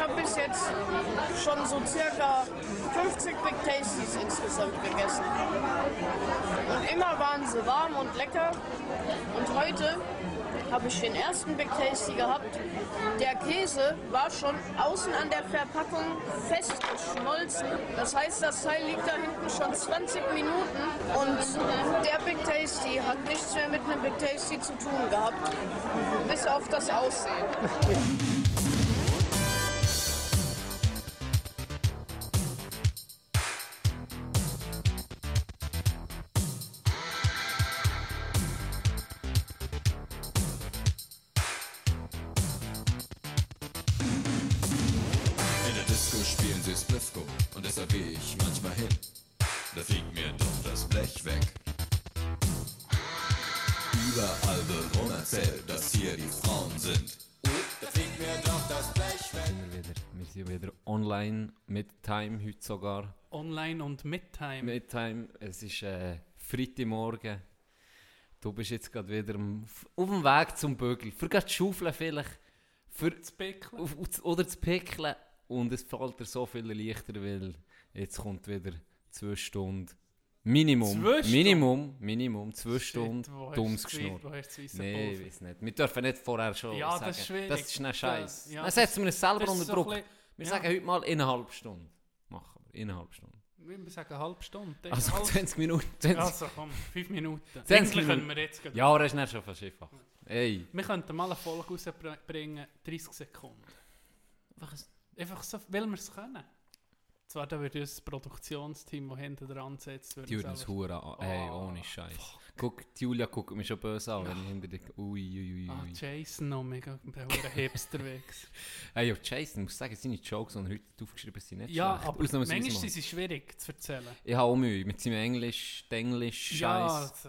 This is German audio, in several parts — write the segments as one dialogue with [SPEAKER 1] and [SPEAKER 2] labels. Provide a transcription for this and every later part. [SPEAKER 1] habe bis jetzt schon so circa 50 Big Tasties insgesamt gegessen. Und immer waren sie warm und lecker. Und heute habe ich den ersten Big Tasty gehabt. Der Käse war schon außen an der Verpackung festgeschmolzen. Das heißt, das Teil liegt da hinten schon 20 Minuten und der Big Tasty hat nichts mehr mit einem Big Tasty zu tun gehabt. Bis auf das Aussehen.
[SPEAKER 2] In der Disco spielen sie Spliffco und deshalb geh ich manchmal hin. Da fliegt mir doch das Blech weg. Überall wird unerzählt, dass hier die Frauen sind. Da fliegt mir doch das Blech weg.
[SPEAKER 3] Sind wir, wieder. wir sind wieder online mit Time heute sogar.
[SPEAKER 4] Online und mit Time.
[SPEAKER 3] Mit Time, es ist äh, Freitagmorgen. Du bist jetzt gerade wieder am- auf auf dem Weg zum Bögel. Für gerade zu schaufeln vielleicht. Für,
[SPEAKER 4] Das Bäckle.
[SPEAKER 3] auf- auf- oder zu pickeln. Und es fällt dir so viel leichter, weil jetzt kommt wieder zwei Stunden. Minimum.
[SPEAKER 4] Zwei Stunden?
[SPEAKER 3] Minimum, Minimum, zwei
[SPEAKER 4] Shit,
[SPEAKER 3] Stunden.
[SPEAKER 4] wo hast
[SPEAKER 3] Dummes
[SPEAKER 4] du das Weid-
[SPEAKER 3] Geschnurr.
[SPEAKER 4] wo hast du das Weiße
[SPEAKER 3] Nein, ich
[SPEAKER 4] Pulver?
[SPEAKER 3] weiß nicht. Wir dürfen nicht vorher schon
[SPEAKER 4] Ja, das
[SPEAKER 3] sagen.
[SPEAKER 4] ist schwierig.
[SPEAKER 3] Das ist ein Scheiß.
[SPEAKER 4] Da- ja,
[SPEAKER 3] Dann
[SPEAKER 4] das-
[SPEAKER 3] setzen wir uns selber
[SPEAKER 4] das ist
[SPEAKER 3] unter
[SPEAKER 4] so ein
[SPEAKER 3] Druck.
[SPEAKER 4] bisschen-
[SPEAKER 3] wir
[SPEAKER 4] ja.
[SPEAKER 3] sagen heute mal eineinhalb Stunden. Machen wir. Eineinhalb Stunden.
[SPEAKER 4] Wir sagen eine halbe Stunde. Das ist
[SPEAKER 3] Also
[SPEAKER 4] alles.
[SPEAKER 3] 20 Minuten. 20.
[SPEAKER 4] also komm, fünf Minuten.
[SPEAKER 3] Zehn
[SPEAKER 4] Eigentlich
[SPEAKER 3] Minuten.
[SPEAKER 4] können wir jetzt gehen.
[SPEAKER 3] ja, das ist nicht schon fast einfach. Ey.
[SPEAKER 4] Wir könnten mal eine Folge rausbringen, 30 Sekunden. Einfach so, weil wir es können. Zwar da würde uns das Produktionsteam, das hinten dran sitzt, würde
[SPEAKER 3] Die würden uns
[SPEAKER 4] selber-
[SPEAKER 3] Huren an. Ey,
[SPEAKER 4] Oh,
[SPEAKER 3] ohne Scheiß. Guck, die Julia guckt mich schon böse an, wenn ich hinter dir. Ui, ui, ui,
[SPEAKER 4] Ah,
[SPEAKER 3] ui.
[SPEAKER 4] Jason noch mega, der Huren Hipsterwegs.
[SPEAKER 3] Ey, ja, Jason, ich muss sagen, seine Jokes, die er heute aufgeschrieben sind, nicht
[SPEAKER 4] ja,
[SPEAKER 3] schlecht.
[SPEAKER 4] aber
[SPEAKER 3] Ausnahmsweise
[SPEAKER 4] manchmal
[SPEAKER 3] mal.
[SPEAKER 4] sind sie schwierig zu erzählen.
[SPEAKER 3] Ich habe auch Mühe mit seinem Englisch, Englisch, Scheiß.
[SPEAKER 4] Ja, also,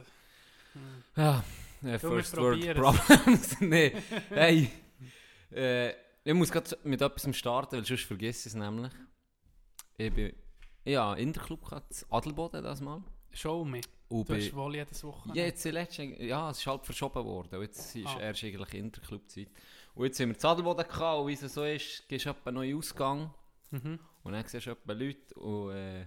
[SPEAKER 3] Ja, äh,
[SPEAKER 4] Du, wir
[SPEAKER 3] First World
[SPEAKER 4] probieren's.
[SPEAKER 3] Problems. nee, hey. Äh, ich muss gerade mit etwas starten, weil sonst vergesse ich es nämlich. Ich bin ja, in der Club gehabt, zu Adelboden das mal.
[SPEAKER 4] show me.
[SPEAKER 3] Und
[SPEAKER 4] Du hast
[SPEAKER 3] bin,
[SPEAKER 4] wohl jedes Wochenende.
[SPEAKER 3] ja, jetzt letzte, ja, es ist halb verschoben worden. Und Jetzt ist
[SPEAKER 4] Ah.
[SPEAKER 3] erst eigentlich in der Clubzeit. Und jetzt sind wir zu Adelboden gehabt und wie es so ist, gehst du etwa einen neuen Ausgang.
[SPEAKER 4] Mhm.
[SPEAKER 3] Und dann siehst du etwa Leute und äh,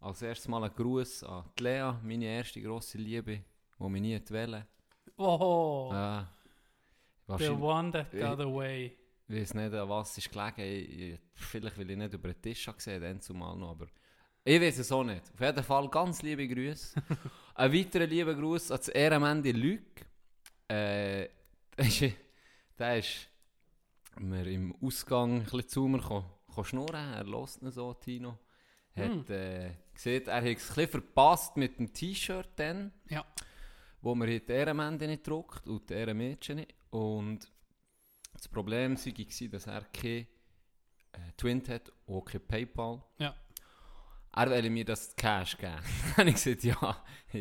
[SPEAKER 3] als erstes mal einen Gruß an die Lea, meine erste grosse Liebe, die mich nie hat wollen.
[SPEAKER 4] Oh,
[SPEAKER 3] Ja. Ah,
[SPEAKER 4] the
[SPEAKER 3] Wahrscheinlich, Äh.
[SPEAKER 4] one that got away.
[SPEAKER 3] ich weiß nicht, an was ist gelegen. Ich, ich, vielleicht, weil ich nicht über den Tisch habe gesehen dann zumal noch, aber ich weiß es auch nicht. Auf jeden Fall ganz liebe Grüße. Ein weiterer lieber Gruß an das Ehrenmende Lüg. Äh, der ist- der ist mir im Ausgang ein bisschen zu mir ko- ko schnurren. Er lässt ihn so, Tino. Hat äh, gesehen, er hat es ein bisschen verpasst mit dem T-Shirt dann
[SPEAKER 4] Ja,
[SPEAKER 3] wo man hier die Ehrenmände nicht druckt und die Ehrenmädchen nicht. Und das Problem war, dass er kein äh, Twint hat und auch kein PayPal.
[SPEAKER 4] ja.
[SPEAKER 3] Er wollte mir das Cash geben. Dann habe ich gesagt, ja,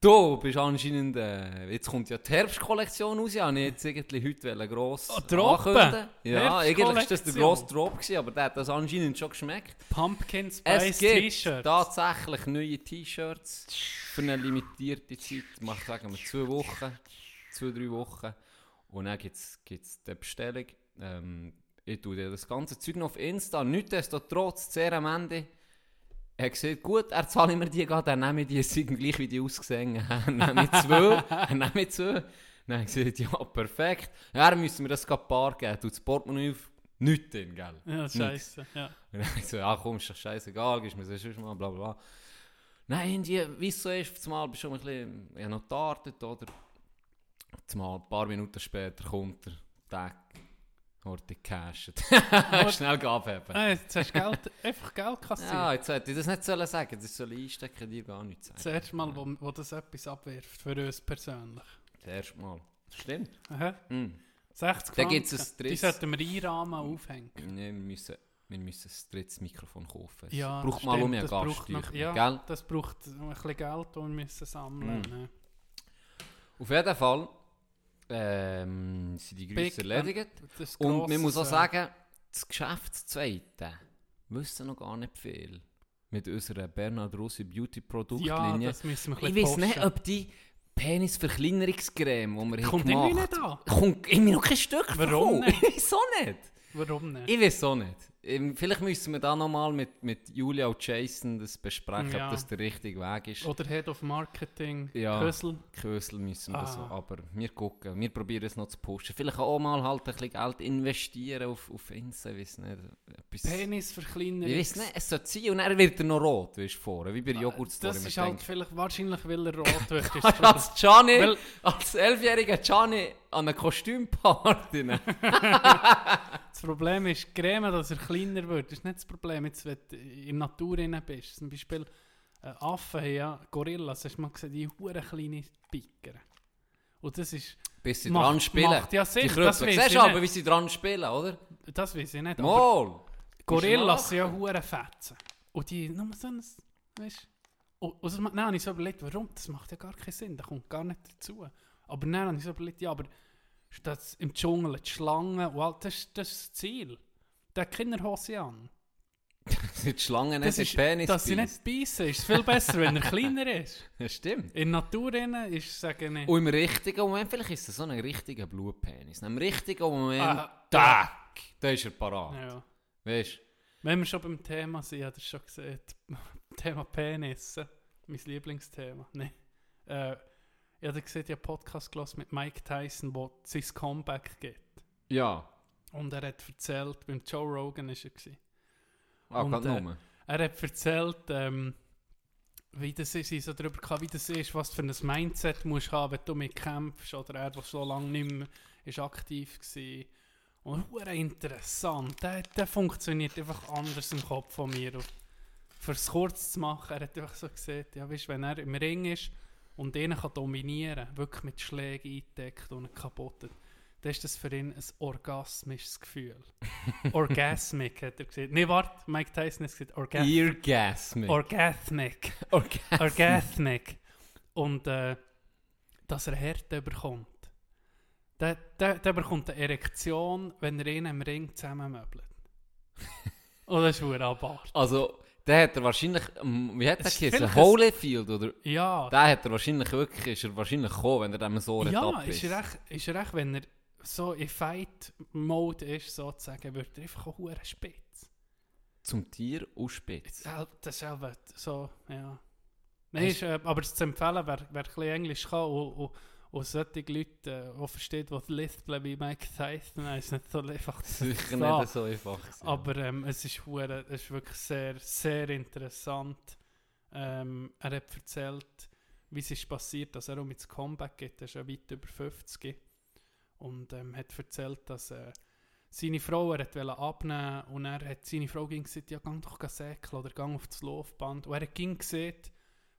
[SPEAKER 3] du bist anscheinend, äh, jetzt kommt ja die Herbstkollektion raus, ja, nicht irgendwie heute wollen gross
[SPEAKER 4] Oh, Droppen!
[SPEAKER 3] ankünden. Ja, eigentlich ist das der
[SPEAKER 4] Herbstkollektion.
[SPEAKER 3] grosse Drop gewesen, aber der hat das anscheinend schon geschmeckt.
[SPEAKER 4] Pumpkin
[SPEAKER 3] Es
[SPEAKER 4] Spice
[SPEAKER 3] gibt
[SPEAKER 4] T-Shirt.
[SPEAKER 3] tatsächlich neue T-Shirts für eine limitierte Zeit. Mach sagen wir zwei Wochen, zwei, drei Wochen. Und dann gibt es die Bestellung. Ähm, ich tue dir das ganze Zeug noch auf Insta. Nichtsdestotrotz, sehr am Ende. Er sieht gut, er zahle mir die, gerade, dann nehme ich die, sind gleich wie die ausgesehen haben. nehme ich zwei, dann nehme ich zwei. Dann habe ich gesagt, ja, perfekt. Ja, Dann müssen wir das gerade Paar geben. Du das Portemonnaie auf, nichts drin, gell?
[SPEAKER 4] Ja,
[SPEAKER 3] Nichts.
[SPEAKER 4] scheiße. Ja.
[SPEAKER 3] Und dann hab ich so, ja komm, ist doch scheißegal, gibst mir das sonst mal, bla bla bla. Nein, die, wie es so ist, zumal bist du schon ein bisschen, ja noch getartet, oder? Zumal ein paar Minuten später kommt der Tag, oder die Cash. Schnell abheben.
[SPEAKER 4] Ah, jetzt hast du Geld, einfach Geld kassiert.
[SPEAKER 3] Ja, jetzt hätte ich das nicht sollen sagen, das soll ich einstecken, dir gar nichts
[SPEAKER 4] Das
[SPEAKER 3] sagen.
[SPEAKER 4] erste Mal, wo, wo das etwas abwirft, für uns persönlich.
[SPEAKER 3] Das erste Mal. Stimmt.
[SPEAKER 4] Aha.
[SPEAKER 3] Hm.
[SPEAKER 4] 60
[SPEAKER 3] Da
[SPEAKER 4] Franken.
[SPEAKER 3] gibt's ein
[SPEAKER 4] Die
[SPEAKER 3] drittes-
[SPEAKER 4] sollten wir einrahmen aufhängen.
[SPEAKER 3] Nee, wir müssen, wir müssen ein drittes Mikrofon kaufen.
[SPEAKER 4] Ja,
[SPEAKER 3] braucht mal
[SPEAKER 4] stimmt,
[SPEAKER 3] um einen
[SPEAKER 4] das braucht
[SPEAKER 3] Gaststeuer,
[SPEAKER 4] noch- ja,
[SPEAKER 3] gell? Hm.
[SPEAKER 4] Das braucht ein bisschen Geld, das wir müssen sammeln ne? müssen.
[SPEAKER 3] Auf jeden Fall ähm, sind die Grüße
[SPEAKER 4] Big-
[SPEAKER 3] erledigt. Und man muss
[SPEAKER 4] äh,
[SPEAKER 3] auch sagen, das Geschäftszweite wissen noch gar nicht viel mit unserer Bernhard Rossi Beauty
[SPEAKER 4] ja,
[SPEAKER 3] Produktlinie.
[SPEAKER 4] das müssen wir ein
[SPEAKER 3] ich
[SPEAKER 4] bisschen
[SPEAKER 3] weiß nicht,
[SPEAKER 4] pushen.
[SPEAKER 3] ob die Penisverkleinerungscreme, die wir hier
[SPEAKER 4] Kommt
[SPEAKER 3] gemacht
[SPEAKER 4] irgendwie nicht an.
[SPEAKER 3] Kommt irgendwie noch kein Stück
[SPEAKER 4] Warum
[SPEAKER 3] davon. Ich weiß auch nicht.
[SPEAKER 4] Warum nicht?
[SPEAKER 3] Ich weiß auch nicht. Ähm, Vielleicht müssen wir da nochmal mit, mit Julia und Jason das besprechen,
[SPEAKER 4] Ja.
[SPEAKER 3] ob das der richtige Weg ist.
[SPEAKER 4] Oder Head of Marketing,
[SPEAKER 3] Ja.
[SPEAKER 4] Kösel.
[SPEAKER 3] Kösel müssen wir
[SPEAKER 4] Ah.
[SPEAKER 3] so, aber wir gucken, wir probieren es noch zu pushen. Vielleicht auch mal halt ein bisschen Geld investieren auf, auf Insta, weiss nicht. Etwas,
[SPEAKER 4] Penisverkleinerung.
[SPEAKER 3] ich weiss nicht, es sollte sein und dann wird er noch rot, weißt du, vorne, wie bei der Joghurtstory.
[SPEAKER 4] Das
[SPEAKER 3] man
[SPEAKER 4] ist halt
[SPEAKER 3] denkt,
[SPEAKER 4] vielleicht wahrscheinlich, weil er rot wird. ist
[SPEAKER 3] Kannst du
[SPEAKER 4] das-
[SPEAKER 3] als Gianni,
[SPEAKER 4] Weil-
[SPEAKER 3] als elfjähriger Gianni an eine Kostümparty ne? nehmen?
[SPEAKER 4] Das Problem ist, Creme, dass er kleiner wird, ist nicht das Problem. Jetzt, wenn du in der Natur drin bist, zum Beispiel äh, Affen, haben ja, Gorillas, hast du mal gesehen, die huren kleine Picker. Und das ist,
[SPEAKER 3] Bis sie
[SPEAKER 4] Macht-
[SPEAKER 3] dran spielen.
[SPEAKER 4] macht ja Sinn,
[SPEAKER 3] die
[SPEAKER 4] das
[SPEAKER 3] Kröpfe.
[SPEAKER 4] weiss
[SPEAKER 3] Siehst
[SPEAKER 4] ich
[SPEAKER 3] du aber,
[SPEAKER 4] nicht.
[SPEAKER 3] wie sie dran spielen, oder?
[SPEAKER 4] das weiß ich nicht, aber
[SPEAKER 3] Mol!
[SPEAKER 4] Gorillas sind ja huren Fetzen. Und die, nur so ein, weißt du, und, und das ma- dann habe ich so überlegt, warum, das macht ja gar keinen Sinn, das kommt gar nicht dazu. Aber dann habe ich so überlegt, ja, aber statt im Dschungel, die Schlangen, und all, das, ist- das ist das Ziel. Der Kinderhose an.
[SPEAKER 3] Sind die Schlangen
[SPEAKER 4] Das
[SPEAKER 3] nicht
[SPEAKER 4] ist,
[SPEAKER 3] in den Penis
[SPEAKER 4] dass sie
[SPEAKER 3] beißt?
[SPEAKER 4] nicht beißen, ist viel besser, wenn er kleiner ist.
[SPEAKER 3] Ja, stimmt.
[SPEAKER 4] In der Natur drin ist, sage ich,
[SPEAKER 3] Und im richtigen Moment, vielleicht ist das so ein richtiger Blutpenis. Im richtigen Moment,
[SPEAKER 4] Ah,
[SPEAKER 3] tack, da ist er parat.
[SPEAKER 4] ja.
[SPEAKER 3] Weißt du?
[SPEAKER 4] Wenn wir schon beim Thema sind, hat er schon gesehen, Thema Penis, mein Lieblingsthema. Nein. Äh, ich habe gesehen, ich habe einen Podcast gelesen mit Mike Tyson, wo sein Comeback gibt.
[SPEAKER 3] Ja.
[SPEAKER 4] Und er hat erzählt, beim Joe Rogan war er. Gewesen.
[SPEAKER 3] Ah,
[SPEAKER 4] Und,
[SPEAKER 3] gerade
[SPEAKER 4] äh,
[SPEAKER 3] nur.
[SPEAKER 4] Er hat erzählt, ähm, wie das ist, ich so darüber gehabt, wie das ist, was für ein Mindset musst du haben, wenn du mit kämpfst oder er, der so lange nicht mehr ist aktiv war. Und hure interessant, der, der funktioniert einfach anders im Kopf von mir. Und Für es kurz zu machen, er hat einfach so gesagt, ja, weißt, wenn er im Ring ist und ihn kann dominieren kann, wirklich mit Schlägen eindeckt und ihn kaputt hat, dann ist das für ihn ein orgasmisches Gefühl. Orgasmic hat er gesagt. Nee, warte, Mike Tyson hat gesagt, Orga
[SPEAKER 3] Eargasmic.
[SPEAKER 4] Orgasmic.
[SPEAKER 3] Orgasmic.
[SPEAKER 4] Orgasmic. Und äh, dass er Härte bekommt. Der, der, der bekommt eine Erektion, wenn er ihn im Ring zusammenmöbelt. Und das ist verdammt abartig.
[SPEAKER 3] Also, der hat er wahrscheinlich, ähm, wie hat der
[SPEAKER 4] Es ist
[SPEAKER 3] geheißen?
[SPEAKER 4] vielleicht
[SPEAKER 3] Holyfield, oder?
[SPEAKER 4] Ja,
[SPEAKER 3] Der hat er wahrscheinlich wirklich, ist er wahrscheinlich gekommen, wenn er dem so hat
[SPEAKER 4] ja
[SPEAKER 3] abgebissen.
[SPEAKER 4] ist, er echt, ist er echt, wenn er so in Fight-Mode ist, sozusagen, wird er einfach auch verdammt spitz.
[SPEAKER 3] Zum Tier und spitz.
[SPEAKER 4] Selb, dasselbe, so, ja. Nein, ist, äh, aber es zu empfehlen, wer, wer ein bisschen Englisch kann und, und, und solche Leute äh, auch versteht, die lispeln wie Mike Tyson, dann ist nicht so einfach zu
[SPEAKER 3] Sicher
[SPEAKER 4] verstehen.
[SPEAKER 3] nicht so einfach. gewesen.
[SPEAKER 4] Aber ähm, es, ist hure, es ist wirklich sehr, sehr interessant. Ähm, er hat erzählt, wie es ist passiert, dass er um ins Comeback geht. Er ist ja weit über 50. Und ähm, hat erzählt, dass äh, seine Frau er hat wollte abnehmen und er hat seine Frau ging gesagt, ja, geh doch säckeln oder geh auf das Laufband. Und er ging gesagt,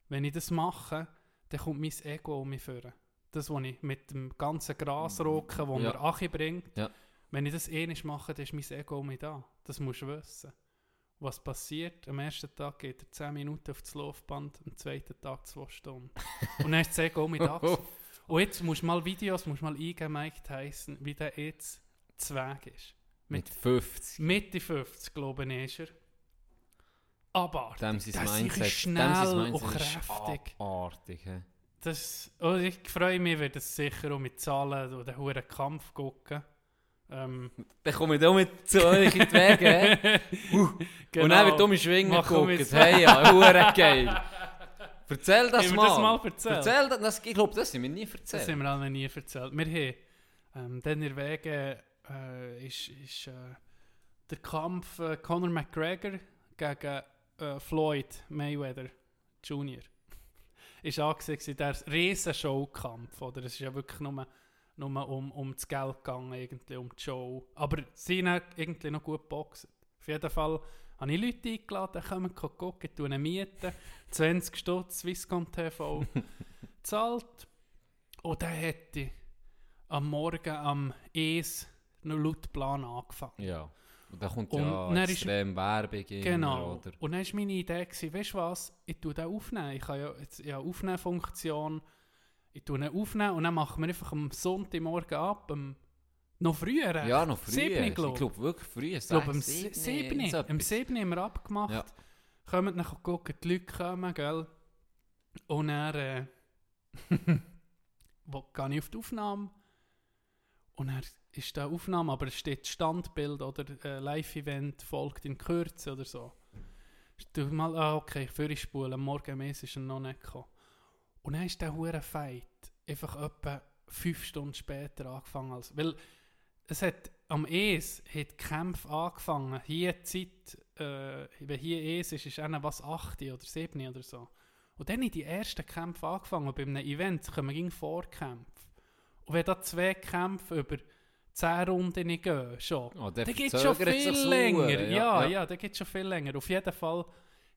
[SPEAKER 4] wenn ich das mache, dann kommt mein Ego um mich führen. Das, was ich mit dem ganzen Grasrocken, wo
[SPEAKER 3] Mhm. Ja.
[SPEAKER 4] mir Achi bringt,
[SPEAKER 3] Ja.
[SPEAKER 4] wenn ich das ähnlich mache, dann ist mein Ego um mich da. Das musst du wissen. Was passiert? Am ersten Tag geht er 10 Minuten auf das Laufband, am zweiten Tag 2 Stunden. Und dann ist das Ego um mich da. gewesen. Und jetzt musst du mal Videos, musst du mal eingeben, Mike Tyson, wie der jetzt Zweig ist.
[SPEAKER 3] mit 50.
[SPEAKER 4] Mitte 50, glaube ich, ist er. Aber
[SPEAKER 3] Dem sein
[SPEAKER 4] das
[SPEAKER 3] Mindset,
[SPEAKER 4] ist
[SPEAKER 3] dem
[SPEAKER 4] schnell
[SPEAKER 3] sein
[SPEAKER 4] und
[SPEAKER 3] Mindset ist
[SPEAKER 4] kräftig.
[SPEAKER 3] abartig. hä?
[SPEAKER 4] Das, oh, ich freue mich, wenn das sicher um mit Zahlen und den hohen Kampf gucken. Ähm,
[SPEAKER 3] Dann komme ich damit zu euch in die Wege. hä?
[SPEAKER 4] genau. um
[SPEAKER 3] Und dann wird um dumme Schwingen
[SPEAKER 4] Machen wir
[SPEAKER 3] geguckt.
[SPEAKER 4] es.
[SPEAKER 3] Hey, ja, hure geil. Erzähl das
[SPEAKER 4] Haben wir
[SPEAKER 3] mal.
[SPEAKER 4] das mal erzählt?
[SPEAKER 3] Erzähl das, das, ich glaube, das haben wir nie
[SPEAKER 4] Das haben
[SPEAKER 3] erzählt.
[SPEAKER 4] wir alle nie erzählt. Wir haben ähm, dann in Wegen äh, ist, ist äh, der Kampf äh, Conor McGregor gegen äh, Floyd Mayweather Jr. ist angesehen, gewesen, der riesen Showkampf. Oder? Es ist ja wirklich nur, nur um, um das Geld gegangen, irgendwie, um die Show. Aber sie haben irgendwie noch gut geboxt. Auf jeden Fall habe ich Leute eingeladen, kommen gucken, tun eine Miete, 20 Stutz, Swisscom TV gezahlt. Und dann hätte am Morgen am ES noch laut Plan angefangen.
[SPEAKER 3] Ja. Und dann kommt
[SPEAKER 4] Und
[SPEAKER 3] ja
[SPEAKER 4] dann ist-
[SPEAKER 3] extrem Werbung immer,
[SPEAKER 4] Genau.
[SPEAKER 3] oder?
[SPEAKER 4] Und dann war meine Idee, gewesen, weißt du was, ich tue den aufnehmen. Ich habe ja jetzt ich habe eine Aufnehmfunktion. Ich tue ihn aufnehmen und dann machen wir einfach am Sonntagmorgen ab. Am, noch früher. recht.
[SPEAKER 3] Ja, noch früh.
[SPEAKER 4] Siebni,
[SPEAKER 3] ich
[SPEAKER 4] Äh, glaub.
[SPEAKER 3] glaube wirklich früh.
[SPEAKER 4] Ich glaube, am 7. Am 7. haben wir abgemacht.
[SPEAKER 3] Ja.
[SPEAKER 4] Kommen dann gucken, die Leute kommen, gell? Und dann äh, wo, gehe ich auf die Aufnahme. Und dann ist da Aufnahme, aber es steht Standbild oder äh, Live-Event folgt in Kürze oder so. Du mal, ah, okay, für ich spulen, morgen mäß ist er noch nicht gekommen. Und dann ist der hure Fight einfach etwa fünf Stunden später angefangen. Als, weil es hat am ES hat die Kämpfe angefangen. Hier die Zeit, äh, wenn hier ES ist, ist einer was 8 oder 7 oder so. Und dann haben die ersten Kämpfe angefangen. Bei einem Event kommen gegen Vorkämpfe. Und wenn da zwei Kämpfe über 10 Runden nicht gehen, schon,
[SPEAKER 3] Oh, der
[SPEAKER 4] dann geht es schon
[SPEAKER 3] verzögert
[SPEAKER 4] viel
[SPEAKER 3] sich's
[SPEAKER 4] länger.
[SPEAKER 3] verdammt,
[SPEAKER 4] ja,
[SPEAKER 3] ja.
[SPEAKER 4] ja, dann geht schon viel länger. Auf jeden Fall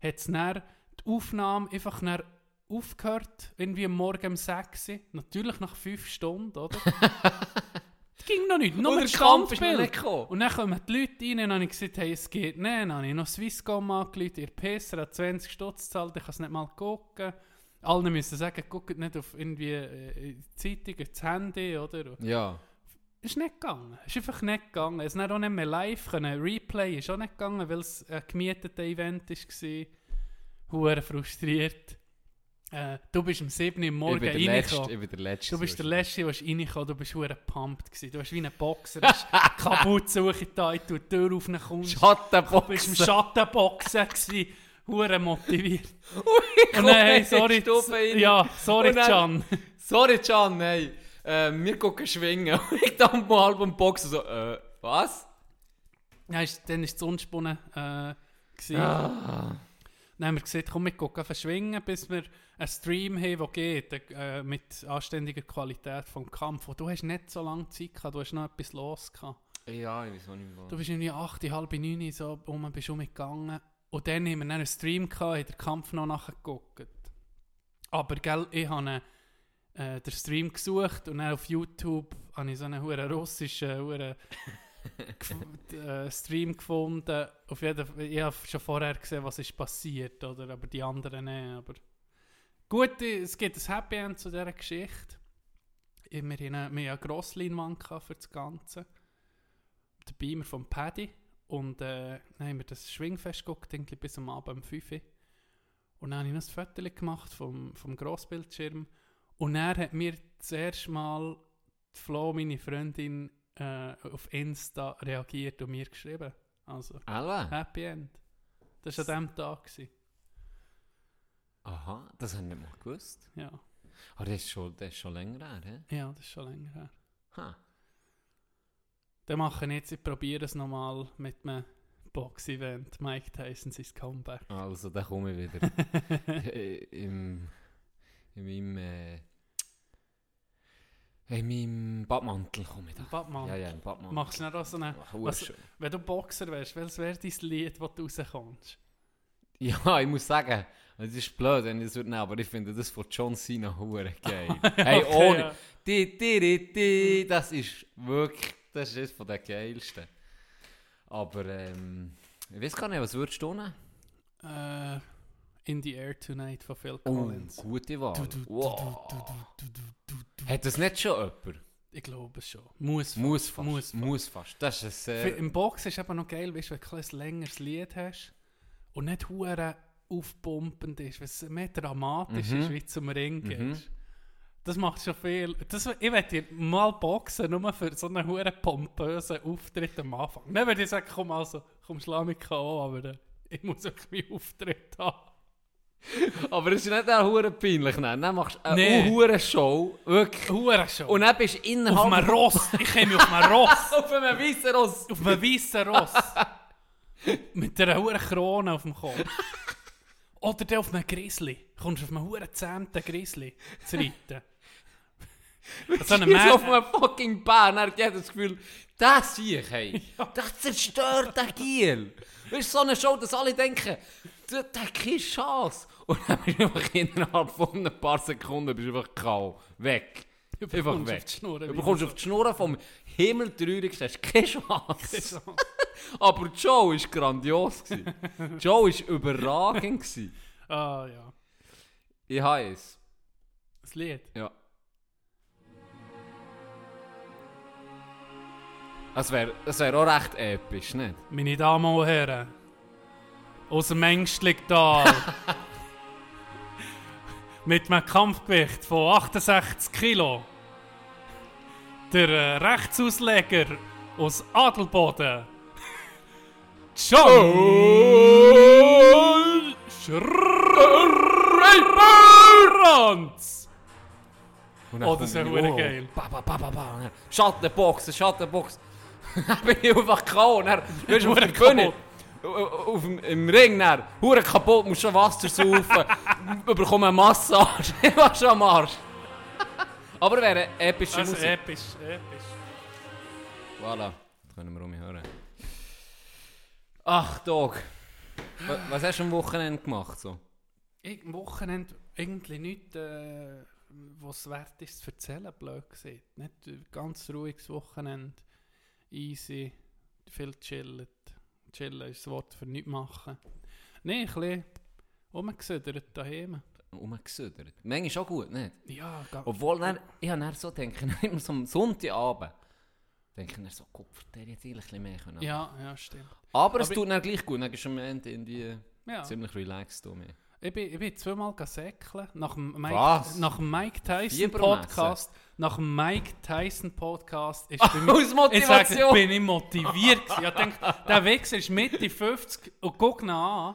[SPEAKER 4] hat es dann die Aufnahme einfach dann aufgehört, irgendwie am morgen um 6 Uhr. Natürlich nach 5 Stunden, oder? Es ging noch nicht, nur
[SPEAKER 3] Und
[SPEAKER 4] ein
[SPEAKER 3] der Kampf ist noch
[SPEAKER 4] Standbild.
[SPEAKER 3] nicht gekommen.
[SPEAKER 4] Und dann kommen die Leute rein und dann habe ich gesagt, hey, es geht nicht. Dann habe ich noch Swisscom angerufen, ihr Pisser hat 20 Stutz gezahlt, ich kann es nicht mal gucken. Alle müssen sagen, guckt nicht auf irgendwie äh, die Zeitung, das Handy, oder?
[SPEAKER 3] Ja.
[SPEAKER 4] Ist nicht gegangen. Ist einfach nicht gegangen. Es ist dann auch nicht mehr live können. Replay ist auch nicht gegangen, weil es ein gemietetes Event war. Hure frustriert. Äh, du bist am 7. Uhr
[SPEAKER 3] Ich
[SPEAKER 4] morgen
[SPEAKER 3] bin der Letzte.
[SPEAKER 4] reingekommen.
[SPEAKER 3] Ich bin der Letzte.
[SPEAKER 4] Du bist der
[SPEAKER 3] wahrscheinlich.
[SPEAKER 4] Letzte, der reingekommen du bist hure pumped gewesen. Du warst wie ein Boxer, du hast Kapuzensuche da, du die Tür auf kommst. Du bist im
[SPEAKER 3] Schattenbox.
[SPEAKER 4] Schattenboxen gewesen, hure motiviert. Und
[SPEAKER 3] komm
[SPEAKER 4] dann, hey,
[SPEAKER 3] in die
[SPEAKER 4] sorry,
[SPEAKER 3] Stube rein.
[SPEAKER 4] ja, sorry,
[SPEAKER 3] Und dann-
[SPEAKER 4] Can.
[SPEAKER 3] Sorry, Can, nein. Äh, wir gucken schwingen. Und ich dampf mal halb am Boxen so, äh, was?
[SPEAKER 4] Dann ist, dann ist das Unspunnen äh, gewesen. Dann haben wir gesagt, komm, wir gucken verschwingen, bis wir einen Stream haben, der geht, äh, mit anständiger Qualität vom Kampf. Und du hast nicht so lange Zeit gehabt, du hast noch etwas los gehabt.
[SPEAKER 3] Ja, ich weiß auch nicht mehr.
[SPEAKER 4] Du bist irgendwie 8, halb 9 so um, bist umgegangen. Und dann haben wir dann einen Stream gehabt, haben den Kampf noch nachgeguckt. Aber gell, ich habe äh, den Stream gesucht und dann auf YouTube habe ich so einen huren russischen huren gef- äh, Stream gefunden. Auf jeden Fall, ich habe schon vorher gesehen, was ist passiert, oder? Aber die anderen nicht. Aber gut, äh, es gibt ein Happy End zu dieser Geschichte. Wir hatten eine, wir hatten eine Grossleinwand gehabt für das Ganze den Beamer vom Paddy und äh, dann haben wir das Schwingfest geguckt, irgendwie bis am Abend um 5 Uhr. Und dann habe ich noch ein Foto gemacht vom, vom Grossbildschirm. Und er hat mir zuerst mal die Flo, meine Freundin, äh, auf Insta reagiert und mir geschrieben. Also,
[SPEAKER 3] Ella?
[SPEAKER 4] Happy End. Das war an diesem Tag. Gewesen.
[SPEAKER 3] Aha, das habe ich nicht mal gewusst.
[SPEAKER 4] Ja.
[SPEAKER 3] Aber das ist schon, das ist schon länger her,
[SPEAKER 4] ja, das ist schon länger her.
[SPEAKER 3] hä? Ha.
[SPEAKER 4] Dann mache ich jetzt, ich probiere es nochmal mit einem Box-Event. Mike Tyson sein Comeback.
[SPEAKER 3] Also, da komme ich wieder. Äh, Im, in meinem, äh, in meinem Badmantel komme ich da.
[SPEAKER 4] Batman,
[SPEAKER 3] Ja, ja, im Badmantel.
[SPEAKER 4] machst du dann auch so eine...
[SPEAKER 3] Ach,
[SPEAKER 4] was-
[SPEAKER 3] Hurenschön.
[SPEAKER 4] Wenn du Boxer wärst, welches wäre dein Lied, das du rauskommst?
[SPEAKER 3] Ja, ich muss sagen, es ist blöd, wenn ich das würde nehmen, aber ich finde das von John Cena hure geil. hey,
[SPEAKER 4] Okay,
[SPEAKER 3] ohne.
[SPEAKER 4] ja.
[SPEAKER 3] Di, di, di, di, das ist wirklich, das ist eines von den geilsten. Aber, ähm, ich weiß gar nicht, was würdest du nehmen?
[SPEAKER 4] Äh, In the Air Tonight von Phil
[SPEAKER 3] Oh,
[SPEAKER 4] Collins.
[SPEAKER 3] gute Wahl.
[SPEAKER 4] Du, du, du,
[SPEAKER 3] Wow.
[SPEAKER 4] du, du, du, du, du, du.
[SPEAKER 3] Hat das nicht schon jemand?
[SPEAKER 4] Ich glaube es schon. Muss.
[SPEAKER 3] Muss fast.
[SPEAKER 4] Muss
[SPEAKER 3] Muss,
[SPEAKER 4] fast.
[SPEAKER 3] fast. Das ist ein
[SPEAKER 4] Für-
[SPEAKER 3] sehr...
[SPEAKER 4] Im Boxen ist eben noch geil, weißt, du, wenn du ein bisschen ein längeres Lied hast und nicht hure aufpumpend ist, weil es mehr dramatisch
[SPEAKER 3] Mhm.
[SPEAKER 4] ist, wie zum Ring gehst. Das macht schon viel. Das, ich möchte mal boxen, nur für so einen hure pompösen Auftritt am Anfang. Nicht, wenn ich sage, komm, also, komm, schlag mich K.O., aber äh, ich muss auch meinen Auftritt haben.
[SPEAKER 3] Aber es ist nicht auch hure peinlich. Nein, dann machst du eine
[SPEAKER 4] Nee.
[SPEAKER 3] hure Show. Wirklich.
[SPEAKER 4] Hure schon.
[SPEAKER 3] Und dann bist du innerhalb...
[SPEAKER 4] auf einem Ross. Ich komme auf einem Ross.
[SPEAKER 3] Auf einem weißen Ross.
[SPEAKER 4] Auf einem weißen Ross. Mit einer hohen Krone auf dem Kopf. Oder dann auf einem Grizzly. Kommst du auf einem hohen zähmten Grizzly zu reiten. so einem
[SPEAKER 3] Jetzt
[SPEAKER 4] Mann-
[SPEAKER 3] auf einem fucking Bahn, er hat jeder das Gefühl, das sehe ich, hey. Das zerstört den Giel. Weißt du, so eine Show, dass alle denken, der der hat keine Chance. Oh, Und dann bist du einfach innerhalb von ein paar dus Sekunden bist du einfach kau. Weg.
[SPEAKER 4] Überkommst
[SPEAKER 3] Einfach
[SPEAKER 4] auf
[SPEAKER 3] weg.
[SPEAKER 4] die Schnur, wie
[SPEAKER 3] du bekommst
[SPEAKER 4] man
[SPEAKER 3] auf die Schnur vom Himmel traurig, hast keine Chance.
[SPEAKER 4] So.
[SPEAKER 3] Aber Joe war grandios. gewesen. Joe war überragend. gewesen.
[SPEAKER 4] Ah ja.
[SPEAKER 3] Ich habe es.
[SPEAKER 4] Das Lied.
[SPEAKER 3] Ja. Das wäre das wär auch recht episch, nicht?
[SPEAKER 4] Meine Damen und Herren. Aus dem Ängstlichtal. Mit einem Kampfgewicht von 68 Kilo.
[SPEAKER 5] der äh, Rechtsausleger aus Adelboden, John Schreiberans.
[SPEAKER 3] Und
[SPEAKER 5] Oh, das ist ja
[SPEAKER 3] kommt
[SPEAKER 5] verdammt
[SPEAKER 3] oh,
[SPEAKER 5] geil.
[SPEAKER 3] Ba, ba, ba, ba, ba. Und dann Schattenbox, eine Schattenbox. dann bin ich einfach K.O. und dann bist du auf der
[SPEAKER 5] Hure
[SPEAKER 3] Bühne. Auf, auf, dem- Im Ring dann. Hure kaputt, musst schon Wasser saufen. bekomme eine Massage. Ich war schon am Arsch. Aber wäre eine epische
[SPEAKER 5] Also
[SPEAKER 3] Musik.
[SPEAKER 5] episch, episch.
[SPEAKER 3] Voilà. Das können wir umhören. Ach, Dog. Wa- Was hast du am Wochenende gemacht? So?
[SPEAKER 5] Ich, am Wochenende irgendwie nichts, äh, was wert ist, zu erzählen, blöd gesehen. Nicht ein ganz ruhiges Wochenende, easy, viel chillen. Chillen ist das Wort für nichts machen. Nein, ein bisschen rumgesödert daheim.
[SPEAKER 3] Umgesödert. Manchmal auch gut, nicht?
[SPEAKER 5] Ja, ganz...
[SPEAKER 3] Obwohl, dann, ich habe dann so denken, immer so am Sonntagabend, denke ich dann so, Kopf, der hätte ich eigentlich ein bisschen mehr können.
[SPEAKER 5] Ja, ja, stimmt.
[SPEAKER 3] Aber es
[SPEAKER 5] Aber-
[SPEAKER 3] tut dann gleich gut, dann ist am Ende irgendwie
[SPEAKER 5] Ja.
[SPEAKER 3] ziemlich relaxed. Um mich.
[SPEAKER 5] Ich bin, ich bin zweimal gesäckelt. Nach dem Mike,
[SPEAKER 3] Was?
[SPEAKER 5] Nach dem Mike Tyson
[SPEAKER 3] Fiebermessen?
[SPEAKER 5] Podcast. Nach dem Mike Tyson Podcast ist bei mir.
[SPEAKER 3] Aus Motivation.
[SPEAKER 5] Ich sage, bin ich motiviert. gewesen. ich denke, der Wechsel ist Mitte 50 und guck ihn an.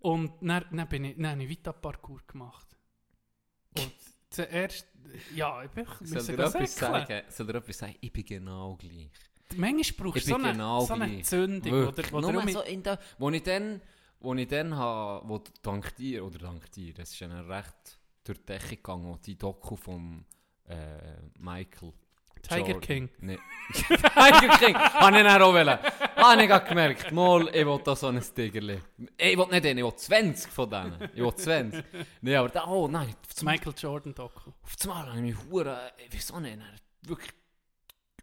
[SPEAKER 5] Und dann, dann, bin ich, dann habe ich weiter Parkour gemacht. Und zuerst. Ja, ich bin
[SPEAKER 3] Soll
[SPEAKER 5] müssen
[SPEAKER 3] dir etwas
[SPEAKER 5] gesäckelt.
[SPEAKER 3] sagen? Soll dir etwas sagen? Ich bin genau gleich.
[SPEAKER 5] Manchmal brauchst du
[SPEAKER 3] Ich
[SPEAKER 5] so
[SPEAKER 3] bin
[SPEAKER 5] eine,
[SPEAKER 3] genau
[SPEAKER 5] so eine
[SPEAKER 3] gleich.
[SPEAKER 5] Zündung.
[SPEAKER 3] Wirklich.
[SPEAKER 5] Oder, oder
[SPEAKER 3] Nur
[SPEAKER 5] um-
[SPEAKER 3] so in der, wo ich dann, wo ich dann habe, wo du- dank dir, oder dank dir, das ist ja dann recht durch die Decke gegangen, wo die Doku vom äh, Michael
[SPEAKER 5] Tiger
[SPEAKER 3] Jordan-
[SPEAKER 5] King.
[SPEAKER 3] Nee. Tiger King, Ah, habe ich dann auch wollen. Habe ich gerade gemerkt, mal, ich will da so ein Tigerli. Ich will nicht den, ich will 20 von denen. Ich will 20. Nee, aber da, oh nein,
[SPEAKER 5] das
[SPEAKER 3] zum
[SPEAKER 5] Michael Jordan Doku.
[SPEAKER 3] auf das Mal habe ich mich hure, ich weiß auch nicht, dann wirklich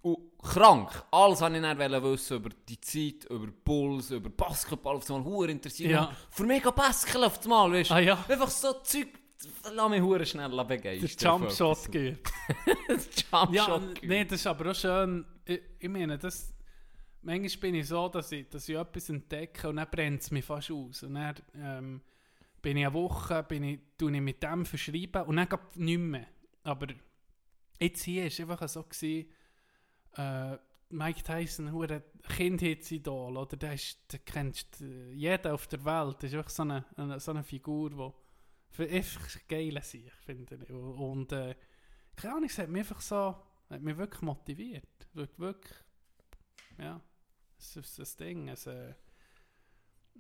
[SPEAKER 3] oh, krank. Alles wollte ich dann wollen wissen über die Zeit, über Puls, über Basketball, auf das Mal hure interessiert.
[SPEAKER 5] Ja.
[SPEAKER 3] Für mich geht Basketball auf das Mal, weißt du?
[SPEAKER 5] Ah ja,
[SPEAKER 3] Einfach so Zeug, lass mich hure schnell
[SPEAKER 5] der
[SPEAKER 3] begeistern.
[SPEAKER 5] Jumpshot gibt.
[SPEAKER 3] das Jumpshot.
[SPEAKER 5] Ja, nee, das ist aber auch schön. Ich, ich meine, das, manchmal bin ich so, dass ich, dass ich etwas entdecke und dann brennt es mich fast aus. Und dann ähm, bin ich eine Woche, bin ich, tue ich mit dem verschreiben und dann geht nichts mehr. Aber jetzt hier war es einfach so, gewesen, äh, Mike Tyson, ein Kindheitsidol, oder? Der, ist, der kennst äh, jeden auf der Welt. Das ist einfach so eine, eine, so eine Figur, die für einfach geil ist, finde ich. Und äh, keine Ahnung, es hat mich einfach so, hat mich wirklich motiviert. Wirklich, wirklich ja, es ist ein Ding, es, äh,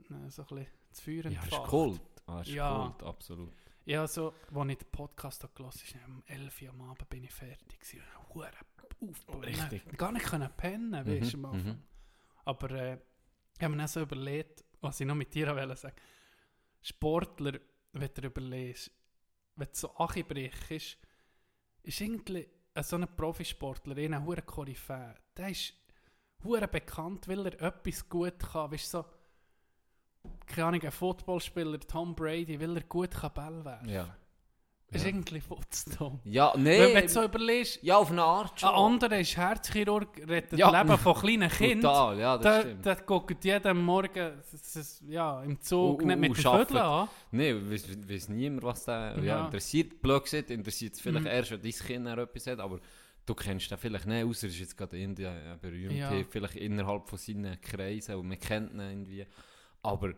[SPEAKER 5] äh, so ein bisschen zu führen.
[SPEAKER 3] Ja, ist Kult. Ah, ist
[SPEAKER 5] Ja.
[SPEAKER 3] Kult, absolut.
[SPEAKER 5] Ja, so, als ich den Podcast habe gehört habe, um 11 Uhr am Abend bin ich fertig. gewesen. Hure aufgebaut.
[SPEAKER 3] Oh, Richtig.
[SPEAKER 5] Ich gar nicht können pennen,
[SPEAKER 3] Mhm,
[SPEAKER 5] weißt du, am Anfang.
[SPEAKER 3] mhm.
[SPEAKER 5] Aber äh, ich habe mir dann so überlegt, was ich noch mit dir wollte sagen. Sportler, wenn du überlegst, wenn du so anbrichst, ist irgendwie äh, so ein Profisportler, einer hure Koryphäe, der ist hure bekannt, weil er etwas gut kann. Weißt du, so, keine Ahnung, ein Footballspieler, Tom Brady, weil er gut kann Ball werfen.
[SPEAKER 3] Ja.
[SPEAKER 5] Ist
[SPEAKER 3] Ja.
[SPEAKER 5] irgendwie Futzton.
[SPEAKER 3] Ja,
[SPEAKER 5] Wenn
[SPEAKER 3] nee.
[SPEAKER 5] du so überlegst,
[SPEAKER 3] Ja, auf eine Art schon.
[SPEAKER 5] ein anderer ist Herzchirurg, rettet
[SPEAKER 3] Ja.
[SPEAKER 5] das Leben von kleinen Kindern.
[SPEAKER 3] Total, ja, das
[SPEAKER 5] Da,
[SPEAKER 3] stimmt.
[SPEAKER 5] da guckt jeden Morgen das ist, ja, im Zug
[SPEAKER 3] Uh, uh,
[SPEAKER 5] nicht mit
[SPEAKER 3] uh,
[SPEAKER 5] dem
[SPEAKER 3] schafft.
[SPEAKER 5] Vögel an.
[SPEAKER 3] Nein, weiß, weiß niemand, was der ja.
[SPEAKER 5] Ja.
[SPEAKER 3] interessiert. Blöd gesagt, interessiert es vielleicht
[SPEAKER 5] Mhm.
[SPEAKER 3] erst, wenn dein Kind dann etwas hat, aber du kennst den vielleicht nicht, außer es ist jetzt gerade in Indien eine Berühmtheit,
[SPEAKER 5] Ja.
[SPEAKER 3] vielleicht innerhalb von seinen Kreisen und man kennt ihn irgendwie. Aber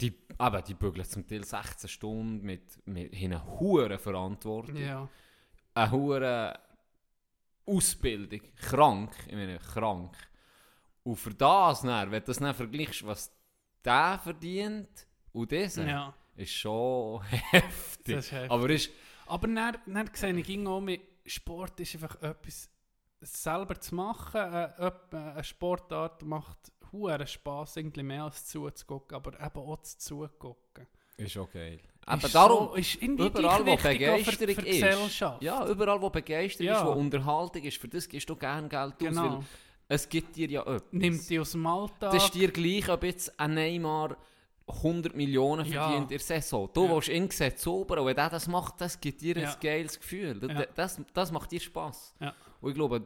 [SPEAKER 3] die, eben, die bügeln zum Teil 16 Stunden mit, mit haben eine hohe Verantwortung,
[SPEAKER 5] Ja.
[SPEAKER 3] eine hohe Ausbildung, krank, ich meine krank. Und für das, dann, wenn du das dann vergleichst, was der verdient und dieser,
[SPEAKER 5] ja.
[SPEAKER 3] ist schon heftig.
[SPEAKER 5] Das ist heftig.
[SPEAKER 3] Aber ist,
[SPEAKER 5] Aber dann, dann sehe ich ging auch mit Sport ist einfach etwas selber zu machen. Äh, öp- äh, eine Sportart macht huere Spass, irgendwie mehr als zuzugucken, aber eben auch zu zugucken.
[SPEAKER 3] ist okay.
[SPEAKER 5] Ist
[SPEAKER 3] Aber
[SPEAKER 5] so-
[SPEAKER 3] darum,
[SPEAKER 5] ist irgendwie
[SPEAKER 3] überall wo
[SPEAKER 5] gleich wichtig auch für-
[SPEAKER 3] Begeisterung
[SPEAKER 5] für die
[SPEAKER 3] ist,
[SPEAKER 5] Gesellschaft.
[SPEAKER 3] ja, überall wo Begeisterung
[SPEAKER 5] Ja.
[SPEAKER 3] ist, wo Unterhaltung ist, für das gibst du gerne Geld aus,
[SPEAKER 5] genau.
[SPEAKER 3] weil es gibt dir ja etwas.
[SPEAKER 5] Nimmt die aus dem Alltag.
[SPEAKER 3] das ist dir gleich, ob jetzt ein Neymar 100 Millionen
[SPEAKER 5] Ja.
[SPEAKER 3] verdient in der Saison. Du
[SPEAKER 5] Ja.
[SPEAKER 3] willst ihn sehen, sauber, und wenn der das macht, das gibt dir
[SPEAKER 5] Ja.
[SPEAKER 3] ein geiles Gefühl. Das,
[SPEAKER 5] Ja.
[SPEAKER 3] das, das macht dir Spass.
[SPEAKER 5] Ja.
[SPEAKER 3] Und ich glaube,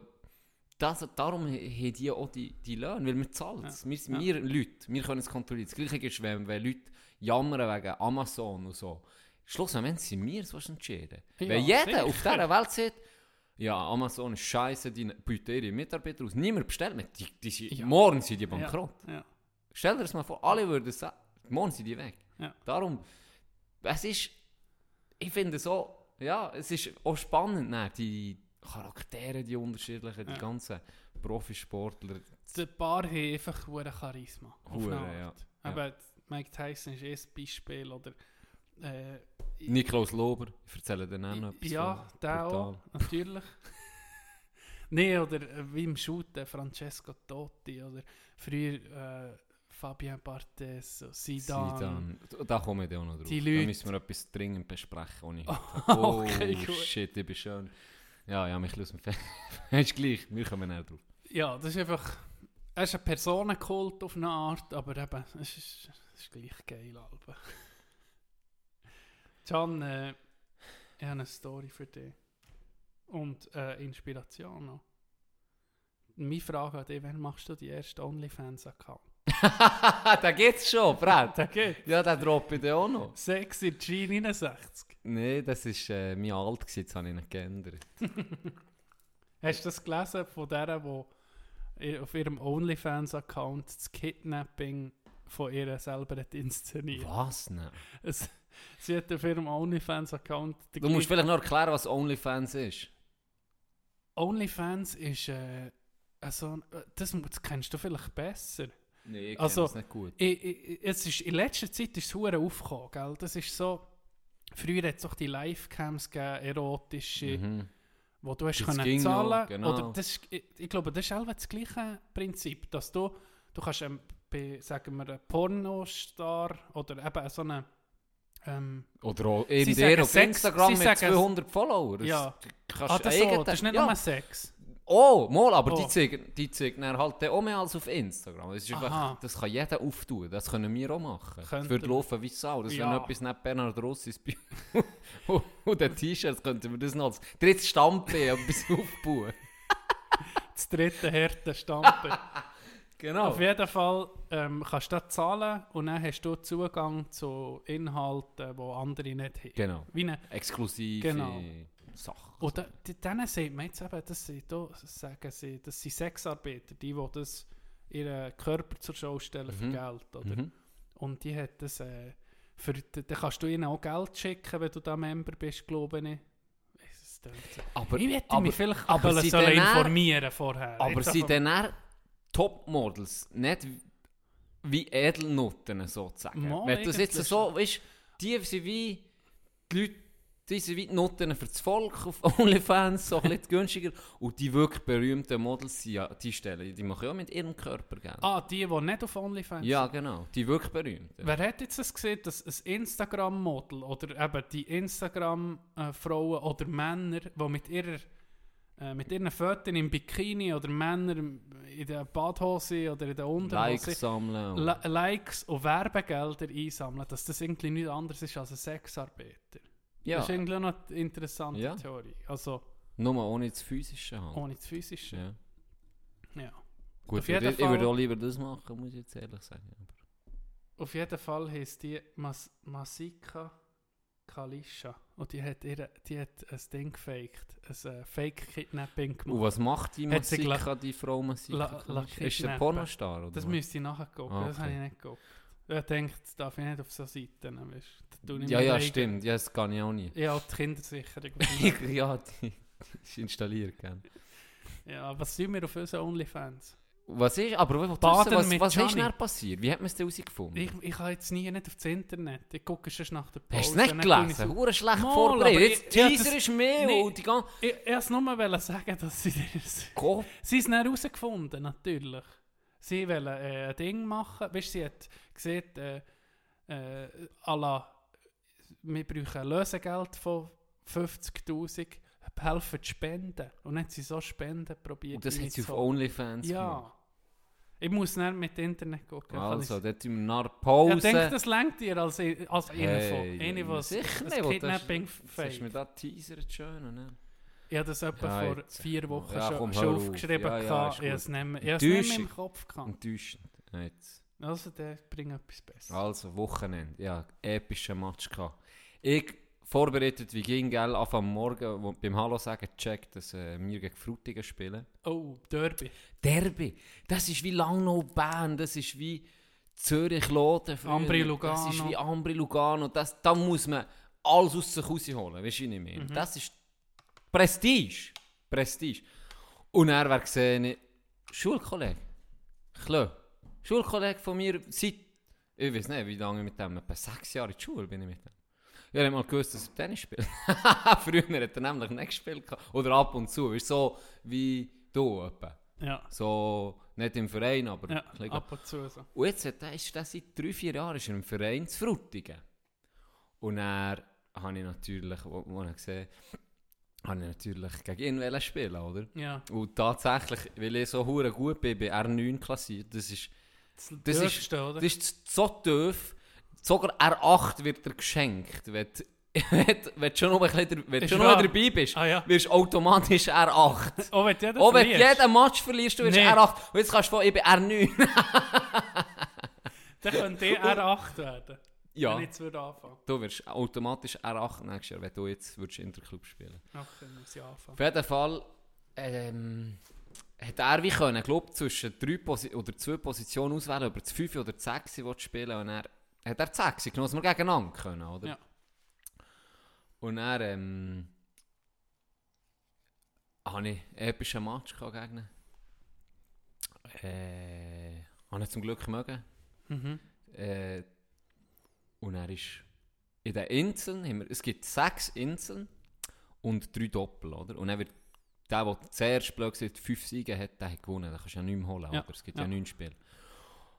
[SPEAKER 3] das, darum haben die auch die, die Löhne, weil wir zahlen es. Wir, sind- wir Leute, wir können es kontrollieren. Das Gleiche ist, wenn, wenn Leute jammern wegen Amazon und so. Schlussendlich sind wir es, was entscheiden.
[SPEAKER 5] Ja,
[SPEAKER 3] wenn jeder
[SPEAKER 5] sicher.
[SPEAKER 3] auf dieser Welt sieht, ja, Amazon ist scheiße, die bieten ihre Mitarbeiter aus. Niemand bestellt mehr. Die, die sind,
[SPEAKER 5] Ja.
[SPEAKER 3] Morgen sind die bankrott.
[SPEAKER 5] Ja.
[SPEAKER 3] Stell dir das mal vor, alle würden sagen, morgen sind die weg.
[SPEAKER 5] Ja.
[SPEAKER 3] Darum, es ist, ich finde so, ja, es ist auch spannend, ne, die Charaktere, die unterschiedlichen,
[SPEAKER 5] Ja.
[SPEAKER 3] die ganzen Profisportler.
[SPEAKER 5] Ein paar haben einfach hohe Charisma. Auf
[SPEAKER 3] Hure,
[SPEAKER 5] eine Art.
[SPEAKER 3] ja.
[SPEAKER 5] Aber Mike Tyson ist erst Beispiel oder äh,
[SPEAKER 3] Niklaus Lober, ich erzähle dir auch noch etwas.
[SPEAKER 5] ja,
[SPEAKER 3] von-
[SPEAKER 5] der
[SPEAKER 3] brutal.
[SPEAKER 5] auch, natürlich. nee, oder äh, wie im Shooten, Francesco Totti oder früher äh, Fabien Barthez, so Zidane.
[SPEAKER 3] Zidane. Da komme ich dann auch noch drauf.
[SPEAKER 5] Die
[SPEAKER 3] Da
[SPEAKER 5] Leute-
[SPEAKER 3] müssen wir etwas dringend besprechen. Ohne
[SPEAKER 5] Oh, okay,
[SPEAKER 3] oh
[SPEAKER 5] gut.
[SPEAKER 3] shit, ich bin schön. Ja, ja, mich aus dem Fenster. ist gleich, wir kommen auch drauf.
[SPEAKER 5] Ja, das ist einfach, er ist ein Personenkult auf eine Art, aber eben, es ist, es ist gleich geil. Alba. Can, äh, ich habe eine Story für dich. Und äh, Inspiration noch. Meine Frage an dich, wann machst du die erste OnlyFans-Account?
[SPEAKER 3] da geht's schon, Brad.
[SPEAKER 5] Der geht.
[SPEAKER 3] Ja, den droppe ich dann auch noch.
[SPEAKER 5] Sexy G69.
[SPEAKER 3] Nein, das war äh, mein Alt, gewesen, das habe ich nicht geändert.
[SPEAKER 5] Hast du das gelesen von der, die ihr- auf ihrem OnlyFans-Account das Kidnapping von ihr selber hat inszeniert?
[SPEAKER 3] Was denn?
[SPEAKER 5] Es, sie hat auf ihrem OnlyFans-Account. den
[SPEAKER 3] Du musst
[SPEAKER 5] gleichen-
[SPEAKER 3] vielleicht noch erklären, was OnlyFans ist.
[SPEAKER 5] OnlyFans ist. Äh, also, das, mu- das kennst du vielleicht besser.
[SPEAKER 3] Nein, ich
[SPEAKER 5] kenn Also- es
[SPEAKER 3] nicht gut.
[SPEAKER 5] Ich, ich, ich- es ist, in letzter Zeit ist es hure aufgekommen. Gell? Das ist so. Früher hat es auch die Livecams gegeben, erotische,
[SPEAKER 3] Mhm.
[SPEAKER 5] wo du hast
[SPEAKER 3] Das
[SPEAKER 5] können
[SPEAKER 3] ging noch,
[SPEAKER 5] zahlen
[SPEAKER 3] genau.
[SPEAKER 5] Oder das, ist- ich, ich glaube, das ist auch das gleiche Prinzip, dass du, du kannst ähm, bei, sagen wir, einem Pornostar oder eben so einen. Ähm,
[SPEAKER 3] Oder auch eben
[SPEAKER 5] sagen
[SPEAKER 3] der auf
[SPEAKER 5] Sex-
[SPEAKER 3] Instagram
[SPEAKER 5] sie
[SPEAKER 3] mit
[SPEAKER 5] sagen-
[SPEAKER 3] 200 Followers.
[SPEAKER 5] Ja.
[SPEAKER 3] Kannst
[SPEAKER 5] ah, das,
[SPEAKER 3] eigene-
[SPEAKER 5] so, das ist nicht
[SPEAKER 3] Ja.
[SPEAKER 5] nur Sex.
[SPEAKER 3] Oh, mal, aber
[SPEAKER 5] Oh.
[SPEAKER 3] die zeigen, die zeigen dann halt dann auch mehr als auf Instagram. Das, ist
[SPEAKER 5] Aha.
[SPEAKER 3] einfach, das kann jeder auftun, das können wir auch machen.
[SPEAKER 5] Könnten
[SPEAKER 3] das würde
[SPEAKER 5] wir.
[SPEAKER 3] laufen wie Sau. Das
[SPEAKER 5] Ja.
[SPEAKER 3] wäre etwas nicht Bernhard Rossis Bü- und den T-Shirts könnten wir das noch als drittes Stammbein etwas aufbauen.
[SPEAKER 5] Das dritte Härte Stampe.
[SPEAKER 3] Genau.
[SPEAKER 5] Auf jeden Fall ähm, kannst du da zahlen und dann hast du Zugang zu Inhalten, die andere nicht haben.
[SPEAKER 3] Genau.
[SPEAKER 5] Wie eine,
[SPEAKER 3] Exklusive
[SPEAKER 5] Genau.
[SPEAKER 3] Sachen.
[SPEAKER 5] und da, die- denen sagt man jetzt eben, das sind, da sagen sie, das sind Sexarbeiter, die, die das ihren Körper zur Schau stellen für
[SPEAKER 3] Mhm.
[SPEAKER 5] Geld. Oder?
[SPEAKER 3] Mhm.
[SPEAKER 5] Und die hat das äh, für, da da kannst du ihnen auch Geld schicken, wenn du da Member bist, glaube ich. Es tönt so-
[SPEAKER 3] Aber,
[SPEAKER 5] Ich hätte
[SPEAKER 3] aber-
[SPEAKER 5] mich vielleicht
[SPEAKER 3] aber
[SPEAKER 5] aber
[SPEAKER 3] sie
[SPEAKER 5] sollen
[SPEAKER 3] dann-
[SPEAKER 5] informieren vorher.
[SPEAKER 3] Aber
[SPEAKER 5] Jetzt
[SPEAKER 3] sind
[SPEAKER 5] aber-
[SPEAKER 3] dann eher Topmodels, nicht wie Edelnoten sozusagen.
[SPEAKER 5] Mal
[SPEAKER 3] Wenn du es jetzt
[SPEAKER 5] eigentlich
[SPEAKER 3] so, weißt die sind wie die Leute, die sind wie die Noten für das Volk auf OnlyFans, so ein bisschen günstiger. Und die wirklich berühmten Models, sind ja, die stellen, die machen ja mit ihrem Körper Geld.
[SPEAKER 5] Ah, die, die nicht auf OnlyFans
[SPEAKER 3] Ja, genau, die wirklich berühmten.
[SPEAKER 5] Wer hat jetzt das gesehen, dass ein Instagram-Model oder eben die Instagram-Frauen oder Männer, die mit, ihrer, äh, mit ihren Fötern im Bikini oder Männer im- in der Badhose oder in der Unterhose
[SPEAKER 3] Likes sammeln. und-
[SPEAKER 5] Li- Likes und Werbegelder einsammeln, dass das irgendwie nichts anderes ist als ein Sexarbeiter?
[SPEAKER 3] ja,
[SPEAKER 5] Das ist irgendwie auch noch eine interessante
[SPEAKER 3] Ja.
[SPEAKER 5] Theorie. Also
[SPEAKER 3] nur ohne das physische Hand.
[SPEAKER 5] ohne das Physische.
[SPEAKER 3] Ja.
[SPEAKER 5] Ja.
[SPEAKER 3] Gut,
[SPEAKER 5] Auf
[SPEAKER 3] ich
[SPEAKER 5] jeden
[SPEAKER 3] würde ich
[SPEAKER 5] Fall-
[SPEAKER 3] würde auch lieber das machen, muss ich jetzt ehrlich sagen.
[SPEAKER 5] Auf jeden Fall heisst die Mas Masika Kalisha. Und die hat, ihre, die hat ein Ding gefaked. Ein äh, Fake-Kidnapping
[SPEAKER 3] Und
[SPEAKER 5] gemacht.
[SPEAKER 3] was macht die
[SPEAKER 5] Hm. Hat sie
[SPEAKER 3] Masika, die Frau
[SPEAKER 5] La-
[SPEAKER 3] Masika?
[SPEAKER 5] la-
[SPEAKER 3] ist der
[SPEAKER 5] kidnappen.
[SPEAKER 3] Pornostar, oder?
[SPEAKER 5] das
[SPEAKER 3] was?
[SPEAKER 5] müsste ich nachher gucken.
[SPEAKER 3] Ah,
[SPEAKER 5] Das habe ich
[SPEAKER 3] okay.
[SPEAKER 5] nicht geguckt. Ich denke, das darf ich nicht auf so Seiten. Weißt. Da tue ich
[SPEAKER 3] ja,
[SPEAKER 5] mich
[SPEAKER 3] ja,
[SPEAKER 5] eigen-
[SPEAKER 3] stimmt. Ja, das kann ich auch nie.
[SPEAKER 5] Ich habe die Kindersicherung.
[SPEAKER 3] ja, die ist installiert, gell.
[SPEAKER 5] ja, was sind wir auf unseren Onlyfans?
[SPEAKER 3] Was ist, aber was,
[SPEAKER 5] Baden
[SPEAKER 3] was,
[SPEAKER 5] mit
[SPEAKER 3] was ist
[SPEAKER 5] Gianni.
[SPEAKER 3] denn passiert? Wie hat man es denn herausgefunden?
[SPEAKER 5] Ich, ich habe jetzt nie nicht aufs Internet. Ich gucke schon nach der Pause.
[SPEAKER 3] Hast du es
[SPEAKER 5] dann
[SPEAKER 3] nicht
[SPEAKER 5] tue ich's
[SPEAKER 3] gelesen?
[SPEAKER 5] auf-
[SPEAKER 3] Hure schlecht
[SPEAKER 5] Mal,
[SPEAKER 3] vorbereitet.
[SPEAKER 5] aber ich-
[SPEAKER 3] Jetzt
[SPEAKER 5] ich hab
[SPEAKER 3] Teaser
[SPEAKER 5] das-
[SPEAKER 3] ist mehr
[SPEAKER 5] Nee.
[SPEAKER 3] und die ganze...
[SPEAKER 5] Ich ich wollte nur mal sagen, dass sie das...
[SPEAKER 3] Kopf.
[SPEAKER 5] Sie ist dann herausgefunden, natürlich. Sie wollen äh, ein Ding machen. Weißt, sie hat gesehen, äh, äh, à la, wir brauchen Lösegeld von 50.000, helfen zu spenden. Und dann hat sie so Spenden probiert.
[SPEAKER 3] Und das hat sie auf
[SPEAKER 5] reinzuholen.
[SPEAKER 3] OnlyFans gemacht.
[SPEAKER 5] Ja. Ich muss dann mit Internet gucken. kann
[SPEAKER 3] Also,
[SPEAKER 5] ich's-
[SPEAKER 3] dort sind wir nach
[SPEAKER 5] ich
[SPEAKER 3] Pause.
[SPEAKER 5] denke, das lenkt dir als, als
[SPEAKER 3] Hey,
[SPEAKER 5] Info. Eine, was
[SPEAKER 3] sicher
[SPEAKER 5] das
[SPEAKER 3] nicht, wo
[SPEAKER 5] Kidnapping
[SPEAKER 3] das- Das ist mir
[SPEAKER 5] fake.
[SPEAKER 3] da teasert schön, ne?
[SPEAKER 5] Ich habe das etwa
[SPEAKER 3] Ja,
[SPEAKER 5] vor
[SPEAKER 3] jetzt.
[SPEAKER 5] vier Wochen
[SPEAKER 3] Ja,
[SPEAKER 5] schon,
[SPEAKER 3] komm,
[SPEAKER 5] schon
[SPEAKER 3] hör auf.
[SPEAKER 5] aufgeschrieben.
[SPEAKER 3] Ja, ja,
[SPEAKER 5] gehabt.
[SPEAKER 3] ist
[SPEAKER 5] ich habe es nicht mehr ich hab's nicht mehr
[SPEAKER 3] Enttäuschung.
[SPEAKER 5] im Kopf gehabt.
[SPEAKER 3] Enttäuschend. Ja, jetzt.
[SPEAKER 5] Also, der bringt etwas Besseres.
[SPEAKER 3] Also, Wochenende. Ja, epischer Match gehabt. Ich vorbereitet wie ging, gell, Anfang am Morgen wo, beim Hallo sagen checkt, dass äh, wir gegen Frutigen spielen.
[SPEAKER 5] Oh, Derby.
[SPEAKER 3] Derby, das ist wie Langnau Bern, das ist wie Zürich Loten. früher.
[SPEAKER 5] Ambri Lugano.
[SPEAKER 3] Das ist wie Ambri Lugano. Das, da muss man alles aus sich rausholen, weißt du nicht mehr.
[SPEAKER 5] Mhm.
[SPEAKER 3] Das ist Prestige. Prestige. Und er wäre gesehen, Schulkollege. Klö. Schulkollege von mir seit, ich weiß nicht, wie lange ich mit dem, etwa sechs Jahre in der Schule bin ich mit dem. Ja, ich habe mal gewusst, dass er Tennis spielt. Früher hat er nämlich nicht gespielt. gehabt. Oder ab und zu. Ist so wie du etwa.
[SPEAKER 5] Ja.
[SPEAKER 3] So, nicht im Verein, aber
[SPEAKER 5] Ja,
[SPEAKER 3] ein bisschen-
[SPEAKER 5] ab und zu so.
[SPEAKER 3] Und jetzt hat er, ist er seit drei, vier Jahren ist er im Verein zu Frutigen. Und er habe ich natürlich, wo, wo ich gesehen habe, ich natürlich gegen ihn wollen spielen, oder?
[SPEAKER 5] Ja.
[SPEAKER 3] Und tatsächlich, weil ich so hure gut bin, bin R9 klassiert. Das ist,
[SPEAKER 5] Das,
[SPEAKER 3] das ist,
[SPEAKER 5] Dürfste, oder?
[SPEAKER 3] das ist so tief. Sogar R8 wird dir geschenkt. Wenn du, wenn du- wenn du schon noch, ein bisschen, wenn du
[SPEAKER 5] Ist
[SPEAKER 3] schon noch
[SPEAKER 5] wahr.
[SPEAKER 3] dabei bist,
[SPEAKER 5] Ah, ja.
[SPEAKER 3] wirst du automatisch R8.
[SPEAKER 5] Oh, wenn jeder
[SPEAKER 3] Oh, wenn du
[SPEAKER 5] verliert,
[SPEAKER 3] jeden Match verlierst, du wirst
[SPEAKER 5] Nee.
[SPEAKER 3] R8. Und jetzt kannst du von, ich bin R9.
[SPEAKER 5] dann könnte ich R8 werden.
[SPEAKER 3] ja.
[SPEAKER 5] Wenn ich jetzt würde anfangen.
[SPEAKER 3] Du wirst automatisch R8 nächstes Jahr, wenn du jetzt würdest Interclub spielen
[SPEAKER 5] Ach, dann muss ich anfangen.
[SPEAKER 3] Auf jeden Fall ähm, hat er wie können, glaub, zwischen drei Posi oder zwei Positionen auswählen, ob er zu 5 oder zu 6 spielen will. Und er hat er zu 6 genommen, dass wir gegeneinander können, oder?
[SPEAKER 5] Ja.
[SPEAKER 3] Und er ähm, hatte ich einen epischen Match gehabt gegen ihn. Äh, habe ich zum Glück mögen.
[SPEAKER 5] Mhm.
[SPEAKER 3] Äh, und er ist in den Inseln, haben wir, es gibt sechs Inseln und drei Doppel, oder? Und dann wird der, der zuerst blöd gesagt, fünf Siege hat, der hat gewonnen. Den kannst du ja nicht mehr holen,
[SPEAKER 5] Ja,
[SPEAKER 3] oder? Es gibt
[SPEAKER 5] ja.
[SPEAKER 3] ja neun Spiele.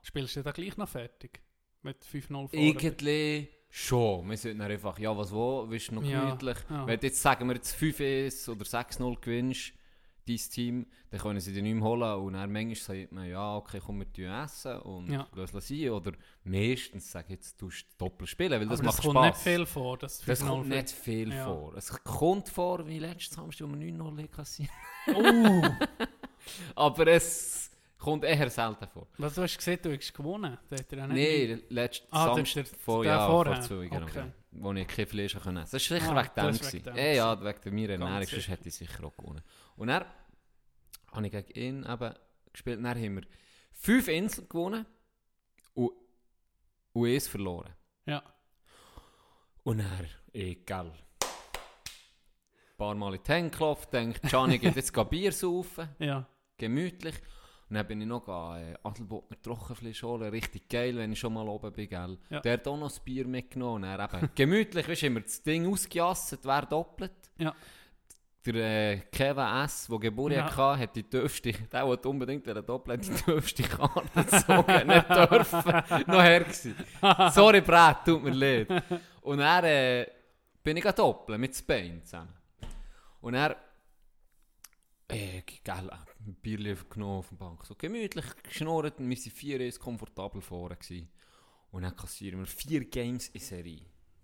[SPEAKER 5] Spielst du dann gleich noch fertig? Mit 5-0 vor.
[SPEAKER 3] Irgendwie schon. Wir sind dann einfach, ja, was wo, bist du noch
[SPEAKER 5] Ja,
[SPEAKER 3] gemütlich.
[SPEAKER 5] ja.
[SPEAKER 3] Wenn du jetzt sagen wir jetzt 5-1 oder 6-0 gewinnst, dein Team, dann können sie dich nicht mehr holen. Und dann manchmal sagt man, ja, okay, komm, wir tun essen und
[SPEAKER 5] Ja.
[SPEAKER 3] lass es sein. Oder meistens sagen jetzt, du musst doppelt spielen, weil
[SPEAKER 5] Aber
[SPEAKER 3] das
[SPEAKER 5] das,
[SPEAKER 3] macht
[SPEAKER 5] kommt
[SPEAKER 3] Spass.
[SPEAKER 5] nicht viel vor, das 5-0
[SPEAKER 3] Das kommt
[SPEAKER 5] für-
[SPEAKER 3] nicht viel
[SPEAKER 5] Ja.
[SPEAKER 3] vor. Es kommt vor wie letztes Samstag, wo wir 9-0 kassieren.
[SPEAKER 5] Oh,
[SPEAKER 3] Aber es kommt eher selten vor.
[SPEAKER 5] was du hast gesehen, du hast gewonnen. Da hat er ja nicht
[SPEAKER 3] Nein, letztes
[SPEAKER 5] Ah, das
[SPEAKER 3] Samstag
[SPEAKER 5] ist der-
[SPEAKER 3] vor,
[SPEAKER 5] der
[SPEAKER 3] ja, vor
[SPEAKER 5] vorher.
[SPEAKER 3] zwei Jahren.
[SPEAKER 5] Okay.
[SPEAKER 3] Wo ich kein Fleisch essen konnte. Das war sicher
[SPEAKER 5] Ah, das
[SPEAKER 3] wegen dem.
[SPEAKER 5] ist wegen
[SPEAKER 3] gewesen.
[SPEAKER 5] dem
[SPEAKER 3] Eh, ja, wegen meiner
[SPEAKER 5] Ganz
[SPEAKER 3] Ernährung, sonst
[SPEAKER 5] sicher.
[SPEAKER 3] hätte ich sicher auch gewonnen. Und dann habe ich gegen ihn eben gespielt. Dann haben wir fünf Inseln gewonnen und, und eins verloren.
[SPEAKER 5] Ja.
[SPEAKER 3] Und er, egal. Ein paar Mal in die Hände geklopft, denkt, Gianni geht jetzt gehen Bier saufen,
[SPEAKER 5] Ja.
[SPEAKER 3] gemütlich. Und dann bin ich noch gegangen, äh, Adelbotner Trockenfleisch holen, richtig geil, wenn ich schon mal oben bin, gell.
[SPEAKER 5] Ja.
[SPEAKER 3] Der hat auch noch das Bier mitgenommen. Und er eben, gemütlich, weißt du, immer das Ding ausgejasset, wer doppelt.
[SPEAKER 5] Ja.
[SPEAKER 3] Der äh, Kevin S., der Geburtstag
[SPEAKER 5] Ja.
[SPEAKER 3] hatte, hat die dürfte, der wollte unbedingt wollte doppelt, die dürfte Karte gezogen, nicht dürfen, noch her gewesen. Sorry, Brett, tut mir leid. Und dann äh, bin ich doppelt mit Spain zusammen. Und er, äh, geil, ein Bierchen genommen auf der Bank, so gemütlich geschnurrt und wir waren vier ist komfortabel vorne. Gewesen. Und dann kassieren wir vier Games in Serie.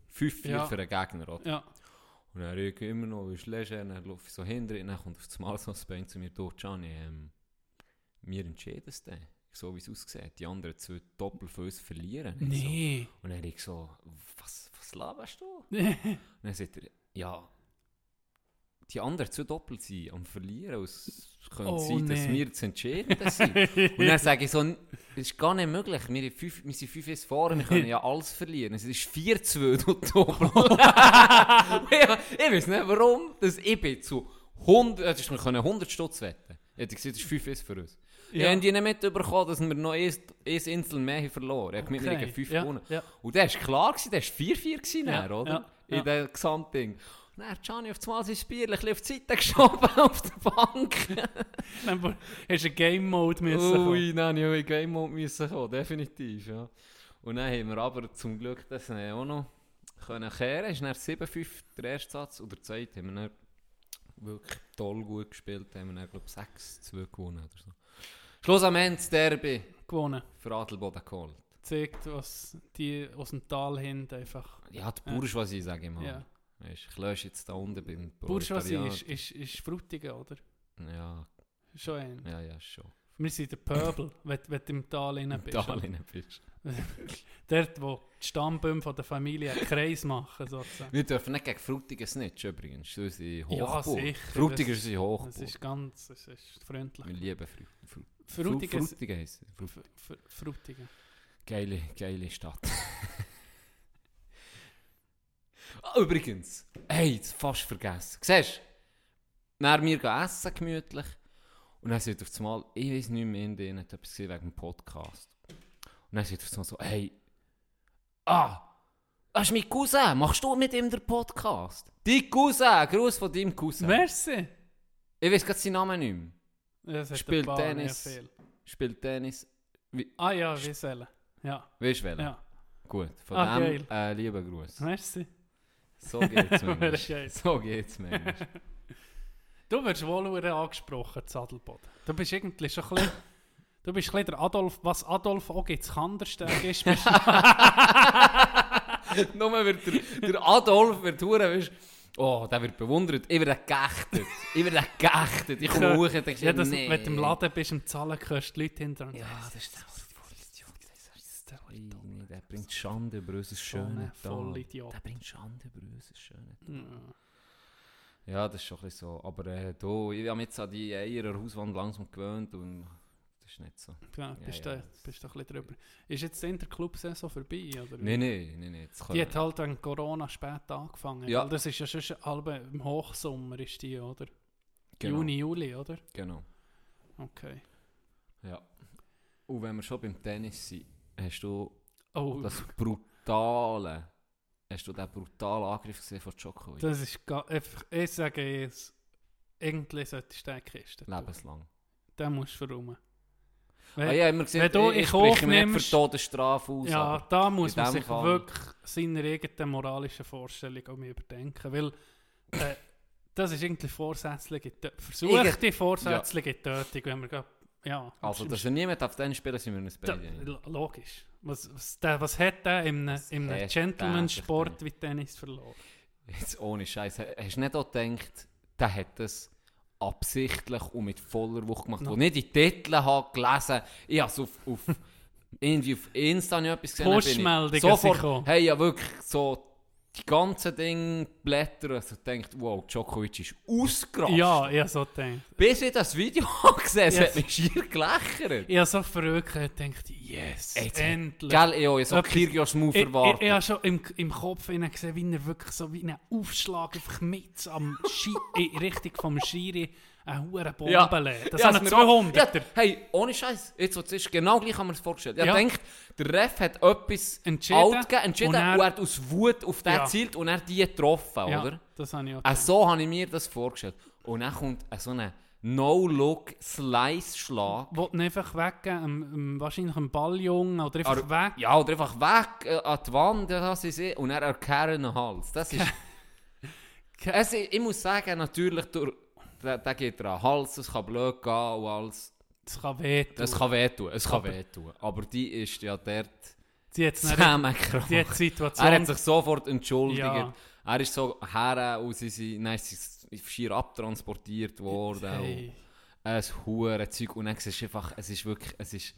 [SPEAKER 3] Fünf, vier
[SPEAKER 5] Ja.
[SPEAKER 3] für einen Gegner, oder?
[SPEAKER 5] Ja.
[SPEAKER 3] Und dann rüge ich immer noch, wie ist leger, dann laufe ich so hinter, und dann kommt auf das Mal so ein Bein zu mir, du, Gianni, ähm, wir entscheiden es dann. So wie es aussieht, die anderen zwei doppelt für uns verlieren. Und ich So.
[SPEAKER 5] Nee.
[SPEAKER 3] Und dann habe ich so, was, was laberst du? Und
[SPEAKER 5] ja,
[SPEAKER 3] dann sagt er, ja, die anderen zwei doppelt sind am Verlieren, und es könnte
[SPEAKER 5] Oh,
[SPEAKER 3] sein, dass
[SPEAKER 5] nee.
[SPEAKER 3] wir zu entscheiden sind. Und dann sage ich so, das ist gar nicht möglich, wir, haben fünf, wir sind fünf Jahre vorne, wir können ja alles verlieren. Es ist 4-2, du Doppel. ja, ich weiß nicht warum, dass ich bin zu 100, hättest du mir können 100 Stutz wetten Ich hätte gesagt, das ist 5 für uns. Ich
[SPEAKER 5] Ja.
[SPEAKER 3] habe die nicht mitbekommen, dass wir noch eine Insel mehr haben verloren haben. Ich habe mit mir
[SPEAKER 5] Okay,
[SPEAKER 3] gegen 5
[SPEAKER 5] ja,
[SPEAKER 3] gewonnen.
[SPEAKER 5] ja.
[SPEAKER 3] Und der war klar, gewesen, der war 4-4 gewesen,
[SPEAKER 5] Ja,
[SPEAKER 3] dann, oder?
[SPEAKER 5] ja,
[SPEAKER 3] In
[SPEAKER 5] ja.
[SPEAKER 3] dem Gesamtding. Und dann hat Gianni auf das Mal sein Bier ein bisschen auf die Seite geschoben, auf der Bank.
[SPEAKER 5] Dann bu- hast du einen Game Mode müssen.
[SPEAKER 3] Ui, nein, ich habe in Game Mode müssen kommen, definitiv, ja. Und dann haben wir aber zum Glück das dann auch noch können kehren. Es ist dann 7-5 der erste Satz oder der zweite. Haben wir dann wirklich toll gut gespielt. Haben wir dann, glaube ich, 6-2 gewonnen oder so. Schluss am Ende das Derby
[SPEAKER 5] gewonnen.
[SPEAKER 3] für Adelboden geholt.
[SPEAKER 5] Zeigt, was die aus dem Tal hinten einfach.
[SPEAKER 3] Ja, die Bourgeoisie, sage ich mal.
[SPEAKER 5] Ja.
[SPEAKER 3] Weisst, ich lösche jetzt da unten beim
[SPEAKER 5] Bourgeoisie
[SPEAKER 3] Proletariat.
[SPEAKER 5] ist, ist, ist Frutigen, oder?
[SPEAKER 3] Ja,
[SPEAKER 5] Schon ein.
[SPEAKER 3] ja, ja, schon.
[SPEAKER 5] Wir sind der Pöbel, wenn, wenn du im Tal innen bist.
[SPEAKER 3] Da rein bist.
[SPEAKER 5] Dort, wo die Stammbäume von der Familie einen Kreis machen, sozusagen.
[SPEAKER 3] Wir dürfen nicht gegen Frutigen snitchen übrigens. Das ist unsere Hochburg.
[SPEAKER 5] sicher,
[SPEAKER 3] Frutigen
[SPEAKER 5] das-
[SPEAKER 3] ist unsere
[SPEAKER 5] Das
[SPEAKER 3] Hochburg.
[SPEAKER 5] ist ganz das ist
[SPEAKER 3] Wir
[SPEAKER 5] freundlich.
[SPEAKER 3] lieben Frutigen. Fru
[SPEAKER 5] Frutigen
[SPEAKER 3] Fru-
[SPEAKER 5] ist...
[SPEAKER 3] Frutigen heisst sie. Fru-
[SPEAKER 5] Fr- Frutigen.
[SPEAKER 3] Geile, geile Stadt. Ah, Übrigens, hey, das fast vergessen. Siehst du? Nach mir gehen essen gemütlich. Und dann sagt auf einmal, ich weiß nicht mehr in denen, etwas gesehen wegen dem Podcast. Und dann sagt auf einmal so, hey, ah, das ist mein Cousin, machst du mit ihm den Podcast? Dein Cousin, Gruß von deinem Cousin.
[SPEAKER 5] Merci!
[SPEAKER 3] Ich weiß gerade seinen Namen nicht mehr.
[SPEAKER 5] Das hat
[SPEAKER 3] Spielt
[SPEAKER 5] der Bauer nicht
[SPEAKER 3] Tennis.
[SPEAKER 5] viel.
[SPEAKER 3] Spielt Tennis.
[SPEAKER 5] Ah ja, Wiesele. Ja,
[SPEAKER 3] Weißt du welchen?
[SPEAKER 5] ja.
[SPEAKER 3] Gut, von
[SPEAKER 5] Ah,
[SPEAKER 3] dem äh, lieben Gruß.
[SPEAKER 5] Merci.
[SPEAKER 3] So geht's
[SPEAKER 5] Wäre
[SPEAKER 3] manchmal.
[SPEAKER 5] geil.
[SPEAKER 3] so geht's manchmal.
[SPEAKER 5] Du wirst wohl verdammt angesprochen, Zadelboden. Du bist irgendwie schon ein bisschen... Du bist ein bisschen der Adolf... Was Adolf auch gibt's Kandersteg ist, bist du...
[SPEAKER 3] Nur wird der, der Adolf wird hure, weisst, oh, der wird bewundert. Ich werde geächtet. Ich werde geächtet. Ich komme hoch und denke,
[SPEAKER 5] ja, das,
[SPEAKER 3] nee.
[SPEAKER 5] Wenn du im Laden bist, im Zahlen hörst du Leute hinter
[SPEAKER 3] Ja, das ist der Vollidiot. Das ist der Vollidiot. Nee, der bringt Schande über unser schönes
[SPEAKER 5] ein Vollidiot.
[SPEAKER 3] Der bringt Schande über unser schönes
[SPEAKER 5] Ja.
[SPEAKER 3] Ja, das ist schon ein bisschen so. Aber äh, du, ich habe mich jetzt an die Eier der Hauswand langsam gewöhnt und das ist nicht so.
[SPEAKER 5] Ja, bist,
[SPEAKER 3] ja,
[SPEAKER 5] du, bist du ein bisschen drüber. Ist jetzt die Interclub-Saison vorbei? Oder? wie?
[SPEAKER 3] Nein, nein, nein, nein.
[SPEAKER 5] Die hat halt wegen Corona spät angefangen.
[SPEAKER 3] Ja.
[SPEAKER 5] Ja. Das ist ja schon im Hochsommer, ist die, oder?
[SPEAKER 3] genau,
[SPEAKER 5] Juni, Juli, oder?
[SPEAKER 3] Genau.
[SPEAKER 5] Okay.
[SPEAKER 3] Ja. Und wenn wir schon beim Tennis sind, hast du
[SPEAKER 5] Oh, das,
[SPEAKER 3] das brutale, hast du den brutalen Angriff gesehen von Djokovic?
[SPEAKER 5] ist ga- einfach, ich sage jetzt, irgendwie solltest du den Kiste tun.
[SPEAKER 3] Lebenslang.
[SPEAKER 5] Den musst du verräumen.
[SPEAKER 3] Ah, ich habe immer gesagt,
[SPEAKER 5] Äh, wenn du
[SPEAKER 3] ich, ich
[SPEAKER 5] ich
[SPEAKER 3] spreche mich nicht
[SPEAKER 5] hochnimmst-
[SPEAKER 3] für Todesstrafe aus.
[SPEAKER 5] ja,
[SPEAKER 3] aber
[SPEAKER 5] da muss
[SPEAKER 3] in
[SPEAKER 5] man
[SPEAKER 3] dem
[SPEAKER 5] sich
[SPEAKER 3] Fall-
[SPEAKER 5] wirklich seiner eigenen moralischen Vorstellung auch mal überdenken, weil äh, das ist irgendwie vorsätzliche, Tö- versuchte vorsätzliche Tötung, wenn wir grad, ja,
[SPEAKER 3] also,
[SPEAKER 5] im
[SPEAKER 3] dass er niemand auf Tennis spielen sind wir uns
[SPEAKER 5] Da,
[SPEAKER 3] beide. einig.
[SPEAKER 5] lo- logisch. Was, was, der, was hat der in einem, in
[SPEAKER 3] hat der
[SPEAKER 5] einem Gentleman-Sport wie Tennis verloren?
[SPEAKER 3] Jetzt ohne Scheiß. Hast du nicht auch gedacht, der hat das absichtlich und mit voller Wucht gemacht?
[SPEAKER 5] Nein.
[SPEAKER 3] Wo ich die Titel habe gelesen, ich habe es auf, auf, irgendwie auf Insta nicht etwas gesehen. dann bin ich
[SPEAKER 5] Push-Meldungen sind gekommen.
[SPEAKER 3] Sofort, hey, ja wirklich so die ganzen Dinge blättern. Also denkt, wow, Djokovic ist ausgerastet.
[SPEAKER 5] Ja, ich habe so gedacht.
[SPEAKER 3] Bis ich das Video gesehen habe,
[SPEAKER 5] Yes.
[SPEAKER 3] hat mich schier gelächert.
[SPEAKER 5] Ich habe so verrückt gedacht, yes,
[SPEAKER 3] Jetzt-
[SPEAKER 5] endlich.
[SPEAKER 3] Gell, ich habe so
[SPEAKER 5] Etwas-
[SPEAKER 3] Kyrgios-Move
[SPEAKER 5] ich, ich, ich
[SPEAKER 3] erwartet.
[SPEAKER 5] habe schon im, im Kopf hinein gesehen, wie er wirklich so wie einen Aufschlag einfach mit am Schi in Richtung vom Schiri eine hohe Bombe lädt. Das
[SPEAKER 3] Ja,
[SPEAKER 5] sind
[SPEAKER 3] es mir auch-
[SPEAKER 5] 200.
[SPEAKER 3] Ja, hey, ohne Scheiß. Jetzt, was ist, genau gleich haben wir es vorgestellt. Ich
[SPEAKER 5] Ja.
[SPEAKER 3] denkt, der Ref hat etwas
[SPEAKER 5] Entschieden.
[SPEAKER 3] alt gegeben, entschieden und
[SPEAKER 5] Und
[SPEAKER 3] er,
[SPEAKER 5] er-
[SPEAKER 3] hat aus Wut auf den
[SPEAKER 5] Ja.
[SPEAKER 3] gezielt und er die getroffen,
[SPEAKER 5] Ja,
[SPEAKER 3] oder?
[SPEAKER 5] das habe ich auch
[SPEAKER 3] Äh, so habe ich mir das vorgestellt. Und dann kommt äh, so ein No-Look-Slice-Schlag.
[SPEAKER 5] Wollte einfach weggeben, ähm, ähm, wahrscheinlich einen Balljungen oder einfach
[SPEAKER 3] Ar-
[SPEAKER 5] weg.
[SPEAKER 3] Ja, oder einfach weg äh, an die Wand, das ist eh, und er erklärt den Hals. Das ist... es, ist- ich muss sagen, natürlich, durch, da, da geht er an den Hals, es kann blöd gehen und alles.
[SPEAKER 5] Das kann wehtun.
[SPEAKER 3] Es kann wehtun, es kann wehtun. Aber die ist ja dort
[SPEAKER 5] Sie hat's nicht-
[SPEAKER 3] zusammengekracht.
[SPEAKER 5] die hat die
[SPEAKER 3] Er
[SPEAKER 5] Situation
[SPEAKER 3] hat sich sofort entschuldigt.
[SPEAKER 5] Ja.
[SPEAKER 3] Er ist so her und sie sind nein, sie sind schier abtransportiert worden.
[SPEAKER 5] Hey,
[SPEAKER 3] Und ein hure Zeug. Und dann siehst du einfach, es ist wirklich, es ist...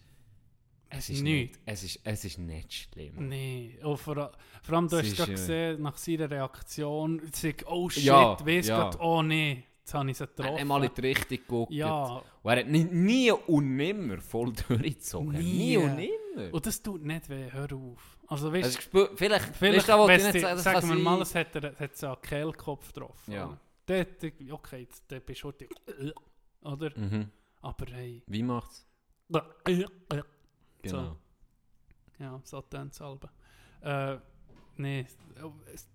[SPEAKER 3] Es ist
[SPEAKER 5] Nichts.
[SPEAKER 3] nicht, es ist, es ist nicht schlimm.
[SPEAKER 5] nee. Und vor, vor allem, du
[SPEAKER 3] Es
[SPEAKER 5] hast
[SPEAKER 3] ist,
[SPEAKER 5] gerade
[SPEAKER 3] äh,
[SPEAKER 5] gesehen, nach seiner Reaktion, sie sagt, oh shit,
[SPEAKER 3] Ja,
[SPEAKER 5] weiss
[SPEAKER 3] ja.
[SPEAKER 5] grad, oh nee, jetzt habe ich sie
[SPEAKER 3] Er hat
[SPEAKER 5] getroffen.
[SPEAKER 3] mal in die Richtung geguckt.
[SPEAKER 5] ja,
[SPEAKER 3] Und er hat nie, nie und nimmer voll durchgezogen. Nie,
[SPEAKER 5] Nie.
[SPEAKER 3] und nimmer.
[SPEAKER 5] und das tut nicht weh, hör auf. Also
[SPEAKER 3] Es
[SPEAKER 5] weißt
[SPEAKER 3] ist gespü- vielleicht, weißt
[SPEAKER 5] vielleicht,
[SPEAKER 3] du, was ich
[SPEAKER 5] wenn's
[SPEAKER 3] nicht
[SPEAKER 5] die-
[SPEAKER 3] sagen, das
[SPEAKER 5] sagen
[SPEAKER 3] kann
[SPEAKER 5] wir mal,
[SPEAKER 3] sein.
[SPEAKER 5] es hat, er- hat sie an den Kehlkopf getroffen.
[SPEAKER 3] Ja.
[SPEAKER 5] oder? Dort, äh, okay, jetzt- dort bist du heute, oder?
[SPEAKER 3] Mhm.
[SPEAKER 5] Aber hey,
[SPEAKER 3] Wie macht's?
[SPEAKER 5] So.
[SPEAKER 3] Genau.
[SPEAKER 5] Ja, so dann halbe. Äh, nee,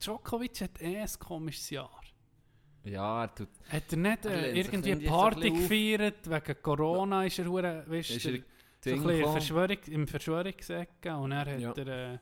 [SPEAKER 5] Djokovic hat eh ein komisches Jahr.
[SPEAKER 3] Ja, er tut.
[SPEAKER 5] Hat er nicht
[SPEAKER 3] Er
[SPEAKER 5] äh,
[SPEAKER 3] lehnt sich
[SPEAKER 5] irgendwie
[SPEAKER 3] irgendwie
[SPEAKER 5] eine
[SPEAKER 3] so ein
[SPEAKER 5] Party
[SPEAKER 3] bisschen auf.
[SPEAKER 5] gefeiert? Wegen Corona ist er, hure, weißt,
[SPEAKER 3] Ist
[SPEAKER 5] du,
[SPEAKER 3] er
[SPEAKER 5] so ein bisschen in
[SPEAKER 3] gekommen?
[SPEAKER 5] Verschwörung, im Verschwörungseck und er hat
[SPEAKER 3] Ja.
[SPEAKER 5] er äh,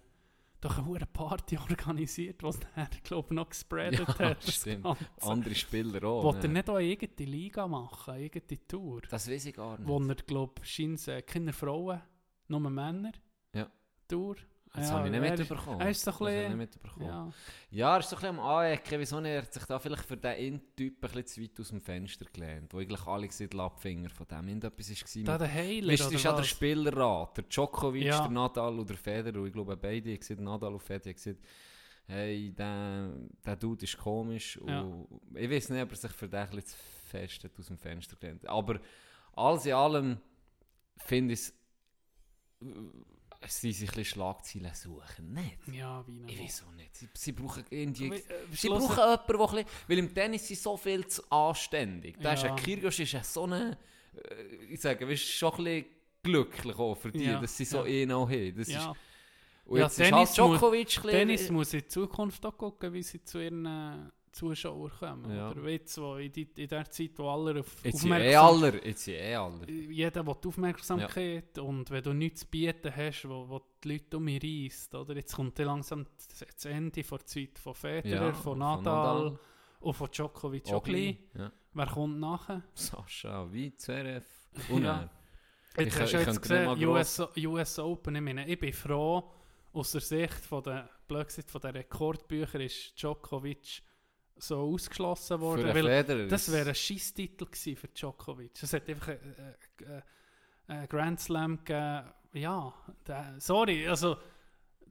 [SPEAKER 5] doch eine hure Party organisiert, was er, glaube ich, noch gespreadet
[SPEAKER 3] Ja,
[SPEAKER 5] hat. das
[SPEAKER 3] Ah, stimmt.
[SPEAKER 5] Ganze.
[SPEAKER 3] andere Spieler auch.
[SPEAKER 5] Wollte er
[SPEAKER 3] ne?
[SPEAKER 5] nicht auch eine eigene Liga machen, eine eigene Tour?
[SPEAKER 3] Das weiß ich gar nicht.
[SPEAKER 5] Wo er, glaube ich, scheint, äh, keine Frauen, nur Männer
[SPEAKER 3] Ja.
[SPEAKER 5] Tour
[SPEAKER 3] Das
[SPEAKER 5] Ja,
[SPEAKER 3] habe ich nicht
[SPEAKER 5] er ist-
[SPEAKER 3] mitbekommen.
[SPEAKER 5] er ist so ein
[SPEAKER 3] Das habe ich
[SPEAKER 5] bisschen-
[SPEAKER 3] nicht mitbekommen. Ja.
[SPEAKER 5] Ja.
[SPEAKER 3] er ist so ein bisschen am Anecken, wieso nicht? Er hat sich da vielleicht für den einen Typ ein bisschen zu weit aus dem Fenster gelehnt, wo eigentlich alle gesehen Lappfinger von dem irgendetwas war.
[SPEAKER 5] Da der Heiler
[SPEAKER 3] Weißt du,
[SPEAKER 5] oder
[SPEAKER 3] das ist ja der
[SPEAKER 5] was?
[SPEAKER 3] Spielerrat, der Djokovic,
[SPEAKER 5] Ja.
[SPEAKER 3] der Nadal oder der Federer. Ich glaube, beide haben gesagt, Nadal und Federer haben gesagt, hey, der, der Dude ist komisch.
[SPEAKER 5] Ja.
[SPEAKER 3] Und ich weiß nicht, ob er sich für den ein bisschen zu fest hat aus dem Fenster gelehnt. Aber alles in allem finde ich es, äh, sie sich ein bisschen Schlagzeilen suchen. Nicht.
[SPEAKER 5] Ja, äh, wie
[SPEAKER 3] Ich weiß auch nicht. Sie, sie brauchen irgendwie... Sie
[SPEAKER 5] Sie
[SPEAKER 3] brauchen jemanden, der ein bisschen, weil im Tennis sind so viel zu anständig. Da ist
[SPEAKER 5] Ja.
[SPEAKER 3] ein Kyrgios ist ja so eine, äh, ich sage, weißt, schon ein bisschen glücklich auch für die,
[SPEAKER 5] Ja,
[SPEAKER 3] dass sie so
[SPEAKER 5] ja.
[SPEAKER 3] eh noch haben. Das ist,
[SPEAKER 5] ja.
[SPEAKER 3] und
[SPEAKER 5] Ja,
[SPEAKER 3] jetzt
[SPEAKER 5] Tennis
[SPEAKER 3] ist halt Djokovic ein
[SPEAKER 5] Tennis
[SPEAKER 3] bisschen,
[SPEAKER 5] muss in Zukunft auch gucken, wie sie zu ihren äh, Zuschauern kommen.
[SPEAKER 3] Ja.
[SPEAKER 5] Oder jetzt, wo in, die, in der Zeit, wo alle auf
[SPEAKER 3] jetzt sind eh alle, jetzt sind eh alle.
[SPEAKER 5] jeder will die Aufmerksamkeit und wenn du nichts zu bieten hast, wo, wo die Leute um mich reisst, oder? Jetzt kommt dann langsam das das Ende von der Zeit von Federer,
[SPEAKER 3] Ja,
[SPEAKER 5] von
[SPEAKER 3] von
[SPEAKER 5] Nadal,
[SPEAKER 3] Nadal.
[SPEAKER 5] und von Djokovic auch gleich.
[SPEAKER 3] Ogli, ja.
[SPEAKER 5] Wer kommt nachher?
[SPEAKER 3] Sascha, wie Zverev, und äh,
[SPEAKER 5] Ja.
[SPEAKER 3] er.
[SPEAKER 5] Jetzt
[SPEAKER 3] kann-
[SPEAKER 5] hast du
[SPEAKER 3] ich
[SPEAKER 5] jetzt
[SPEAKER 3] könnte nicht
[SPEAKER 5] gesehen,
[SPEAKER 3] mal
[SPEAKER 5] US, US Open, ich meine, ich bin froh, aus der Sicht von der, blöd gesagt, von der Rekordbücher ist Djokovic so ausgeschlossen
[SPEAKER 3] für
[SPEAKER 5] worden,
[SPEAKER 3] einen
[SPEAKER 5] weil
[SPEAKER 3] Federer.
[SPEAKER 5] das
[SPEAKER 3] ist-
[SPEAKER 5] wäre ein Scheiss-Titel gewesen für Djokovic. Es hat einfach einen Grand Slam gegeben. Ja, der, sorry, also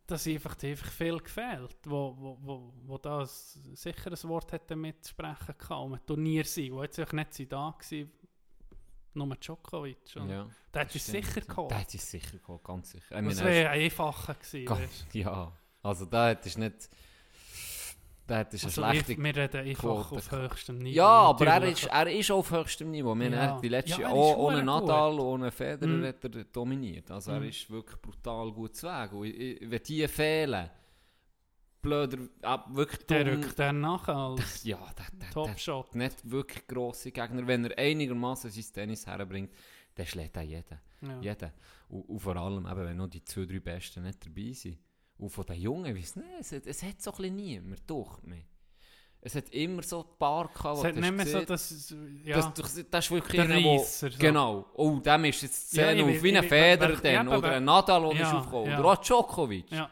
[SPEAKER 5] das ist einfach, einfach viel gefehlt, wo, wo, wo, wo da ein sicheres Wort hätte mitsprechen können, um ein Turnier zu sein, wo jetzt einfach nicht sie da gewesen, nur Djokovic. Und
[SPEAKER 3] ja,
[SPEAKER 5] Der hätte es
[SPEAKER 3] stimmt.
[SPEAKER 5] sicher
[SPEAKER 3] Der
[SPEAKER 5] geholt.
[SPEAKER 3] hätte es sicher geholt, ganz sicher. Ich meine,
[SPEAKER 5] Das
[SPEAKER 3] er ist-
[SPEAKER 5] wäre ein einfacher gewesen.
[SPEAKER 3] Gott,
[SPEAKER 5] weißt
[SPEAKER 3] Ja, also da hättest du nicht. Da hättest du
[SPEAKER 5] du. Also,
[SPEAKER 3] eine schlechte.
[SPEAKER 5] wir, wir reden einfach
[SPEAKER 3] Quote.
[SPEAKER 5] auf höchstem Niveau.
[SPEAKER 3] ja, aber er
[SPEAKER 5] natürlich.
[SPEAKER 3] ist, er ist auf höchstem Niveau. Wir haben
[SPEAKER 5] Ja.
[SPEAKER 3] die letzte
[SPEAKER 5] Ja, er ist
[SPEAKER 3] auch ohne
[SPEAKER 5] verdammt
[SPEAKER 3] Nadal, ohne Federer
[SPEAKER 5] Mhm.
[SPEAKER 3] hat er dominiert. Also er
[SPEAKER 5] Mhm.
[SPEAKER 3] ist wirklich brutal gut zu Weg. Und ich- ich- wenn die fehlen, blöder, ab wirklich
[SPEAKER 5] Der
[SPEAKER 3] dumm-
[SPEAKER 5] rückt dann nachher als
[SPEAKER 3] Ja, der, der, der
[SPEAKER 5] Topshot.
[SPEAKER 3] hat nicht wirklich grosse Gegner. Wenn er einigermaßen sein Tennis herbringt, dann schlägt er jeden.
[SPEAKER 5] Ja.
[SPEAKER 3] Jeder. Und, und vor allem, eben, wenn noch die zwei, drei Besten nicht dabei sind. Und von den Jungen, weiss nicht, es, hat- es hat so ein bisschen niemand durch mich. Es hat immer so ein paar gehabt,
[SPEAKER 5] Es
[SPEAKER 3] wo
[SPEAKER 5] hat
[SPEAKER 3] du
[SPEAKER 5] nicht mehr
[SPEAKER 3] hast
[SPEAKER 5] so,
[SPEAKER 3] gesehen,
[SPEAKER 5] dass. Ja,
[SPEAKER 3] das, das, das ist wirklich
[SPEAKER 5] Der
[SPEAKER 3] einer, wo-
[SPEAKER 5] Reisser, so.
[SPEAKER 3] Genau. Oh, dem ist jetzt die
[SPEAKER 5] Ja,
[SPEAKER 3] Szene
[SPEAKER 5] ich
[SPEAKER 3] auf,
[SPEAKER 5] weiß-
[SPEAKER 3] wie
[SPEAKER 5] ich
[SPEAKER 3] ein
[SPEAKER 5] weiß-
[SPEAKER 3] Federer
[SPEAKER 5] wer- ja,
[SPEAKER 3] dann, oder
[SPEAKER 5] aber-
[SPEAKER 3] ein Nadal, der ist
[SPEAKER 5] Ja,
[SPEAKER 3] aufgekommen,
[SPEAKER 5] ja.
[SPEAKER 3] oder auch Djokovic.
[SPEAKER 5] Ja.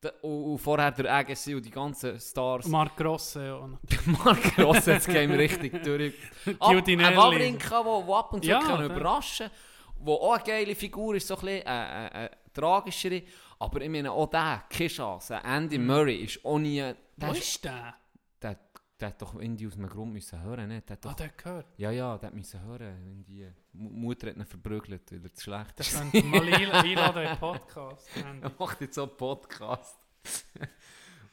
[SPEAKER 3] Da- Und, und vorher der Agassi und die ganzen Stars.
[SPEAKER 5] Mark Grosse. ja, und-
[SPEAKER 3] Mark Ross hat das Game richtig durch. Ab-
[SPEAKER 5] Giudinelli.
[SPEAKER 3] Ein Wawrinka, der ab und zu
[SPEAKER 5] Ja,
[SPEAKER 3] kann
[SPEAKER 5] der-
[SPEAKER 3] überraschen kann, der auch eine geile Figur ist, so ein bisschen äh, äh, äh, tragischere. Aber ich meine, auch der, keine Chance. Andy Murray ist auch nie...
[SPEAKER 5] Mhm. Wo
[SPEAKER 3] Der, ist,
[SPEAKER 5] ist der?
[SPEAKER 3] der, der hat doch irgendwie aus einem Grund müssen hören nicht? Der hat
[SPEAKER 5] Ah,
[SPEAKER 3] doch,
[SPEAKER 5] der gehört.
[SPEAKER 3] ja, ja, der hat müssen hören. Irgendwie. Mu- Mutter hat ihn verprügelt, weil er zu schlecht
[SPEAKER 5] Der
[SPEAKER 3] ist.
[SPEAKER 5] könnte mal ein- einladen im Podcast. Andy.
[SPEAKER 3] Er macht jetzt so einen Podcast.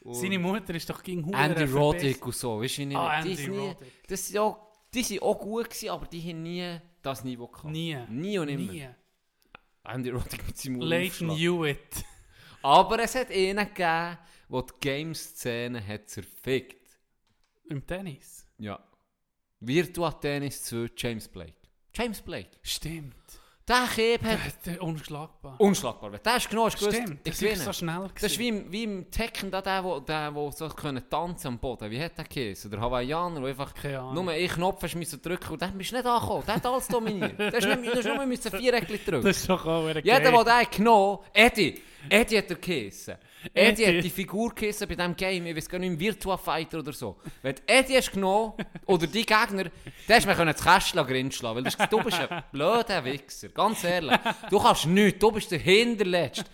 [SPEAKER 3] Und-
[SPEAKER 5] Seine Mutter ist doch gegen Huren.
[SPEAKER 3] Andy Roddick und so, weißt du, ich
[SPEAKER 5] Ah,
[SPEAKER 3] meine, die
[SPEAKER 5] Andy
[SPEAKER 3] sind nie-
[SPEAKER 5] Roddick.
[SPEAKER 3] Das sind auch, die sind auch gut gewesen, aber die haben nie das Niveau gehabt.
[SPEAKER 5] Nie.
[SPEAKER 3] Nie und nimmer.
[SPEAKER 5] Nie.
[SPEAKER 3] Andy Roddick mit seinem
[SPEAKER 5] Leighton
[SPEAKER 3] Aufschlag.
[SPEAKER 5] Hewitt.
[SPEAKER 3] Aber es hat einen gegeben, der die Game-Szene hat zerfickt.
[SPEAKER 5] Im Tennis.
[SPEAKER 3] Ja. Virtua Tennis 2, James Blake. James Blake.
[SPEAKER 5] Stimmt.
[SPEAKER 3] Der Keb hat...
[SPEAKER 5] Der unschlagbar.
[SPEAKER 3] Unschlagbar. Wenn der ist genommen, ist gewusst,
[SPEAKER 5] Stimmt.
[SPEAKER 3] ich
[SPEAKER 5] Das war
[SPEAKER 3] gewinne.
[SPEAKER 5] so schnell.
[SPEAKER 3] Das ist wie im, Dus wie im Tekken, da der, der, der, der so können tanzen am Boden Wie hat der geheißen? Der Hawaiianer, der einfach...
[SPEAKER 5] Keine Ahnung.
[SPEAKER 3] Nur einen Knopf hast du müssen drücken und dann bist du nicht angekommen. Der hat alles dominiert. Du hast nicht- du hast nur müssen vier Eckchen drücken.
[SPEAKER 5] Das ist doch auch ein
[SPEAKER 3] Jeder, der den genommen hat, Eddie, Eddie hat er geheissen. Eddie
[SPEAKER 5] Eddie.
[SPEAKER 3] hat die Figur geheissen bei diesem Game, ich weiß gar nicht, im Virtua Fighter oder so. Wenn du Eddie hast genommen, oder die Gegner, dann hast du mir können das Kästchen grinschen weil du, hast gesagt, du bist ein blöder Wichser, ganz ehrlich. Du kannst nichts, du bist der Hinterletzte.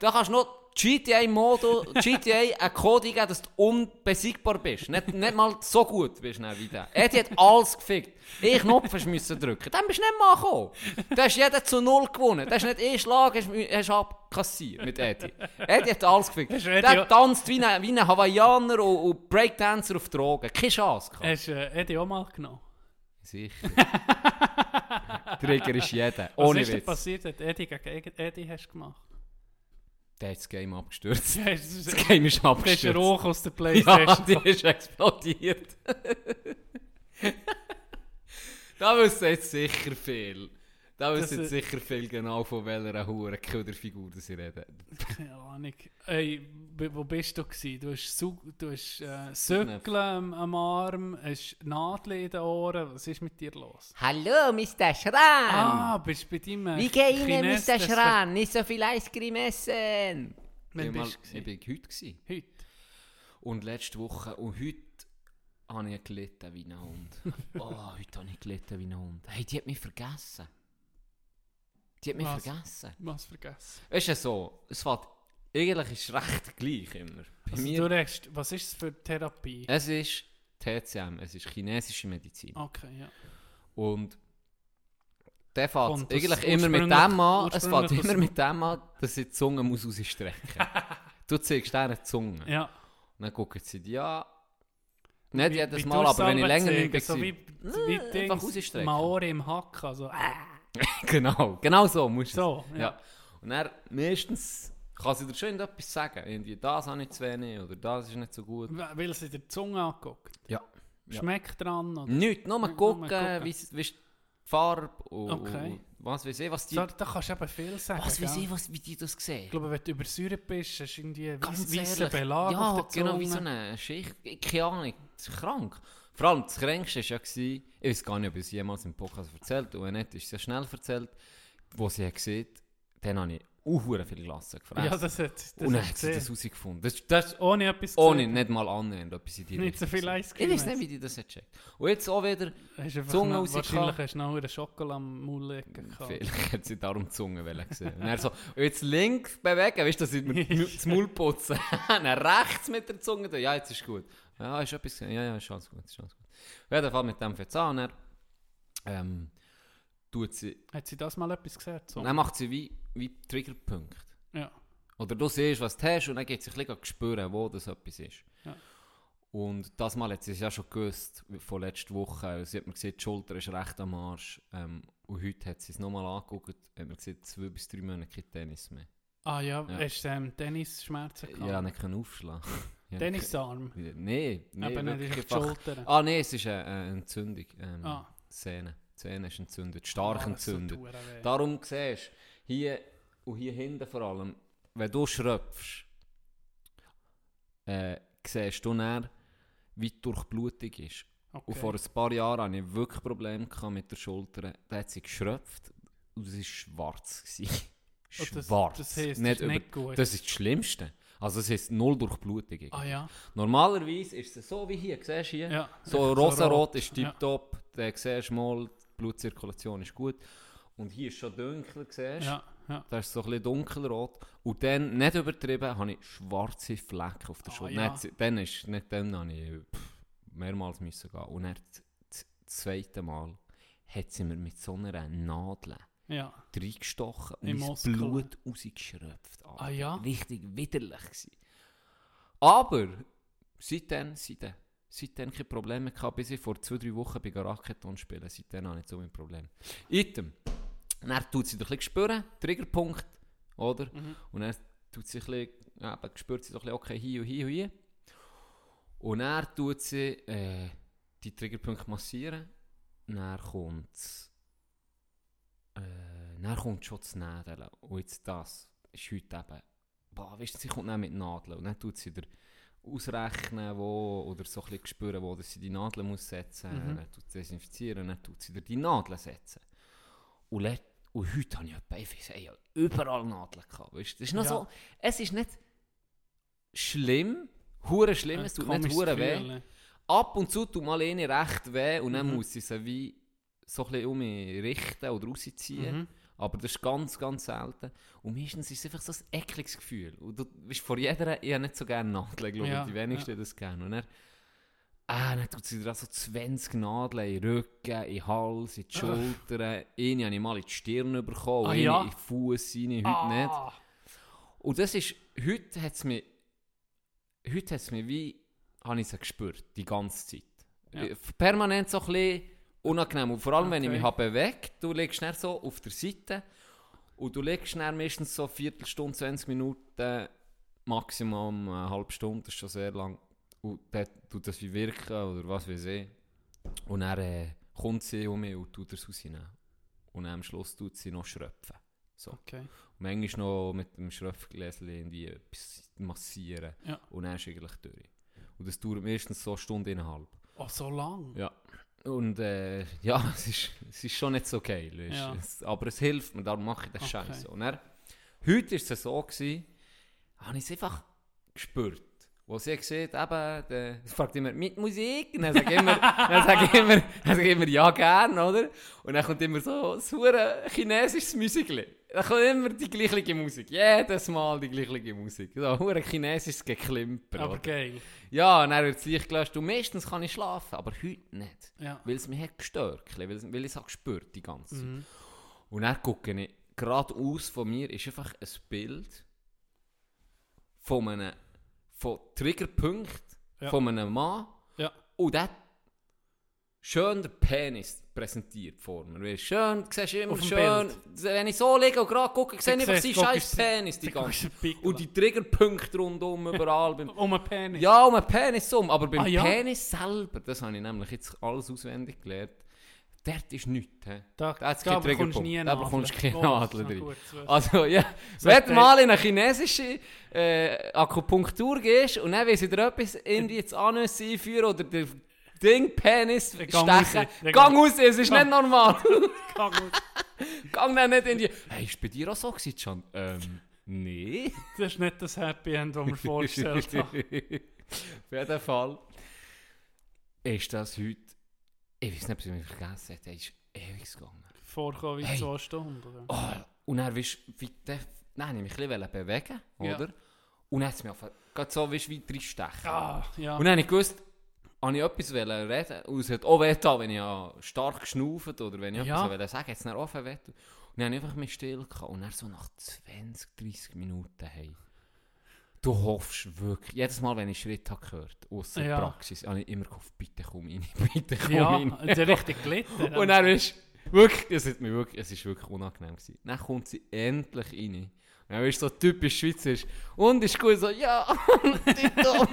[SPEAKER 3] Da kannst du noch GTA-Modo, GTA einen Code geben, dass du unbesiegbar bist. Nicht, nicht mal so gut bist dann wie der. Eddie hat alles gefickt. Ich Knopf hast müssen drücken. Dann bist du nicht mal gekommen. Da hast jeder zu null gewonnen. Da hast nicht ein Schlag hast, hast abkassiert mit Eddie. Eddie hat alles gefickt.
[SPEAKER 5] Hast du Eddie auch-
[SPEAKER 3] Der tanzt wie ein, wie ein Hawaiianer und, und Breakdancer auf Drogen. Keine Chance. gehabt.
[SPEAKER 5] Hast du äh, Eddie auch mal genommen?
[SPEAKER 3] Sicher. Trigger ist jeder.
[SPEAKER 5] Was
[SPEAKER 3] Ohne
[SPEAKER 5] ist denn
[SPEAKER 3] Witz.
[SPEAKER 5] passiert, hat Eddie gegen Eddie hast du gemacht?
[SPEAKER 3] Der hat das Game abgestürzt.
[SPEAKER 5] Ja, es ist-
[SPEAKER 3] Das Game ist
[SPEAKER 5] Das ist
[SPEAKER 3] abgestürzt.
[SPEAKER 5] ein Rauch aus der
[SPEAKER 3] Ja,
[SPEAKER 5] Playstation.
[SPEAKER 3] die ist explodiert. da wissen jetzt sicher viel. Da
[SPEAKER 5] Das
[SPEAKER 3] wissen jetzt
[SPEAKER 5] ist-
[SPEAKER 3] sicher viel genau, von welcher Hure Köderfigur sie reden.
[SPEAKER 5] Keine Ahnung. Ey, b- wo bist du gsi? Du hast, Su du hast äh, Söckle am, am Arm, hast Nadeln in den Ohren. Was ist mit dir los?
[SPEAKER 6] Hallo, Mr. Schran!
[SPEAKER 5] Ah, bist du bei deinem äh,
[SPEAKER 6] Wie geht Ihnen,
[SPEAKER 5] Chines-
[SPEAKER 6] Mr.
[SPEAKER 5] das-
[SPEAKER 6] Schran? Nicht so viel Eiscreme essen!
[SPEAKER 5] Wann
[SPEAKER 3] bin mal,
[SPEAKER 5] bist du
[SPEAKER 3] ich
[SPEAKER 5] gewesen?
[SPEAKER 3] bin heute gewesen.
[SPEAKER 5] Heute.
[SPEAKER 3] Und letzte Woche und heute habe ich gelitten wie ein Hund. oh, heute habe ich gelitten wie ein Hund. Hey, die hat mich vergessen. Die hat mich
[SPEAKER 5] Was?
[SPEAKER 3] vergessen.
[SPEAKER 5] Was vergessen.
[SPEAKER 3] Ist ja so, es fällt, eigentlich ist es recht gleich immer. Bei
[SPEAKER 5] Also,
[SPEAKER 3] mir,
[SPEAKER 5] du redest, was ist es für Therapie?
[SPEAKER 3] es ist TCM, es ist chinesische Medizin.
[SPEAKER 5] Okay, ja.
[SPEAKER 3] Und der fällt
[SPEAKER 5] Kommt aus-
[SPEAKER 3] eigentlich immer mit
[SPEAKER 5] ursprünglich-
[SPEAKER 3] dem an, es fällt
[SPEAKER 5] ursprünglich aus
[SPEAKER 3] immer
[SPEAKER 5] dem-
[SPEAKER 3] mit dem an, dass sie die Zunge muss rausstrecken muss. du ziehst denen die Zunge.
[SPEAKER 5] Ja.
[SPEAKER 3] Und dann gucken sie die an. Nicht
[SPEAKER 5] Wie-
[SPEAKER 3] jedes
[SPEAKER 5] wie
[SPEAKER 3] Mal, aber wenn ich
[SPEAKER 5] Durchsagen
[SPEAKER 3] länger nicht
[SPEAKER 5] zeigen,
[SPEAKER 3] mehr
[SPEAKER 5] So
[SPEAKER 3] war.
[SPEAKER 5] wie, wie
[SPEAKER 3] Äh, einfach
[SPEAKER 5] Dings,
[SPEAKER 3] rausstrecken.
[SPEAKER 5] Maori im Hack, also äh,
[SPEAKER 3] Genau, genau so musst du
[SPEAKER 5] so.
[SPEAKER 3] es.
[SPEAKER 5] Ja.
[SPEAKER 3] Ja. Und dann meistens kann sie dir schon irgendetwas sagen. Irgendwie, das habe ich zu wenig oder das ist nicht so gut.
[SPEAKER 5] W- Weil sie dir die Zunge anguckt.
[SPEAKER 3] Ja. Ja. Mhm.
[SPEAKER 5] Schmeckt dran oder...
[SPEAKER 3] Nichts, nur
[SPEAKER 5] Nur
[SPEAKER 3] gucken,
[SPEAKER 5] gucken.
[SPEAKER 3] wie es- wie ist die Farbe und,
[SPEAKER 5] Okay.
[SPEAKER 3] und was weiß ich, was die...
[SPEAKER 5] So, da kannst du eben viel sagen.
[SPEAKER 3] was weiß
[SPEAKER 5] gell?
[SPEAKER 3] ich, was, wie die das sehen.
[SPEAKER 5] Ich glaube, wenn du übersäuert bist, hast du irgendwie einen
[SPEAKER 3] Ganz
[SPEAKER 5] weißen
[SPEAKER 3] ehrlich.
[SPEAKER 5] Belag
[SPEAKER 3] ja,
[SPEAKER 5] auf der Zunge.
[SPEAKER 3] genau, wie so eine Schicht. Ich- Keine Ahnung, das ist krank. Vor allem das Kränkste war ja, gewesen, ich weiß gar nicht, ob ich es jemals im Podcast erzählt habe, und wenn nicht, ist es ja schnell erzählt, wo sie hat gesehen dann habe ich auch viel Glassen gefressen.
[SPEAKER 5] Ja, das hat das
[SPEAKER 3] und dann
[SPEAKER 5] hat
[SPEAKER 3] hat sie das
[SPEAKER 5] gesehen.
[SPEAKER 3] herausgefunden. Das, das ist
[SPEAKER 5] Ohne etwas
[SPEAKER 3] Oh ohne,
[SPEAKER 5] gesehen.
[SPEAKER 3] nicht mal annähernd, etwas in die
[SPEAKER 5] Nicht so
[SPEAKER 3] Richtung
[SPEAKER 5] viel
[SPEAKER 3] war.
[SPEAKER 5] Eis
[SPEAKER 3] Ich weiß
[SPEAKER 5] gegessen.
[SPEAKER 3] nicht, wie die das hat gecheckt. Und jetzt auch wieder,
[SPEAKER 5] Hast einfach
[SPEAKER 3] Zunge
[SPEAKER 5] noch-
[SPEAKER 3] rausgehauen.
[SPEAKER 5] Wahrscheinlich hast du noch eine Schokolade am Mund liegen gehabt.
[SPEAKER 3] vielleicht hat sie darum die Zunge wollen sehen. Und er so, und jetzt links bewegen, weißt du, dass ich mir das Maul putzen. dann rechts mit der Zunge, tun. ja, jetzt ist gut. Ja, ist etwas, ja, ja, ist alles gut, ist alles gut. Auf jeden Fall mit dem fängt es an, und dann, ähm, tut sie,
[SPEAKER 5] Hat sie das mal etwas gesagt? So?
[SPEAKER 3] dann macht sie wie, wie Triggerpunkte.
[SPEAKER 5] Ja.
[SPEAKER 3] Oder du siehst, was du hast, und dann geht es ein bisschen spüren, wo das etwas ist.
[SPEAKER 5] Ja.
[SPEAKER 3] Und das Mal hat sie es ja schon gewusst, von letzter Woche. Sie hat mir gesehen, die Schulter ist recht am Arsch. Ähm, und heute hat sie es nochmal angeguckt, hat mir gesehen, zwei bis drei Monate kein Tennis mehr.
[SPEAKER 5] Ah ja,
[SPEAKER 3] Ja.
[SPEAKER 5] hast du ähm, Tennisschmerzen
[SPEAKER 3] Ich
[SPEAKER 5] gehabt?
[SPEAKER 3] konnte nicht aufschlagen. Ich habe nicht-
[SPEAKER 5] Tennisarm.
[SPEAKER 3] Nein,
[SPEAKER 5] Eben
[SPEAKER 3] nein,
[SPEAKER 5] nicht
[SPEAKER 3] wirklich
[SPEAKER 5] auf die
[SPEAKER 3] einfach...
[SPEAKER 5] Schulter.
[SPEAKER 3] Ah nein, es ist eine, eine Entzündung. Ähm,
[SPEAKER 5] Ah.
[SPEAKER 3] Zähne. Zähne ist entzündet, stark
[SPEAKER 5] Ah, das tut
[SPEAKER 3] entzündet.
[SPEAKER 5] verdammt weh.
[SPEAKER 3] Darum siehst du, hier und hier hinten vor allem, wenn du schröpfst, äh, siehst du näher, wie die Durchblutung ist.
[SPEAKER 5] Okay.
[SPEAKER 3] Und vor ein paar Jahren hatte ich wirklich Probleme gehabt mit der Schulter. Da hat sie geschröpft und es war schwarz. gewesen.
[SPEAKER 5] Und das-
[SPEAKER 3] schwarz.
[SPEAKER 5] Das heisst,
[SPEAKER 3] Nicht
[SPEAKER 5] das ist
[SPEAKER 3] über-
[SPEAKER 5] nicht gut.
[SPEAKER 3] das ist das Schlimmste. Also es heisst null Durchblutung.
[SPEAKER 5] ah ja,
[SPEAKER 3] Normalerweise ist es so wie hier, siehst du hier?
[SPEAKER 5] ja.
[SPEAKER 3] So rosarot ist tiptop, dann siehst du mal, die Blutzirkulation ist gut. Und hier ist schon dunkler,
[SPEAKER 5] Ja,
[SPEAKER 3] siehst du?
[SPEAKER 5] ja. ja.
[SPEAKER 3] Da ist es so ein bisschen dunkelrot. Und dann, nicht übertrieben, habe ich schwarze Flecken auf der
[SPEAKER 5] Ah,
[SPEAKER 3] Schulter.
[SPEAKER 5] ja.
[SPEAKER 3] Nein, z- dann ist, nicht dann habe ich pff, mehrmals müssen gehen. Und dann z- z- das zweite Mal hat sie mir mit so einer Nadel
[SPEAKER 5] ja.
[SPEAKER 3] reingestochen und
[SPEAKER 5] Im
[SPEAKER 3] mein
[SPEAKER 5] Muskel.
[SPEAKER 3] Blut rausgeschröpft.
[SPEAKER 5] Ah, ja?
[SPEAKER 3] Richtig widerlich gewesen. Aber seitdem, seitdem, seitdem keine Probleme gehabt, bis ich vor zwei, drei Wochen bei Racketon spielen. Seitdem habe ich nicht so mein Problem. Item. Dann tut sie doch ein bisschen spüren, Triggerpunkt, oder?
[SPEAKER 5] Mhm.
[SPEAKER 3] Und dann tut sie ein bisschen, eben, spürt sie doch ein bisschen, okay, hier und hier und hier. Und dann tut sie äh, die Triggerpunkte massieren. Dann kommt es äh, dann kommt schon das Nadeln. Und jetzt das ist heute eben, boah, weißt du, sie kommt dann mit Nadeln. Und dann tut sie dir ausrechnen, wo, oder so ein bisschen spüren, wo dass sie die Nadeln muss setzen muss.
[SPEAKER 5] Mhm.
[SPEAKER 3] Dann tut sie desinfizieren, und dann tut sie dir die Nadeln setzen. Und, let, und heute habe ich etwa, ich weiss, ich habe überall Nadeln gehabt. Weißt? du. Das ist noch
[SPEAKER 5] Ja.
[SPEAKER 3] so, es ist nicht schlimm, hure schlimm, es tut nicht
[SPEAKER 5] Komisches
[SPEAKER 3] hure weh
[SPEAKER 5] Gefühl, ne?
[SPEAKER 3] ab und zu tut mal eine recht weh und dann
[SPEAKER 5] Mhm.
[SPEAKER 3] muss ich sie wie so ein bisschen um mich richten oder rausziehen.
[SPEAKER 5] Mhm.
[SPEAKER 3] Aber das ist ganz, ganz selten. Und meistens ist es einfach so ein ekliges Gefühl. Und du weißt, vor jeder, ich habe nicht so gerne Nadeln, glaube ich,
[SPEAKER 5] Ja,
[SPEAKER 3] die wenigsten das gerne. Und dann, ah, dann tut sie dir auch so 20 Nadeln in den Rücken, in den Hals, in die Schultern. Eine habe ich mal in die Stirn bekommen,
[SPEAKER 5] Ah,
[SPEAKER 3] eine
[SPEAKER 5] ja?
[SPEAKER 3] in den Fuß, eine heute nicht.
[SPEAKER 5] Ah,
[SPEAKER 3] Und das ist, heute hat es mich, heute hat's mich wie, habe ich es gespürt, die ganze Zeit.
[SPEAKER 5] Ja.
[SPEAKER 3] Äh, Permanent so ein bisschen unangenehm. Und vor allem, wenn ich
[SPEAKER 5] Okay.
[SPEAKER 3] mich habe bewegt, du liegst schnell so auf der Seite und du liegst schnell meistens so eine Viertelstunde, 20 Minuten, maximum eine halbe Stunde, das ist schon sehr lang. Und dann tut das wie wirken oder was weiß ich. Und dann äh, kommt sie um mich und tut das rausnehmen. Und dann am Schluss tut sie noch schröpfen.
[SPEAKER 5] Okay.
[SPEAKER 3] Manchmal noch mit dem Schröpfgläschen irgendwie etwas massieren.
[SPEAKER 5] Ja.
[SPEAKER 3] Und dann ist eigentlich durch. Und das dauert meistens so eine Stunde innerhalb.
[SPEAKER 5] Oh, so lang.
[SPEAKER 3] Ja. Und äh, ja, es ist, es ist schon nicht so geil. weisst du.
[SPEAKER 5] Ja.
[SPEAKER 3] Es, aber es hilft mir, darum mache ich den
[SPEAKER 5] Okay.
[SPEAKER 3] Scheiß. Und dann, heute war es so, gewesen, habe ich es einfach gespürt. Wo sie sieht, eben, der fragt immer, mit Musik? Und dann sage ich immer, dann sage ich immer, dann sage ich immer, ja, gern, oder? Und dann kommt immer so ein hure chinesisches Musikli. Dann kommt immer die gleiche Musik. Jedes Mal die gleiche Musik. So ein hure chinesisches Geklimper.
[SPEAKER 5] Aber
[SPEAKER 3] oder?
[SPEAKER 5] geil.
[SPEAKER 3] Ja, und dann wird das Licht gelöscht. Und meistens kann ich schlafen, aber heute nicht.
[SPEAKER 5] Ja.
[SPEAKER 3] Weil es mich hat gestört, weil, es- weil ich es habe gespürt die ganze Zeit. Und dann gucke ich, geradeaus von mir ist einfach ein Bild von einem von Triggerpunkt
[SPEAKER 5] Ja.
[SPEAKER 3] von einem Mann.
[SPEAKER 5] Ja.
[SPEAKER 3] Und der schön der Penis präsentiert vor mir. Weil schön, siehst du immer
[SPEAKER 5] Auf dem
[SPEAKER 3] schön. Wenn ich so liege und gerade gucke, sehe
[SPEAKER 5] Dann
[SPEAKER 3] ich einfach seinen
[SPEAKER 5] siehst-
[SPEAKER 3] scheiß
[SPEAKER 5] guckst-
[SPEAKER 3] Penis die
[SPEAKER 5] dann
[SPEAKER 3] ganze
[SPEAKER 5] guckst du einen Pickel
[SPEAKER 3] Und die Triggerpunkte rundum überall beim
[SPEAKER 5] Um einen Penis.
[SPEAKER 3] ja, um einen Penis um, aber beim
[SPEAKER 5] Ah, ja?
[SPEAKER 3] Penis selber, das habe ich nämlich jetzt alles auswendig gelernt, dort ist nichts. He.
[SPEAKER 5] Da,
[SPEAKER 3] Da hat's
[SPEAKER 5] da
[SPEAKER 3] keinen
[SPEAKER 5] bekommst du
[SPEAKER 3] Triggerpunkt.
[SPEAKER 5] nie einen
[SPEAKER 3] Da bekommst du keine Nadel
[SPEAKER 5] das ist
[SPEAKER 3] drin.
[SPEAKER 5] noch gut zu wissen.
[SPEAKER 3] Also ja,
[SPEAKER 5] So
[SPEAKER 3] wenn du
[SPEAKER 5] der-
[SPEAKER 3] mal in eine chinesische äh, Akupunktur gehst und dann will sie dir etwas in die Anus einführen oder der Ding Penis
[SPEAKER 5] Dann
[SPEAKER 3] stechen,
[SPEAKER 5] gang raus. Dann
[SPEAKER 3] gang
[SPEAKER 5] gang-
[SPEAKER 3] raus, es ist
[SPEAKER 5] Gang-
[SPEAKER 3] nicht normal.
[SPEAKER 5] Ah, gut.
[SPEAKER 3] gang dann nicht in die... Hey, ist bei dir auch so gewesen, Can? Ähm, nee.
[SPEAKER 5] Das ist nicht das dus Happy End, das wir vorgestellt haben.
[SPEAKER 3] Auf jeden Fall ist das heute. Ich weiß nicht, ob sie mich vergessen hat. Er ist ewig gegangen.
[SPEAKER 5] Vorkommen wie
[SPEAKER 3] Hey.
[SPEAKER 5] zwei Stunden. Oder?
[SPEAKER 3] Oh, und er weißt wie der. Nein, ich mich ein bisschen bewegen,
[SPEAKER 5] Ja.
[SPEAKER 3] oder? Und er hat es mir einfach. Gerade so, weißt du, wie reinstechen.
[SPEAKER 5] Ah, ja.
[SPEAKER 3] Und dann habe ich gewusst, habe ich etwas wollen reden und es hat auch wehgetan, wenn ich ja stark geschnauft oder wenn ich
[SPEAKER 5] Ja.
[SPEAKER 3] etwas wollte sagen, hat es dann offen wehgetan. Und dann habe ich einfach mich still gehabt und dann so nach 20, 30 Minuten, hey, du hoffst wirklich, jedes Mal, wenn ich Schritt habe gehört, außer
[SPEAKER 5] Ja.
[SPEAKER 3] Praxis, habe ich immer gehofft, bitte komm rein, bitte komm
[SPEAKER 5] ja,
[SPEAKER 3] rein.
[SPEAKER 5] der richtig gelitten.
[SPEAKER 3] Und dann ist wirklich, es hat mir wirklich, es ist wirklich unangenehm gewesen. Dann kommt sie endlich rein. Und dann ist so typisch Schweizerisch. Und ist gut so, ja, tipptopp.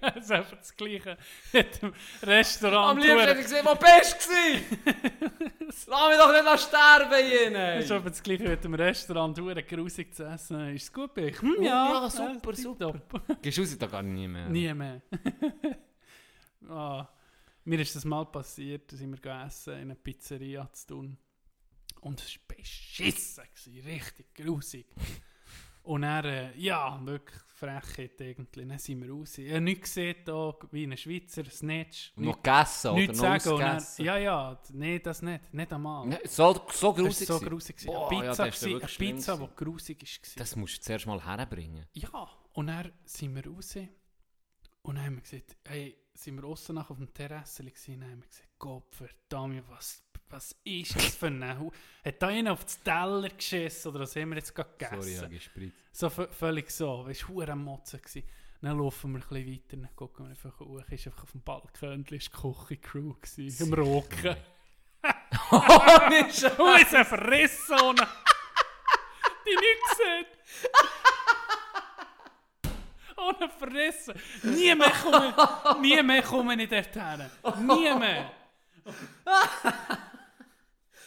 [SPEAKER 5] das ist einfach das Gleiche. Mit dem Restaurant.
[SPEAKER 3] Am liebsten hätte ich gesehen, wo bist du? gewesen? Lass mich doch nicht noch sterben
[SPEAKER 5] Das ist
[SPEAKER 3] hier.
[SPEAKER 5] aber das Gleiche mit dem Restaurant. Du grusig zu essen. Ist es gut bei euch? Hm, ja,
[SPEAKER 3] ja, super,
[SPEAKER 5] äh,
[SPEAKER 3] super.
[SPEAKER 5] tipptopp.
[SPEAKER 3] Gehst raus, da gar nicht mehr.
[SPEAKER 5] Nie mehr. ah, mir ist das mal passiert, dass wir gehen essen in einer Pizzeria zu tun. Und es war beschissen, gewesen, richtig grusig. Und er, äh, ja, wirklich Frechheit irgendwie. Dann sind wir raus. Ich habe nichts gesehen, da, wie ein Schweizer, ein Netz.
[SPEAKER 3] Noch gegessen oder
[SPEAKER 5] Nichts
[SPEAKER 3] noch
[SPEAKER 5] sagen. Und er,
[SPEAKER 3] ausgegessen?
[SPEAKER 5] ja, ja, d- nee, das nicht. Nicht einmal.
[SPEAKER 3] Nee, So, so
[SPEAKER 5] Das
[SPEAKER 3] grusig
[SPEAKER 5] war so
[SPEAKER 3] gewesen.
[SPEAKER 5] grusig. gewesen.
[SPEAKER 3] Boah,
[SPEAKER 5] eine
[SPEAKER 3] ja, das
[SPEAKER 5] Pizza,
[SPEAKER 3] ist ja
[SPEAKER 5] gewesen,
[SPEAKER 3] wirklich
[SPEAKER 5] eine
[SPEAKER 3] schlimm
[SPEAKER 5] Pizza
[SPEAKER 3] gewesen.
[SPEAKER 5] die grusig war.
[SPEAKER 3] Das musst du zuerst mal herbringen.
[SPEAKER 5] Ja, und dann sind wir raus und dann haben wir gesagt, hey, sind wir aussen nach auf dem Terrasse gewesen, dann haben wir gesagt, Gott verdammt, was, was ist das für ein Hu Hat da einer auf den Teller geschissen oder was haben wir jetzt gerade
[SPEAKER 3] Sorry, ich habe
[SPEAKER 5] gegessen?
[SPEAKER 3] gespritzt.
[SPEAKER 5] so v- völlig so, weißt du, hure Motze gewesen. Dann laufen wir ein bisschen weiter, dann gucken wir einfach hoch, ist einfach auf dem Balkon, ist die Küche-Crew gewesen, im Rocken.
[SPEAKER 3] Oh, nicht schon.
[SPEAKER 5] Oh, ist ein Verrissen ohne. Die nichts sehen. Ohne Oh, Verrissen. Nie mehr kommen, nie mehr kommen in dort her. Nie mehr.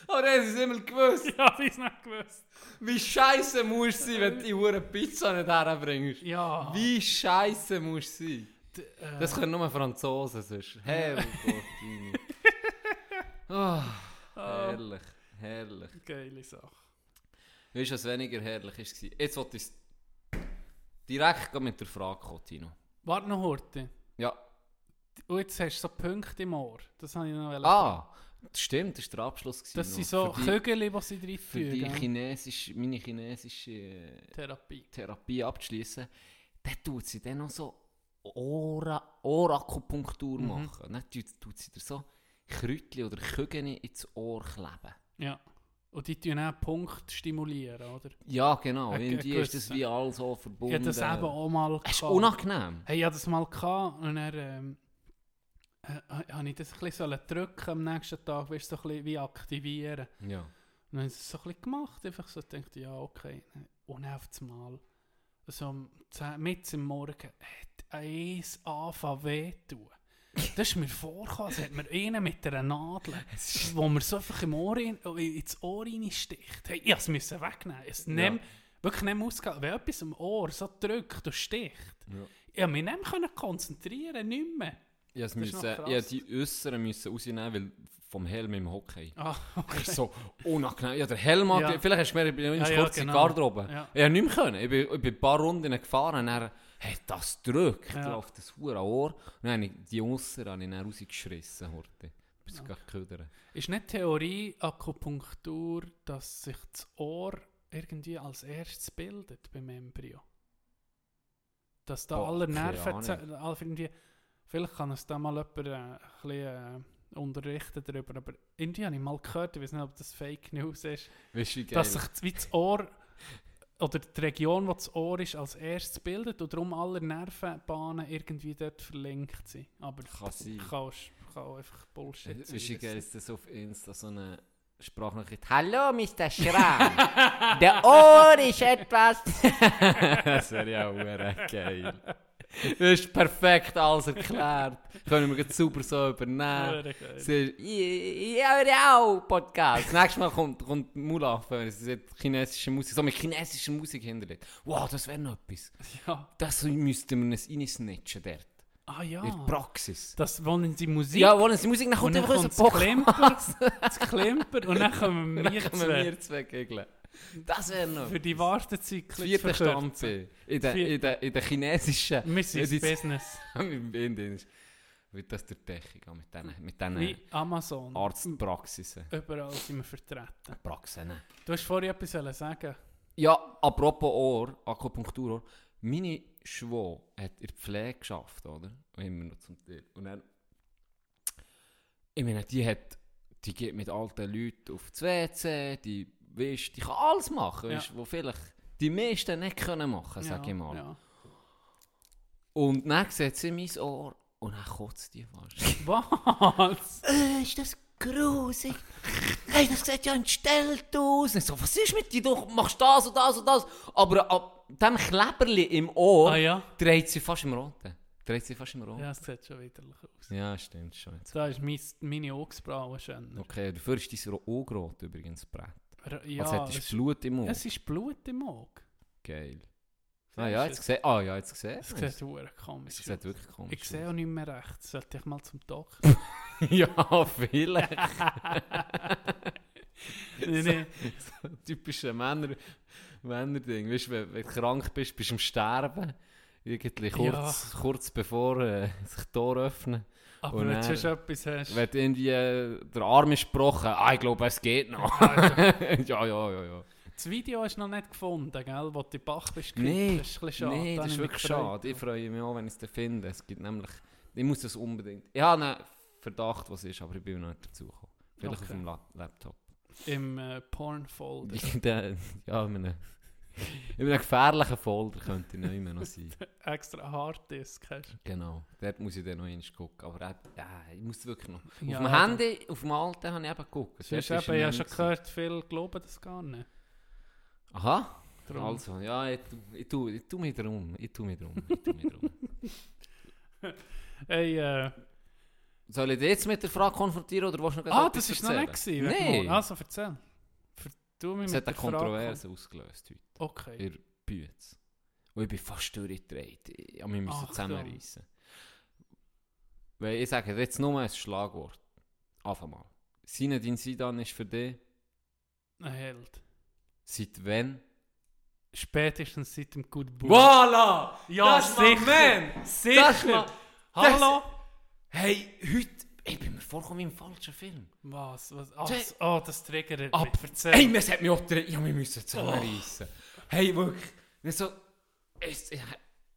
[SPEAKER 3] Oh, das ist immer gewusst.
[SPEAKER 5] Ja, das ist nicht gewusst.
[SPEAKER 3] Wie scheiße musst du sein, wenn du die Hure Pizza nicht herbringst.
[SPEAKER 5] Ja.
[SPEAKER 3] Wie scheiße musst du sein?
[SPEAKER 5] D- äh,
[SPEAKER 3] Das können nur Franzosen sonst. Herrgott, oh, Herrlich, herrlich.
[SPEAKER 5] geile Sache.
[SPEAKER 3] Weißt du, was weniger herrlich war? Jetzt wollte ich es direkt gleich mit der Frage kommen, Tino.
[SPEAKER 5] Warte noch Horte.
[SPEAKER 3] Ja.
[SPEAKER 5] Und jetzt hast du so Punkte im Ohr. Das habe ich noch wollen.
[SPEAKER 3] Ah, das stimmt, das war der Abschluss. gewesen
[SPEAKER 5] Das
[SPEAKER 3] noch.
[SPEAKER 5] sind so
[SPEAKER 3] für
[SPEAKER 5] Kügel, die sie
[SPEAKER 3] die, für die
[SPEAKER 5] reinfügen.
[SPEAKER 3] chinesische, meine chinesische äh,
[SPEAKER 5] Therapie.
[SPEAKER 3] Therapie abzuschließen. Dann tut sie dann noch so Ohren- Ohrakupunktur
[SPEAKER 5] Mhm.
[SPEAKER 3] machen. Dann tut, tut sie dir so Kräutchen oder Kügeln ins Ohr kleben.
[SPEAKER 5] Ja. Und die tun auch Punkte stimulieren, oder?
[SPEAKER 3] Ja, genau.
[SPEAKER 5] Ein-
[SPEAKER 3] In
[SPEAKER 5] ein
[SPEAKER 3] die ist das
[SPEAKER 5] gewisser.
[SPEAKER 3] wie alles so
[SPEAKER 5] Ich
[SPEAKER 3] verbunden.
[SPEAKER 5] habe das eben auch mal
[SPEAKER 3] Es ist
[SPEAKER 5] gehabt.
[SPEAKER 3] unangenehm.
[SPEAKER 5] Hey, ich hatte das mal gehabt und dann ähm, äh, habe ich das ein bisschen sollen drücken am nächsten Tag, weißt du, so ein bisschen wie aktivieren.
[SPEAKER 3] Ja.
[SPEAKER 5] Und dann habe ich das so ein bisschen gemacht, einfach so gedacht, ja, okay. Und dann auf das Mal, so um 10, mitten im Morgen, hat eins angefangen wehtun. Das ist mir vorgekommen, als hat mir einer mit einer Nadel, wo mir so einfach im Ohr rein, ins Ohr reinsticht. Hey, ich musste es müssen wegnehmen. Es nehm, Wirklich nicht mehr ausgehalten. Wenn etwas im Ohr so drückt und sticht,
[SPEAKER 3] Ja.
[SPEAKER 5] ich konnte mich nicht mehr konzentrieren, nicht mehr.
[SPEAKER 3] Ich hab's
[SPEAKER 5] Das ist noch
[SPEAKER 3] müssen, ich
[SPEAKER 5] krass.
[SPEAKER 3] hab die äußeren müssen rausnehmen, weil vom Helm im Hockey.
[SPEAKER 5] Ah, okay.
[SPEAKER 3] Das ist so unangenehm. Ja, der Helm hat,
[SPEAKER 5] Ja.
[SPEAKER 3] vielleicht hast du gemerkt, ich bin in
[SPEAKER 5] Ja, ja,
[SPEAKER 3] kurz in die
[SPEAKER 5] genau.
[SPEAKER 3] Garderobe.
[SPEAKER 5] Ja.
[SPEAKER 3] Ich hab nicht mehr können. Ich bin, ich bin ein paar Runden gefahren und dann hat das gedrückt.
[SPEAKER 5] Ja.
[SPEAKER 3] auf das hure Ohr. Und dann habe ich die Ausser habe ich dann rausgeschissen. Horte. Ich bin sogar geködert.
[SPEAKER 5] Ist nicht Theorie Akupunktur, dass sich das Ohr irgendwie als erstes bildet beim Embryo? Dass da
[SPEAKER 3] Boah,
[SPEAKER 5] alle
[SPEAKER 3] keine
[SPEAKER 5] Nerven,
[SPEAKER 3] Ahnung.
[SPEAKER 5] zäh- alle irgendwie, vielleicht kann es da mal jemand äh, ein bisschen äh, unterrichten darüber, aber irgendwie habe ich mal gehört, ich weiß nicht, ob das Fake News ist,
[SPEAKER 3] Weißt du, wie geil?
[SPEAKER 5] dass sich das- wie das Ohr oder die Region, wo das Ohr ist, als erstes bildet und darum alle Nervenbahnen irgendwie dort verlinkt sind. Aber
[SPEAKER 3] Kann sein.
[SPEAKER 5] Kann, auch- kann auch einfach Bullshit
[SPEAKER 3] Weißt
[SPEAKER 5] sein,
[SPEAKER 3] du, wie
[SPEAKER 5] das
[SPEAKER 3] geil
[SPEAKER 5] ist-
[SPEAKER 3] ist das auf Insta so eine Sprachnachricht? Hallo, Mr. Schrank! Der Ohr ist etwas. das wäre ja auch verdammt geil. Das ist perfekt alles erklärt. Können wir jetzt super so übernehmen.
[SPEAKER 5] Hure
[SPEAKER 3] Sie ich ich höre auch Podcast. Nächstes Mal kommt, kommt Mulaf, wenn sie sagt, chinesische Musik, so mit chinesischer Musik hinterlegt. Wow, das wäre noch etwas.
[SPEAKER 5] Ja.
[SPEAKER 3] Das müssten wir uns reinsnatchen dort.
[SPEAKER 5] Ah
[SPEAKER 3] In der
[SPEAKER 5] ja.
[SPEAKER 3] Praxis.
[SPEAKER 5] Das wollen sie Musik.
[SPEAKER 3] Ja, wollen Sie Musik? Dann
[SPEAKER 5] und
[SPEAKER 3] kommt
[SPEAKER 5] dann
[SPEAKER 3] einfach
[SPEAKER 5] kommt
[SPEAKER 3] unser
[SPEAKER 5] das
[SPEAKER 3] Podcast.
[SPEAKER 5] Klimper, das Klimper und dann kommen wir
[SPEAKER 3] Dann können
[SPEAKER 5] zwei.
[SPEAKER 3] wir zwei gegeln. Das wäre noch.
[SPEAKER 5] Für die
[SPEAKER 3] etwas.
[SPEAKER 5] Wartezeit
[SPEAKER 3] Das vierte
[SPEAKER 5] verkürzen.
[SPEAKER 3] Stammtisch. In der,
[SPEAKER 5] Vierte.
[SPEAKER 3] in der, in der chinesischen.
[SPEAKER 5] Wir sind
[SPEAKER 3] in
[SPEAKER 5] das Business.
[SPEAKER 3] Indien. Wird das durch die Decke gehen mit diesen, mit diesen
[SPEAKER 5] Wie
[SPEAKER 3] Oh.
[SPEAKER 5] Amazon.
[SPEAKER 3] Arztpraxisen.
[SPEAKER 5] Überall sind wir vertreten.
[SPEAKER 3] Praxen.
[SPEAKER 5] Du hast vorhin etwas wollen sagen.
[SPEAKER 3] Ja, apropos Ohr, Akupunkturohr. Meine Schwo hat in der Pflege geschafft, oder? Immer noch zum Teil. Und dann, ich meine, die hat, die geht mit alten Leuten auf das WC, die, weisst, die kann alles machen,
[SPEAKER 5] Ja.
[SPEAKER 3] weisst, wo vielleicht die meisten nicht können machen,
[SPEAKER 5] Ja,
[SPEAKER 3] sag ich mal.
[SPEAKER 5] ja.
[SPEAKER 3] Und dann sieht sie mein Ohr und dann kotzt die fast.
[SPEAKER 5] Was?
[SPEAKER 3] äh, ist das grusig? hey, das sieht ja entstellt aus. Und ich so, was ist mit dir? Du machst das und das und das. Aber ab dem Kleberli im Ohr
[SPEAKER 5] Ah ja.
[SPEAKER 3] dreht sie fast im Roten. Dreht sie fast im Roten.
[SPEAKER 5] Ja, es sieht schon widerlich aus.
[SPEAKER 3] Ja, stimmt schon. Jetzt.
[SPEAKER 5] Da ist mein, meine Augsbraue schöner.
[SPEAKER 3] Okay, dafür ist dein Ohr rot übrigens breit.
[SPEAKER 5] R-
[SPEAKER 3] Ja, Als
[SPEAKER 5] Ja,
[SPEAKER 3] hättest
[SPEAKER 5] es,
[SPEAKER 3] du Blut im Ohr.
[SPEAKER 5] es ist Blut im Auge.
[SPEAKER 3] Geil. Ah ja, jetzt
[SPEAKER 5] Es-
[SPEAKER 3] gesehen. Ah ja, jetzt gesehen.
[SPEAKER 5] Es sieht hure
[SPEAKER 3] Es
[SPEAKER 5] komisch aus.
[SPEAKER 3] sieht wirklich komisch
[SPEAKER 5] Ich sehe auch nicht mehr recht. Sollte ich mal zum Doc?
[SPEAKER 3] aus. ja, vielleicht.
[SPEAKER 5] nee, nee.
[SPEAKER 3] typische Männer, Männerding. Weißt du, wenn, wenn du krank bist, bist du am Sterben. Irgendwie kurz, kurz bevor äh, sich die Tore öffnen.
[SPEAKER 5] Aber
[SPEAKER 3] Und
[SPEAKER 5] wenn du
[SPEAKER 3] dann-
[SPEAKER 5] schon etwas hast.
[SPEAKER 3] Wenn du irgendwie äh, der Arm ist gebrochen, ah, ich glaube, es geht noch.
[SPEAKER 5] Ah,
[SPEAKER 3] ja, ja, ja, ja.
[SPEAKER 5] Das Video hast du noch nicht gefunden, gell? Wo du die Bach bist
[SPEAKER 3] Nee,
[SPEAKER 5] das ist ein bisschen schade.
[SPEAKER 3] Nein,
[SPEAKER 5] Da
[SPEAKER 3] das
[SPEAKER 5] habe
[SPEAKER 3] ist
[SPEAKER 5] ich
[SPEAKER 3] wirklich
[SPEAKER 5] mich gefreut.
[SPEAKER 3] schade. Ich freue mich auch, wenn ich es dann finde. Es gibt nämlich, ich muss das unbedingt. Ich habe einen Verdacht, was es ist, aber ich bin noch nicht dazu gekommen. Vielleicht auf
[SPEAKER 5] Okay.
[SPEAKER 3] dem La Laptop.
[SPEAKER 5] Im äh, Porn-Folder.
[SPEAKER 3] Ich, der, ja, in einem, in einem gefährlichen Folder könnte ich nicht mehr noch sein.
[SPEAKER 5] Extra Harddisk hast du.
[SPEAKER 3] Genau, dort muss ich dann noch eins gucken. Aber eben, ja, ich muss wirklich noch.
[SPEAKER 5] Ja,
[SPEAKER 3] auf dem
[SPEAKER 5] aber-
[SPEAKER 3] Handy, auf dem alten habe ich eben geguckt.
[SPEAKER 5] Du hast
[SPEAKER 3] Dort
[SPEAKER 5] eben
[SPEAKER 3] er
[SPEAKER 5] ja
[SPEAKER 3] nicht
[SPEAKER 5] schon
[SPEAKER 3] mehr
[SPEAKER 5] gehört, viele glauben das gar nicht.
[SPEAKER 3] gewesen. Aha,
[SPEAKER 5] Drum.
[SPEAKER 3] also, ja, ich, tu- ich, tu, ich tu mich drum. Ich tu mich drum. Ich tu mich drum.
[SPEAKER 5] Ey, äh,
[SPEAKER 3] Soll ich dich jetzt mit der Frage konfrontieren oder willst du noch
[SPEAKER 5] ah,
[SPEAKER 3] etwas
[SPEAKER 5] das ist noch
[SPEAKER 3] erzählen?
[SPEAKER 5] nicht gewesen.
[SPEAKER 3] Nein,
[SPEAKER 5] warte mal. Also, erzähl. Du mich
[SPEAKER 3] es hat er
[SPEAKER 5] mit
[SPEAKER 3] eine
[SPEAKER 5] der Frage-
[SPEAKER 3] Kontroverse ausgelöst heute.
[SPEAKER 5] Okay.
[SPEAKER 3] In der Bütz. Und ich bin fast durchgedreht. Ich habe mich müssen
[SPEAKER 5] Achtung.
[SPEAKER 3] zusammenreissen. Weil ich sage jetzt nur ein Schlagwort. Einfach mal. Sinedin Sidan ist für dich...
[SPEAKER 5] Ein Held.
[SPEAKER 3] Seit wann?
[SPEAKER 5] Spätestens seit dem Good Boy.
[SPEAKER 3] Voila!
[SPEAKER 5] Ja,
[SPEAKER 3] das ist mein
[SPEAKER 5] sicher!
[SPEAKER 3] Mann. Das ist
[SPEAKER 5] Sicher!
[SPEAKER 3] mein-
[SPEAKER 5] Hallo!
[SPEAKER 3] Hey, heute... Ich bin mir vorgekommen wie im falschen Film.
[SPEAKER 5] Was? Was? Ah, das, oh, das triggert
[SPEAKER 3] Ab-
[SPEAKER 5] mich. Erzähl.
[SPEAKER 3] Hey, wir hat mich auch drin. Ja, wir müssen
[SPEAKER 5] Oh.
[SPEAKER 3] zusammenreissen. Hey, wirklich. Wir so... Es,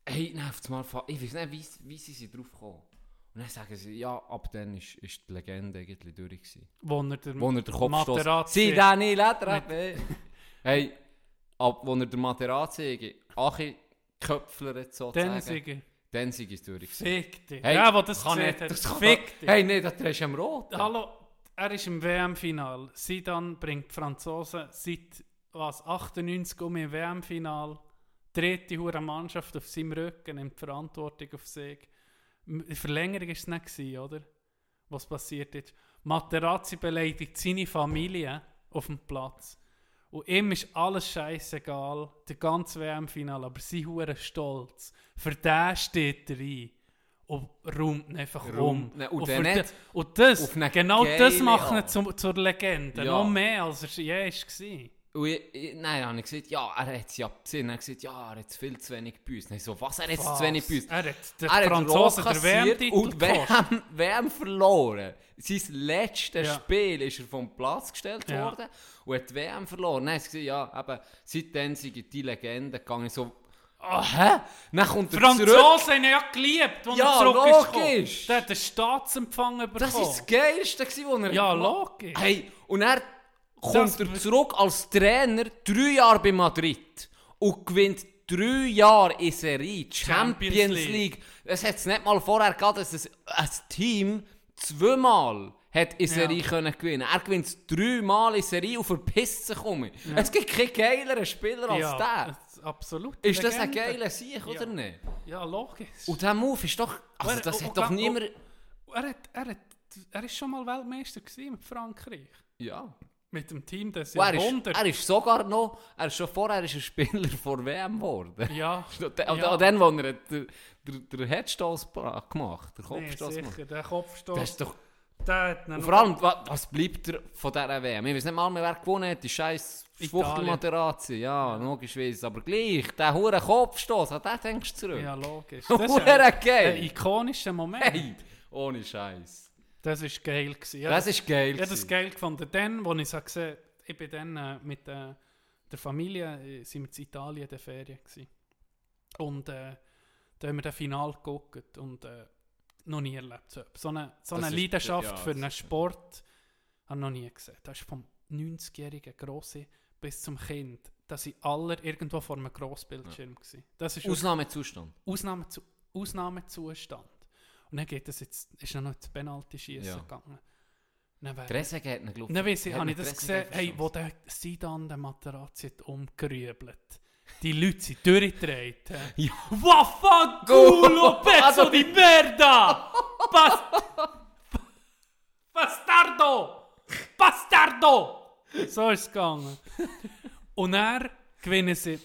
[SPEAKER 3] hey, nein, auf das Mal... fa- Ich weiß nicht, wie, wie sie sind drauf gekommen. Und dann sagen sie, ja, ab dann ist, ist die Legende irgendwie durch gewesen.
[SPEAKER 5] Wo er der
[SPEAKER 3] Wo er den Kopf stoßt.
[SPEAKER 5] Materazzi-
[SPEAKER 3] Sie, Dani, Lederabwehr. Hey, ab wo er den Materazzi... Achi... Köpfler,
[SPEAKER 5] Dann
[SPEAKER 3] sozusagen.
[SPEAKER 5] sage ich,
[SPEAKER 3] Dann sei es durch gewesen.
[SPEAKER 5] fick dich.
[SPEAKER 3] Hey,
[SPEAKER 5] ja, wo das
[SPEAKER 3] kann
[SPEAKER 5] gesehen
[SPEAKER 3] nicht,
[SPEAKER 5] hat,
[SPEAKER 3] das kann-
[SPEAKER 5] fick dich.
[SPEAKER 3] Hey, nee, dat is hem rot.
[SPEAKER 5] Hallo, er ist im WM-Final. Sidan bringt die Franzosen seit was, 98 um im WM-Final. Dritte hure Mannschaft auf seinem Rücken, nimmt die Verantwortung auf sich. M- Die Verlängerung war es nicht, gewesen, oder? Was passiert ist. Materazzi beleidigt seine Familie auf dem Platz. Und ihm ist alles scheißegal, der ganze WM-Final, aber sie hure stolz. Für den steht er ein. und raumt ihn einfach um.
[SPEAKER 3] Raumt ihn. Und wenn
[SPEAKER 5] für
[SPEAKER 3] nicht,
[SPEAKER 5] de- und das,
[SPEAKER 3] auf eine
[SPEAKER 5] genau
[SPEAKER 3] geile
[SPEAKER 5] das macht ihn
[SPEAKER 3] Art.
[SPEAKER 5] zum, zur Legende.
[SPEAKER 3] Ja.
[SPEAKER 5] Noch mehr, als er je war.
[SPEAKER 3] Und ich, ich, nein, dann habe ich gesagt, ja, er hat es ja gesehen. Er hat gesagt, ja, er hat viel zu wenig Büsse. Nein, so, was, er hat zu wenig Büsse?
[SPEAKER 5] Er hat den
[SPEAKER 3] Er hat
[SPEAKER 5] Franzosen
[SPEAKER 3] Rohr
[SPEAKER 5] der
[SPEAKER 3] kassiert
[SPEAKER 5] WM-Titel
[SPEAKER 3] und
[SPEAKER 5] gekostet.
[SPEAKER 3] WM, WM verloren. Sein letztes
[SPEAKER 5] Ja.
[SPEAKER 3] Spiel ist er vom Platz gestellt
[SPEAKER 5] Ja.
[SPEAKER 3] worden und hat die WM verloren. Dann haben sie gesagt, ja, eben, seitdem sind die Legende gegangen. So, ah, hä? Dann kommt er zurück.
[SPEAKER 5] Franzosen haben ihn ja geliebt, als
[SPEAKER 3] Ja,
[SPEAKER 5] er zurück ist
[SPEAKER 3] logisch.
[SPEAKER 5] gekommen. Der hat den Staatsempfang bekommen.
[SPEAKER 3] Das war das Geilste, gewesen, was er
[SPEAKER 5] Ja,
[SPEAKER 3] gemacht-
[SPEAKER 5] logisch.
[SPEAKER 3] Hey, und er kommt
[SPEAKER 5] Das-
[SPEAKER 3] er zurück als Trainer, drei Jahre bei Madrid und gewinnt drei Jahre in Serie die Champions,
[SPEAKER 5] Champions
[SPEAKER 3] League.
[SPEAKER 5] League.
[SPEAKER 3] Es hat es nicht mal vorher gehabt, dass es ein dus Team zweimal hat in Serie können gewinnen Er gewinnt es dreimal in Serie und verpisst sich um. ihn. Es gibt keinen geileren Spieler als der.
[SPEAKER 5] das- Absolut.
[SPEAKER 3] Ist das ein
[SPEAKER 5] Legende.
[SPEAKER 3] geiler Sieg oder
[SPEAKER 5] Ja.
[SPEAKER 3] nicht?
[SPEAKER 5] Ja, logisch.
[SPEAKER 3] Und der Move ist doch... Also
[SPEAKER 5] Und-
[SPEAKER 3] das
[SPEAKER 5] und-
[SPEAKER 3] hat
[SPEAKER 5] und-
[SPEAKER 3] doch
[SPEAKER 5] und-
[SPEAKER 3] niemand...
[SPEAKER 5] er, hat, er, hat, er ist schon mal Weltmeister gewesen mit Frankreich.
[SPEAKER 3] Ja.
[SPEAKER 5] Mit dem Team des
[SPEAKER 3] Und Er ist, Ah,
[SPEAKER 5] Jahrhunderts.
[SPEAKER 3] er ist sogar noch, er ist schon vorher ist er Spieler vor WM geworden.
[SPEAKER 5] ja.
[SPEAKER 3] Ja. An dem, wo er den, den, den Headstoss bra- gemacht den
[SPEAKER 5] Nee,
[SPEAKER 3] Kopfstoss gemacht
[SPEAKER 5] sicher, der Kopfstoß.
[SPEAKER 3] das ist doch,
[SPEAKER 5] der hat ihn
[SPEAKER 3] und
[SPEAKER 5] noch-
[SPEAKER 3] vor allem, wa- was bleibt er von dieser WM? Ich weiß nicht mal mehr, wer gewonnen hat, die scheiß
[SPEAKER 5] Italien.
[SPEAKER 3] Schwuchtelmaterazzi. Ja, logisch weiss, aber gleich, der hure Kopfstoß, an den denkst du zurück.
[SPEAKER 5] Ja, logisch.
[SPEAKER 3] Hure geil.
[SPEAKER 5] ein ikonischer Moment.
[SPEAKER 3] Hey, ohne Scheiß.
[SPEAKER 5] Das war geil. Gewesen. Ja,
[SPEAKER 3] Das ist geil.
[SPEAKER 5] Ich habe das
[SPEAKER 3] gewesen.
[SPEAKER 5] geil gefunden. Dann, wo ich es gesehen habe, ich bin dann äh, mit äh, der Familie äh, sind wir in Italien in der Ferien. Gewesen. Und äh, da haben wir das Finale geguckt und äh, noch nie erlebt. So, etwas. so eine, so
[SPEAKER 3] Das
[SPEAKER 5] eine
[SPEAKER 3] ist-
[SPEAKER 5] Leidenschaft
[SPEAKER 3] ja,
[SPEAKER 5] für einen
[SPEAKER 3] das-
[SPEAKER 5] Sport habe ich noch nie gesehen. Das ist vom 90-jährigen Grossen bis zum Kind. Da sind alle irgendwo vor einem Grossbildschirm. gewesen. Das ist
[SPEAKER 3] Ausnahmezustand.
[SPEAKER 5] Ausnahme zu, Ausnahmezustand. Und dann geht das jetzt, ist dann noch ins Penalty-Schießen
[SPEAKER 3] Ja.
[SPEAKER 5] gegangen. Dann wär-
[SPEAKER 3] Dresse geht nicht, glaube
[SPEAKER 5] dann weiss ich, habe ich das gesehen, hey, wo
[SPEAKER 3] wo
[SPEAKER 5] der Sidan den Materazzi hat umgerübelt. Die Leute sind durchgedreht.
[SPEAKER 3] Ja. Also-
[SPEAKER 5] Vaffanculo, pezzo di merda! Bas Bastardo! Bastardo! So ist es gegangen. Und er gewinnen sie.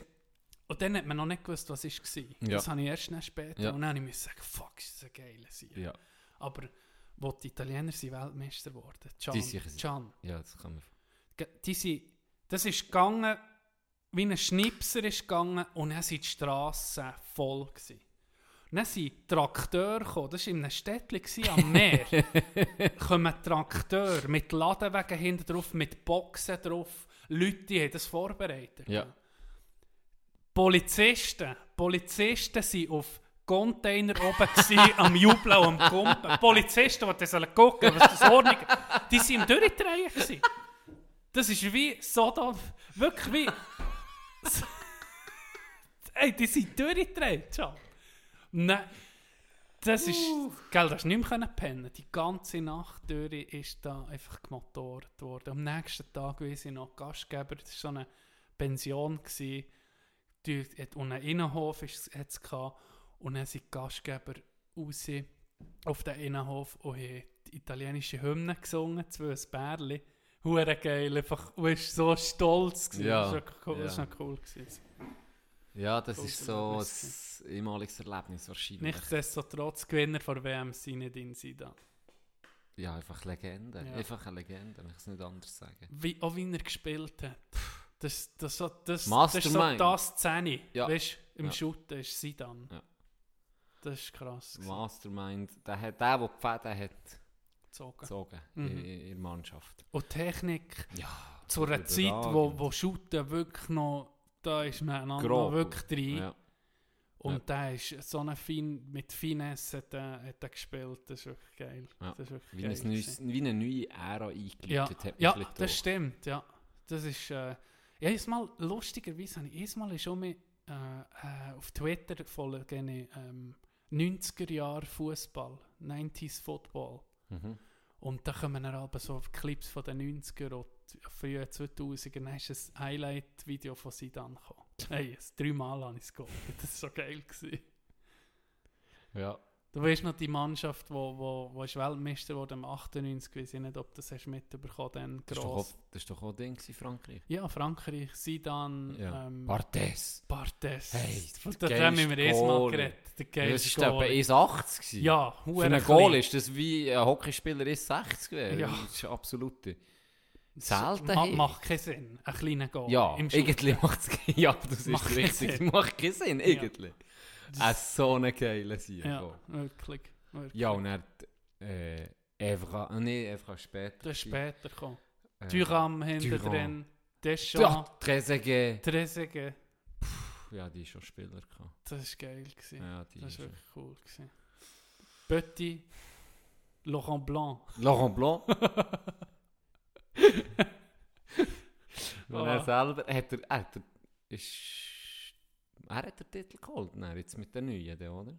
[SPEAKER 5] Und dann hat man noch nicht gewusst, was es war.
[SPEAKER 3] Ja.
[SPEAKER 5] Das habe ich erst dann später.
[SPEAKER 3] Ja.
[SPEAKER 5] Und dann musste ich sagen, fuck, ist das ein geiler Sieg.
[SPEAKER 3] Ja,
[SPEAKER 5] Aber wo die Italiener sind Weltmeister geworden. Can,
[SPEAKER 3] Die sicher sind.
[SPEAKER 5] Can.
[SPEAKER 3] ja, das kann man...
[SPEAKER 5] Ge- Die sind, das ist gegangen, wie ein Schnipser ist gegangen und dann sind die Strassen voll gewesen. Und Dann sind Trakteure gekommen, das war in einem Städtchen gewesen, am Meer. kommen Trakteure mit Ladenwagen hinten drauf, mit Boxen drauf. Leute die haben das vorbereitet.
[SPEAKER 3] Ja.
[SPEAKER 5] Polizisten, Polizisten sind auf Container oben gewesen, am Jubeln und am Kumpen. Polizisten, die das sollen gucken, was das ordentlich Die sind im Durchdrehen gewesen. Das ist wie Sodom, wirklich wie... Ey, die sind durchgedreht, schon. Nein. Das ist, gell, das ist nicht mehr können pennen. Die ganze Nacht durch ist da einfach gemotort worden. Am nächsten Tag weiss ich noch, Gastgeber, das war so eine Pension, gewesen, die, hat- und einen Innenhof hatte es. gehabt. Und dann sind die Gastgeber raus auf den Innenhof und haben die italienische Hymne gesungen, zwei Bärli. Hure geil, einfach, und ist so stolz. gewesen.
[SPEAKER 3] Ja,
[SPEAKER 5] Das war noch cool, das
[SPEAKER 3] ja.
[SPEAKER 5] war noch cool gewesen.
[SPEAKER 3] Ja, das ist
[SPEAKER 5] Großes
[SPEAKER 3] so
[SPEAKER 5] Erlebnis.
[SPEAKER 3] ein ehemaliges Erlebnis wahrscheinlich.
[SPEAKER 5] Nichtsdestotrotz, Gewinner von WM Sinedin Sidan.
[SPEAKER 3] Ja, einfach Legende.
[SPEAKER 5] Ja.
[SPEAKER 3] Einfach eine Legende, ich kann es nicht anders sagen.
[SPEAKER 5] Wie, auch wie er gespielt hat. Das, das, so- das, das ist so
[SPEAKER 3] Mastermind.
[SPEAKER 5] das Szene.
[SPEAKER 3] oh Ja.
[SPEAKER 5] Weißt du, im
[SPEAKER 3] Ja.
[SPEAKER 5] Shooten ist Sidan.
[SPEAKER 3] Ja.
[SPEAKER 5] Das ist krass. gewesen,
[SPEAKER 3] Mastermind, der, hat, der, der die Fäden hat
[SPEAKER 5] gezogen.
[SPEAKER 3] gezogen
[SPEAKER 5] Mhm.
[SPEAKER 3] in, in der Mannschaft.
[SPEAKER 5] Und Technik
[SPEAKER 3] Ja,
[SPEAKER 5] zu einer Zeit, wo,
[SPEAKER 3] überragend.
[SPEAKER 5] wo Shooten wirklich noch. Da ist man einander
[SPEAKER 3] Grob.
[SPEAKER 5] noch wirklich drin.
[SPEAKER 3] ja.
[SPEAKER 5] Und
[SPEAKER 3] Ja.
[SPEAKER 5] da ist so eine Fin mit Finesse hat er, hat er gespielt. Das ist wirklich geil.
[SPEAKER 3] Ja.
[SPEAKER 5] Das ist wirklich
[SPEAKER 3] Wie,
[SPEAKER 5] geil
[SPEAKER 3] ein neues,
[SPEAKER 5] gewesen.
[SPEAKER 3] wie eine neue Ära eingeläutet
[SPEAKER 5] Ja,
[SPEAKER 3] hat. mich
[SPEAKER 5] ja
[SPEAKER 3] ein bisschen
[SPEAKER 5] das
[SPEAKER 3] durch.
[SPEAKER 5] stimmt, ja. Das ist, äh, ja, jedes Mal, lustigerweise, habe ich jedes Mal schon mit, äh, äh, auf Twitter folge ich ähm, 90er-Jahre Fußball, 90s Football.
[SPEAKER 3] Mhm.
[SPEAKER 5] Und da kommen dann aber so Clips von den 90er und frühen 2000er, dann ist ein Highlight-Video von Sidan gekommen. Hey, es- dreimal habe ich es geguckt. Das war so geil. Gewesen.
[SPEAKER 3] Ja,
[SPEAKER 5] Du weißt noch die Mannschaft, die wo, wo, wo ist Weltmeister wurde im 98, weiß ich nicht, ob das hast du mitbekommen dann
[SPEAKER 3] Das war doch,
[SPEAKER 5] gross.
[SPEAKER 3] auch- das ist doch auch ein Ding in Frankreich.
[SPEAKER 5] Ja, Frankreich, Sidan,
[SPEAKER 3] Ja.
[SPEAKER 5] ähm,
[SPEAKER 3] Bartes.
[SPEAKER 5] Bartes.
[SPEAKER 3] Hey,
[SPEAKER 5] Von
[SPEAKER 3] der
[SPEAKER 5] dem haben wir
[SPEAKER 3] geilste
[SPEAKER 5] erst mal
[SPEAKER 3] Goalie.
[SPEAKER 5] geredet. Der
[SPEAKER 3] Ja,
[SPEAKER 5] geilste
[SPEAKER 3] Das war etwa
[SPEAKER 5] Goalie.
[SPEAKER 3] 1,80 gewesen.
[SPEAKER 5] Ja,
[SPEAKER 3] Für einen Goal ist das wie ein Hockeyspieler 1,60 wäre.
[SPEAKER 5] Ja.
[SPEAKER 3] Das ist absolut.
[SPEAKER 5] selten.
[SPEAKER 3] Seltenheit.
[SPEAKER 5] macht keinen Sinn. Ein kleiner Goal.
[SPEAKER 3] Ja,
[SPEAKER 5] Im Sturm.
[SPEAKER 3] irgendwie macht es Ja, das
[SPEAKER 5] Macht
[SPEAKER 3] ist
[SPEAKER 5] keinen
[SPEAKER 3] richtig.
[SPEAKER 5] Sinn.
[SPEAKER 3] Macht keinen Sinn, irgendwie. Ein so ein geiler Sieg.
[SPEAKER 5] Ja, wirklich. wirklich.
[SPEAKER 3] ja, und er äh, Evra, nee, Evra später.
[SPEAKER 5] Das ist später gekommen.
[SPEAKER 3] Äh,
[SPEAKER 5] Thuram hinter drin. Deschamps.
[SPEAKER 3] Ja, Trezeguet.
[SPEAKER 5] Trezeguet.
[SPEAKER 3] Ja, die ist schon Spieler. gehabt.
[SPEAKER 5] Das war geil. Gewesen.
[SPEAKER 3] Ja, die
[SPEAKER 5] Das
[SPEAKER 3] ist
[SPEAKER 5] war wirklich cool. Gewesen. Petit, Laurent Blanc.
[SPEAKER 3] Laurent Blanc. Und er
[SPEAKER 5] Ah.
[SPEAKER 3] selber hat er, hat er, ist, er hat den Titel geholt, nein, jetzt mit der neuen, der, oder?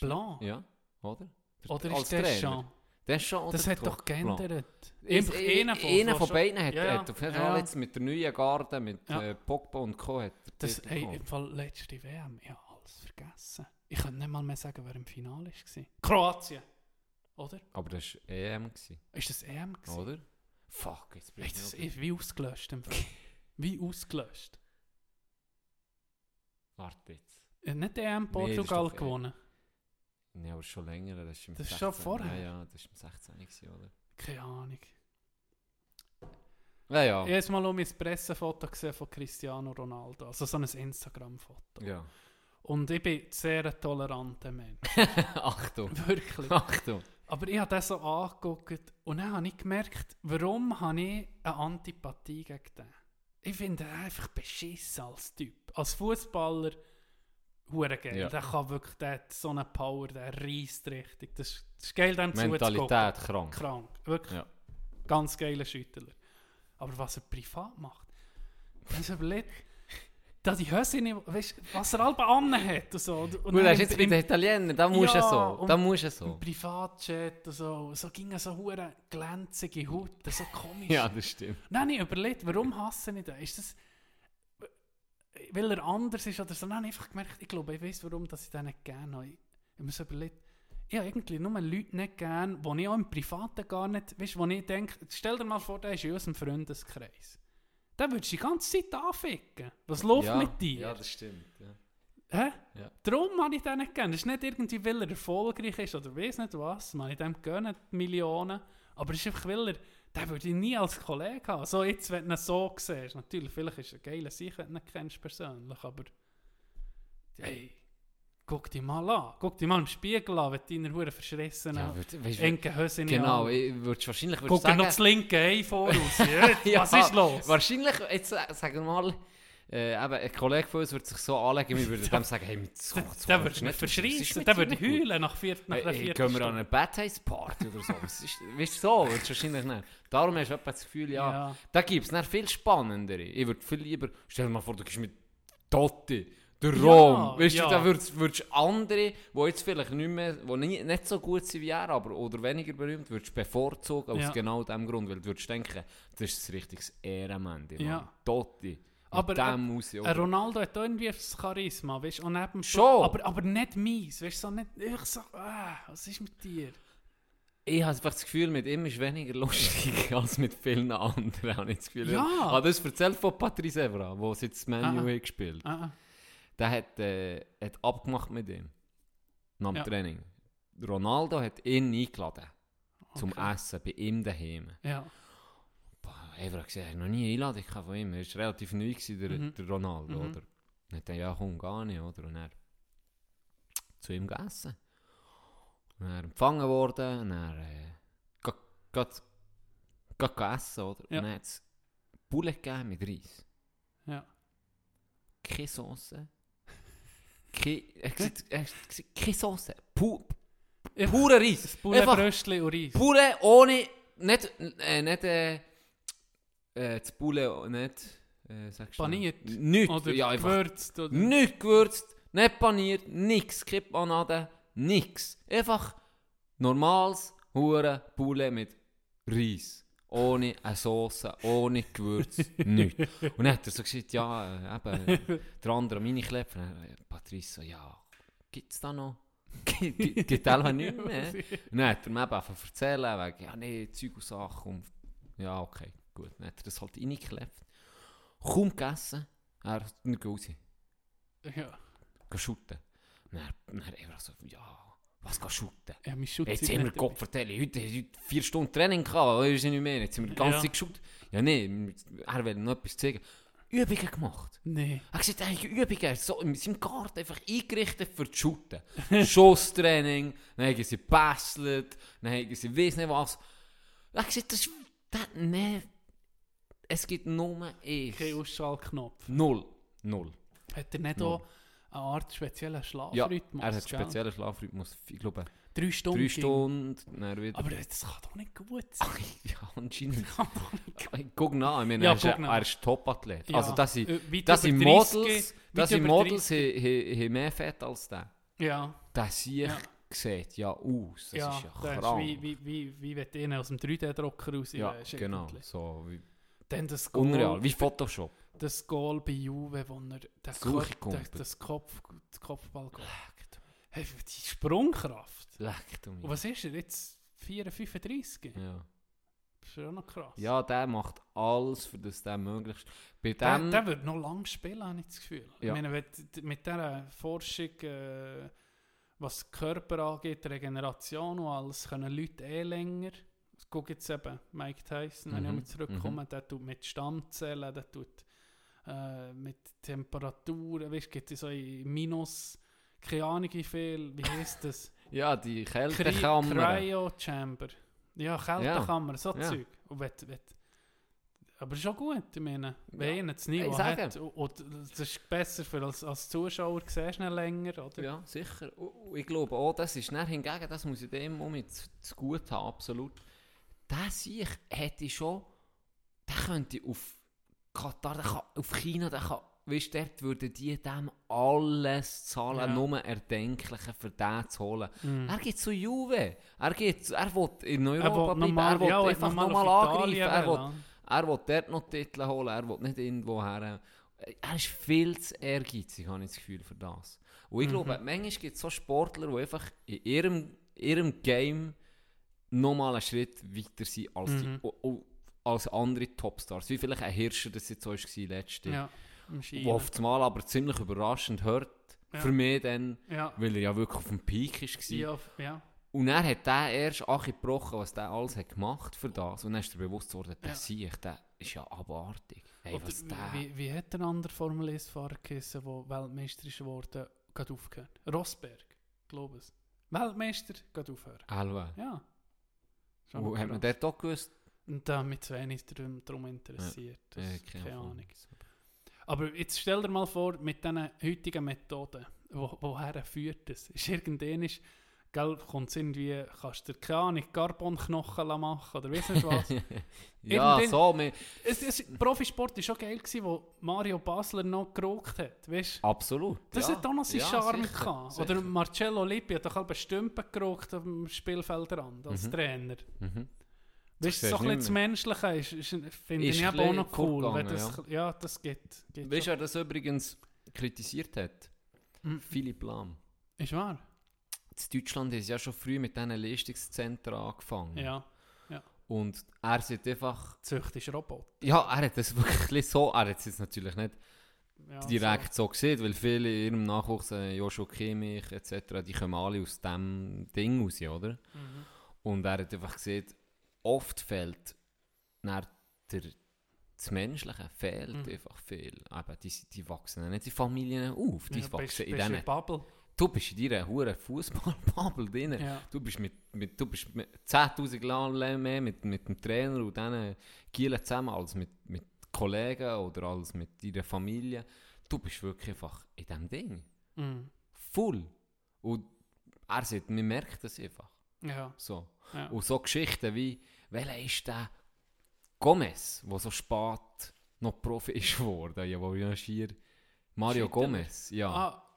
[SPEAKER 5] Blanc?
[SPEAKER 3] Ja, oder? Der-
[SPEAKER 5] Oder
[SPEAKER 3] als
[SPEAKER 5] ist
[SPEAKER 3] Trainer.
[SPEAKER 5] Deschamps?
[SPEAKER 3] Deschamps oder
[SPEAKER 5] Das hat
[SPEAKER 3] Blanc?
[SPEAKER 5] doch geändert.
[SPEAKER 3] Ist-
[SPEAKER 5] Einfach
[SPEAKER 3] i-
[SPEAKER 5] einer von-
[SPEAKER 3] einer von
[SPEAKER 5] schon-
[SPEAKER 3] beiden hat,
[SPEAKER 5] Ja, ja.
[SPEAKER 3] hat auf jeden
[SPEAKER 5] Ja,
[SPEAKER 3] Fall
[SPEAKER 5] ja.
[SPEAKER 3] jetzt mit der neuen Garde, mit
[SPEAKER 5] Ja.
[SPEAKER 3] äh, Pogba und Co. hat er
[SPEAKER 5] Das,
[SPEAKER 3] Titel
[SPEAKER 5] hey,
[SPEAKER 3] geholt.
[SPEAKER 5] im Fall letzte WM, ich habe alles vergessen. Ich kann nicht mal mehr sagen, wer im Finale war. Kroatien, oder?
[SPEAKER 3] Aber das war EM, gewesen,
[SPEAKER 5] Ist das EM? gewesen?
[SPEAKER 3] oder? Fuck, jetzt bin
[SPEAKER 5] Ey,
[SPEAKER 3] Oh, ich
[SPEAKER 5] das
[SPEAKER 3] noch-
[SPEAKER 5] ist eh wie ausgelöscht im Fall. wie ausgelöscht.
[SPEAKER 3] Warte jetzt.
[SPEAKER 5] Äh, Nicht
[SPEAKER 3] das
[SPEAKER 5] EM
[SPEAKER 3] ist
[SPEAKER 5] Portugal
[SPEAKER 3] doch eh-
[SPEAKER 5] gewonnen.
[SPEAKER 3] Nein, aber schon länger, das ist im
[SPEAKER 5] Das ist
[SPEAKER 3] 16.
[SPEAKER 5] schon vorher.
[SPEAKER 3] Ja, ja, das war im 16. gewesen, oder?
[SPEAKER 5] Keine Ahnung.
[SPEAKER 3] Ja, ja.
[SPEAKER 5] Ich habe mal um ein Pressefoto gesehen von Cristiano Ronaldo. Also so ein Instagram-Foto.
[SPEAKER 3] ja.
[SPEAKER 5] Und ich bin sehr ein toleranter Mensch.
[SPEAKER 3] Achtung,
[SPEAKER 5] Wirklich.
[SPEAKER 3] Achtung.
[SPEAKER 5] Aber ich habe das so angeguckt und dann habe ich gemerkt, warum habe ich eine Antipathie gegen den. Ich finde ihn einfach beschissen als Typ. Als Fußballer, hure geil.
[SPEAKER 3] Ja.
[SPEAKER 5] Der kann wirklich, der hat so eine Power, der reisst richtig. Das ist, das ist geil, dem
[SPEAKER 3] Mentalität krank.
[SPEAKER 5] zuzugucken. Krank. Wirklich.
[SPEAKER 3] Ja.
[SPEAKER 5] Ganz geiler Schüttler. Aber was er privat macht, das überlegt, dass die Hösse nicht, weißt, du, was er alle anhat und so. Und, und
[SPEAKER 3] Gut,
[SPEAKER 5] dann
[SPEAKER 3] das ist jetzt
[SPEAKER 5] im-
[SPEAKER 3] wieder Italiener, da musst du
[SPEAKER 5] Ja,
[SPEAKER 3] so.
[SPEAKER 5] und-
[SPEAKER 3] Da musst du
[SPEAKER 5] im
[SPEAKER 3] so.
[SPEAKER 5] Privatjet und so. So ging er so hure glänzige Haut, so komisch.
[SPEAKER 3] Ja, das stimmt.
[SPEAKER 5] Nein, ich überlegt, warum hasse ich den? Ist das, weil er anders ist oder so? Nein, ich habe einfach gemerkt, ich glaube, ich weiß, warum dass ich den nicht gerne habe. Ich habe mir so überlegt, ich habe irgendwie nur Leute nicht gerne, die ich auch im Privaten gar nicht, weißt du, wo ich denke, stell dir mal vor, der ist in unserem Freundeskreis. Dann würdest du die ganze Zeit anficken. Was läuft
[SPEAKER 3] ja,
[SPEAKER 5] mit dir?
[SPEAKER 3] Ja, das stimmt. Ja.
[SPEAKER 5] Hä?
[SPEAKER 3] Ja.
[SPEAKER 5] Darum habe ich den nicht gegeben. Das ist nicht irgendwie, weil er erfolgreich ist oder weiß nicht was. Man, ich dem gönnen die Millionen. Aber es ist einfach, weil er, den würde ich nie als Kollege haben. So jetzt, wenn du ihn so siehst. Natürlich, vielleicht ist er geil, dass ich ihn nicht kennst persönlich, aber hey, guck dich mal an. Guck dich mal im Spiegel an, wenn du deiner Hure verschressen
[SPEAKER 3] Ja,
[SPEAKER 5] hast.
[SPEAKER 3] würd- weißt du,
[SPEAKER 5] Enge Höse nicht
[SPEAKER 3] genau, eh,
[SPEAKER 5] an.
[SPEAKER 3] ich würd's wahrscheinlich würd's
[SPEAKER 5] Guck dir
[SPEAKER 3] sagen,
[SPEAKER 5] noch das linke Ei voraus. Jetzt,
[SPEAKER 3] Ja,
[SPEAKER 5] Was ist los?
[SPEAKER 3] Wahrscheinlich, jetzt äh, sagen wir mal, äh, eben, ein Kollege von uns würde sich so anlegen, wir würden dem sagen, hey, mit das
[SPEAKER 5] Den-
[SPEAKER 3] kommt- das
[SPEAKER 5] Den
[SPEAKER 3] kommt
[SPEAKER 5] würdest du nicht
[SPEAKER 3] was ist
[SPEAKER 5] verschreissen.
[SPEAKER 3] mit
[SPEAKER 5] Den
[SPEAKER 3] dir
[SPEAKER 5] würde
[SPEAKER 3] nicht
[SPEAKER 5] ich
[SPEAKER 3] gut?
[SPEAKER 5] heulen nach, vier, nach
[SPEAKER 3] Hey,
[SPEAKER 5] einer
[SPEAKER 3] hey,
[SPEAKER 5] vierten
[SPEAKER 3] gehen wir an eine Bad-Eyes-Party oder so. Was ist, weißt du, so würdest du wahrscheinlich nicht. Darum hast du etwa das Gefühl, ja,
[SPEAKER 5] Ja.
[SPEAKER 3] da gibt es viel spannendere. Ich würde viel lieber, stell dir mal vor, du gehst mit Totti, der
[SPEAKER 5] Ja,
[SPEAKER 3] Rom. weißt
[SPEAKER 5] ja.
[SPEAKER 3] du, da würdest würdest andere, die jetzt vielleicht nicht mehr, die nie, nicht so gut sind wie er, aber oder weniger berühmt, würdest du bevorzugen, aus
[SPEAKER 5] Ja.
[SPEAKER 3] genau dem Grund, weil du würdest denken, das ist ein richtiges Ehrenmende. Mann.
[SPEAKER 5] Ja.
[SPEAKER 3] Totti.
[SPEAKER 5] Aber
[SPEAKER 3] mit dem muss ich
[SPEAKER 5] Ein Äh, Ronaldo hat auch irgendwie das Charisma, weißt du, und eben
[SPEAKER 3] Schon.
[SPEAKER 5] aber, aber nicht meins, weißt du, so nicht, ich so, ah, was ist mit dir?
[SPEAKER 3] Ich habe einfach das Gefühl, mit ihm ist weniger lustig als mit vielen anderen. Habe ich das Gefühl.
[SPEAKER 5] Ja.
[SPEAKER 3] Ich habe das erzählt von Patrice Evra, der jetzt das
[SPEAKER 5] Ah, ah.
[SPEAKER 3] Menu hat gespielt
[SPEAKER 5] Ah, ah.
[SPEAKER 3] Der hat, äh, hat abgemacht mit ihm. Nach dem
[SPEAKER 5] Ja.
[SPEAKER 3] Training. Ronaldo hat ihn eingeladen zum
[SPEAKER 5] Okay.
[SPEAKER 3] Essen bei ihm daheim.
[SPEAKER 5] Ja,
[SPEAKER 3] Boah, Evra gesagt, ich noch nie eine Einladung gehabt von ihm. Er war relativ neu, gewesen, der,
[SPEAKER 5] Mhm.
[SPEAKER 3] der Ronaldo,
[SPEAKER 5] Mhm.
[SPEAKER 3] oder? Und hat dann, ja, komm, gar nicht, oder? Und er zu ihm gegessen. Und er empfangen worden, und er, äh, grad- grad- grad gegessen, oder?
[SPEAKER 5] Ja.
[SPEAKER 3] Und er hat es Bulle gegeben mit Reis.
[SPEAKER 5] ja.
[SPEAKER 3] Keine Sauce. Keine, er hat gesagt, er hat gesagt, keine Sauce. Pu
[SPEAKER 5] Ich-
[SPEAKER 3] pure Reis.
[SPEAKER 5] Das
[SPEAKER 3] Einfach-
[SPEAKER 5] Bullenbröstchen und Reis.
[SPEAKER 3] Pure ohne. Nicht. Äh, nicht äh, äh, das Bulle nicht. Äh, sagst du
[SPEAKER 5] Paniert.
[SPEAKER 3] noch? Nichts.
[SPEAKER 5] Oder
[SPEAKER 3] ja, einfach Hm?
[SPEAKER 5] gewürzt. Oder,
[SPEAKER 3] nichts gewürzt, nicht paniert, nix. Keine Panade, nix. Einfach normales hure Poulet mit Reis. Ohne eine Sauce, ohne Gewürz, nichts. Und dann hat er so gesagt, eh, ja, äh, eben, der andere meine Kläpfe. Patrice so, ja, gibt's da noch gibt gibt einfach nicht mehr. Dann hat er mir eben angefangen zu erzählen, wegen, ja, nee, Zeug und Sachen. Und, ja, okay, gut. Dann hat er das halt reingeklebt. Kaum gegessen, er dann geht raus,
[SPEAKER 5] ja,
[SPEAKER 3] geht shooten. Dann, dann einfach so, ja, was geht shooten?
[SPEAKER 5] ja, mein Schutz
[SPEAKER 3] Jetzt haben wir Gott vertellen, heute, heute vier Stunden Training gehabt, weißt du nicht mehr, jetzt haben wir die ganze
[SPEAKER 5] Ja.
[SPEAKER 3] Zeit geschaut. Ja, nee, er will noch etwas zeigen. Übungen gemacht.
[SPEAKER 5] Nein.
[SPEAKER 3] Er sieht eigentlich Übungen so in seinem Garten einfach eingerichtet für das Shooten. Schusstraining, dann haben sie gebastelt, dann haben sie weiss nicht was. Er sieht, das ist... Das, nee. Es gibt nur eins.
[SPEAKER 5] Kein Ausschaltknopf.
[SPEAKER 3] Null. Null.
[SPEAKER 5] Hat er nicht
[SPEAKER 3] Null.
[SPEAKER 5] auch eine Art speziellen
[SPEAKER 3] Hm. Ja,
[SPEAKER 5] Schlafrhythmus?
[SPEAKER 3] er hat
[SPEAKER 5] gell?
[SPEAKER 3] speziellen Schlafrhythmus. Ich glaube,
[SPEAKER 5] Drei Stunden.
[SPEAKER 3] drei
[SPEAKER 5] ging-
[SPEAKER 3] Stunden, dann wieder...
[SPEAKER 5] Aber das kann doch nicht gut sein.
[SPEAKER 3] Ach, ja, anscheinend.
[SPEAKER 5] Kann doch nicht gut
[SPEAKER 3] Guck nach, ich meine,
[SPEAKER 5] Ja,
[SPEAKER 3] er ist,
[SPEAKER 5] guck nach.
[SPEAKER 3] er ist Topathlet.
[SPEAKER 5] Ja,
[SPEAKER 3] Also das sind,
[SPEAKER 5] äh, weit
[SPEAKER 3] das sind
[SPEAKER 5] über 30,
[SPEAKER 3] Models,
[SPEAKER 5] weit
[SPEAKER 3] das sind
[SPEAKER 5] über
[SPEAKER 3] Models, haben- haben haben mehr Fett als der.
[SPEAKER 5] Ja,
[SPEAKER 3] Der Sieg
[SPEAKER 5] Ja.
[SPEAKER 3] sieht ja aus, das
[SPEAKER 5] ja.
[SPEAKER 3] ist ja
[SPEAKER 5] der
[SPEAKER 3] krank.
[SPEAKER 5] Wie, wie, wie, wie wenn du ihn aus dem 3D-Drucker raus
[SPEAKER 3] ja,
[SPEAKER 5] äh, schicken.
[SPEAKER 3] genau, so wie,
[SPEAKER 5] Dann das Goal,
[SPEAKER 3] unreal, wie Photoshop.
[SPEAKER 5] Das Goal bei Juve, wo er das,
[SPEAKER 3] Suche
[SPEAKER 5] Kopf,
[SPEAKER 3] kommt. Ah,
[SPEAKER 5] das, das Kopf, das Kopfball geht. Hey, die Sprungkraft.
[SPEAKER 3] Leckt um
[SPEAKER 5] Und was ist er jetzt? 4, 35?
[SPEAKER 3] ja.
[SPEAKER 5] Das ist ja noch krass.
[SPEAKER 3] ja, der macht alles, für das der möglichst... Bei
[SPEAKER 5] Der,
[SPEAKER 3] dem...
[SPEAKER 5] der wird noch lange spielen, habe ich das Gefühl. Ich
[SPEAKER 3] Ja.
[SPEAKER 5] meine, wenn du d- mit dieser Forschung, äh, was Körper angeht, Regeneration und alles, können Leute eh länger. Guck jetzt eben, Mike Tyson, wenn ich
[SPEAKER 3] Mhm,
[SPEAKER 5] mal zurückkomme, der tut mit Stammzellen, der tut äh, mit Temperaturen, weißt du, gibt es so in Minus, keine Ahnung wie viel, wie heißt das?
[SPEAKER 3] ja, die
[SPEAKER 5] Kry-
[SPEAKER 3] Kältekammer.
[SPEAKER 5] Cryo-Chamber. Ja, Kältekammer, so
[SPEAKER 3] ja.
[SPEAKER 5] Zeug. Und wenn, wenn, aber schon gut, ich meine, wenn
[SPEAKER 3] Ja.
[SPEAKER 5] ja. das Niveau
[SPEAKER 3] Ich sage.
[SPEAKER 5] hat, und, und das ist besser für als, als Zuschauer, siehst du ihn länger, oder?
[SPEAKER 3] Ja, sicher. Und- und Ich glaube auch, das ist dann hingegen, das muss ich dem um jetzt zu gut haben, absolut. Der Sieg hätte ich schon, der könnte auf Katar, der kann auf China, der kann, weißt du, dort würden die dem alles zahlen,
[SPEAKER 5] Ja.
[SPEAKER 3] nur Erdenkliche für den zu holen.
[SPEAKER 5] Mhm.
[SPEAKER 3] Er geht zu Juve, er geht, zu- er will in
[SPEAKER 5] Er
[SPEAKER 3] Europa
[SPEAKER 5] will
[SPEAKER 3] bleiben, er
[SPEAKER 5] nochmal
[SPEAKER 3] will
[SPEAKER 5] ja, er will
[SPEAKER 3] einfach
[SPEAKER 5] nochmal
[SPEAKER 3] nochmal
[SPEAKER 5] auf
[SPEAKER 3] angreifen,
[SPEAKER 5] Italien
[SPEAKER 3] er will
[SPEAKER 5] wollen, ja.
[SPEAKER 3] er will dort noch Titel holen, er will nicht irgendwo her. Er ist viel zu ehrgeizig, habe ich das Gefühl, für das.
[SPEAKER 5] Mhm.
[SPEAKER 3] Und ich glaube, manchmal gibt es so Sportler, die einfach in ihrem, ihrem Game nochmal einen Schritt weiter sind als,
[SPEAKER 5] Mhm.
[SPEAKER 3] die, o- o- als andere Topstars. Wie vielleicht ein Hirscher das jetzt so war letztes Jahr.
[SPEAKER 5] Ja, im Skiern.
[SPEAKER 3] Wo auf das Mal aber ziemlich überraschend hört.
[SPEAKER 5] Ja.
[SPEAKER 3] Für mich dann,
[SPEAKER 5] ja.
[SPEAKER 3] weil er ja wirklich auf dem Peak war.
[SPEAKER 5] Ja, ja.
[SPEAKER 3] Und er hat der erst angebrochen, was der alles hat gemacht für das. Und dann ist er bewusst geworden, der
[SPEAKER 5] Ja.
[SPEAKER 3] Sieg, der ist ja abartig. Hey,
[SPEAKER 5] Oder
[SPEAKER 3] was der?
[SPEAKER 5] wie, wie hat der andere Formel 1-Fahrer geheissen, der Weltmeister ist geworden, gerade aufgehört? Rosberg, glaube ich. Weltmeister, gerade aufhören.
[SPEAKER 3] Alva.
[SPEAKER 5] Ja. Ist aber
[SPEAKER 3] Und hat man
[SPEAKER 5] krass.
[SPEAKER 3] dort auch gewusst?
[SPEAKER 5] Und da mit zu wenig darum, darum interessiert. Das,
[SPEAKER 3] Äh,
[SPEAKER 5] keine, Ahnung.
[SPEAKER 3] So.
[SPEAKER 5] Aber jetzt stell dir mal vor, mit diesen heutigen Methoden, wo, woher führt das? Ist irgendwann, ist- gell, kommt irgendwie, kannst du dir, keine Ahnung, Carbonknochen lassen machen oder weiss nicht was.
[SPEAKER 3] Ja,
[SPEAKER 5] Irgendwann-
[SPEAKER 3] so. Wir,
[SPEAKER 5] es, es, Profisport war schon geil, gewesen, wo Mario Basler noch gerockt hat, weißt
[SPEAKER 3] absolut.
[SPEAKER 5] Das
[SPEAKER 3] ja.
[SPEAKER 5] hat auch noch seinen
[SPEAKER 3] ja,
[SPEAKER 5] Charme
[SPEAKER 3] sicher,
[SPEAKER 5] gehabt.
[SPEAKER 3] sicher.
[SPEAKER 5] Oder Marcello Lippi hat doch halb Stümpen gerockt am Spielfeldrand als
[SPEAKER 3] Mhm.
[SPEAKER 5] Trainer.
[SPEAKER 3] Mhm.
[SPEAKER 5] Weißt
[SPEAKER 3] Das
[SPEAKER 5] du, so ein
[SPEAKER 3] siehst du
[SPEAKER 5] bisschen das Menschliche ist, ist, finde
[SPEAKER 3] Ist
[SPEAKER 5] ich
[SPEAKER 3] ein
[SPEAKER 5] eben auch
[SPEAKER 3] bisschen
[SPEAKER 5] noch cool. Wenn
[SPEAKER 3] fortgegangen,
[SPEAKER 5] das, ja. ja, das geht. geht
[SPEAKER 3] Weißt du,
[SPEAKER 5] schon.
[SPEAKER 3] wer das übrigens kritisiert hat?
[SPEAKER 5] Mhm.
[SPEAKER 3] Philipp Lahm.
[SPEAKER 5] Ist wahr?
[SPEAKER 3] In Deutschland ist ja schon früh mit diesen Leistungszentren angefangen.
[SPEAKER 5] Ja.
[SPEAKER 3] Und er sieht einfach.
[SPEAKER 5] Zücht ist Robot.
[SPEAKER 3] Ja, er hat das wirklich so. Er hat es jetzt natürlich nicht.
[SPEAKER 5] Ja,
[SPEAKER 3] direkt so sieht, weil viele in ihrem Nachwuchs, äh, Joshua Kimmich etc., die kommen alle aus dem Ding raus, oder?
[SPEAKER 5] So. Mhm.
[SPEAKER 3] Und er hat einfach gesehen, oft fehlt nach der, das Menschliche fehlt
[SPEAKER 5] Mhm.
[SPEAKER 3] einfach viel. Aber die, die wachsen ja nicht in Familien auf, die
[SPEAKER 5] Ja, bist-
[SPEAKER 3] wachsen in
[SPEAKER 5] bist
[SPEAKER 3] denen.
[SPEAKER 5] Bubble.
[SPEAKER 3] Du bist in deiner hohen Fußballbubble drin.
[SPEAKER 5] Ja.
[SPEAKER 3] Du bist mit, mit, du bist mit 10'000 Jahren mehr mit, mit dem Trainer und diesen Gielen zusammen als mit, mit Kollegen oder als mit deiner Familie. Du bist wirklich einfach in diesem Ding.
[SPEAKER 5] Mhm.
[SPEAKER 3] Full. Und er sieht, man merkt das einfach.
[SPEAKER 5] Ja.
[SPEAKER 3] So.
[SPEAKER 5] Ja.
[SPEAKER 3] Und so Geschichten wie, welcher ist der Gomez, der so spät noch Profi ist geworden? Ja, wo ja schier Mario
[SPEAKER 5] Scheitert.
[SPEAKER 3] Gomez, ja.
[SPEAKER 5] Ah,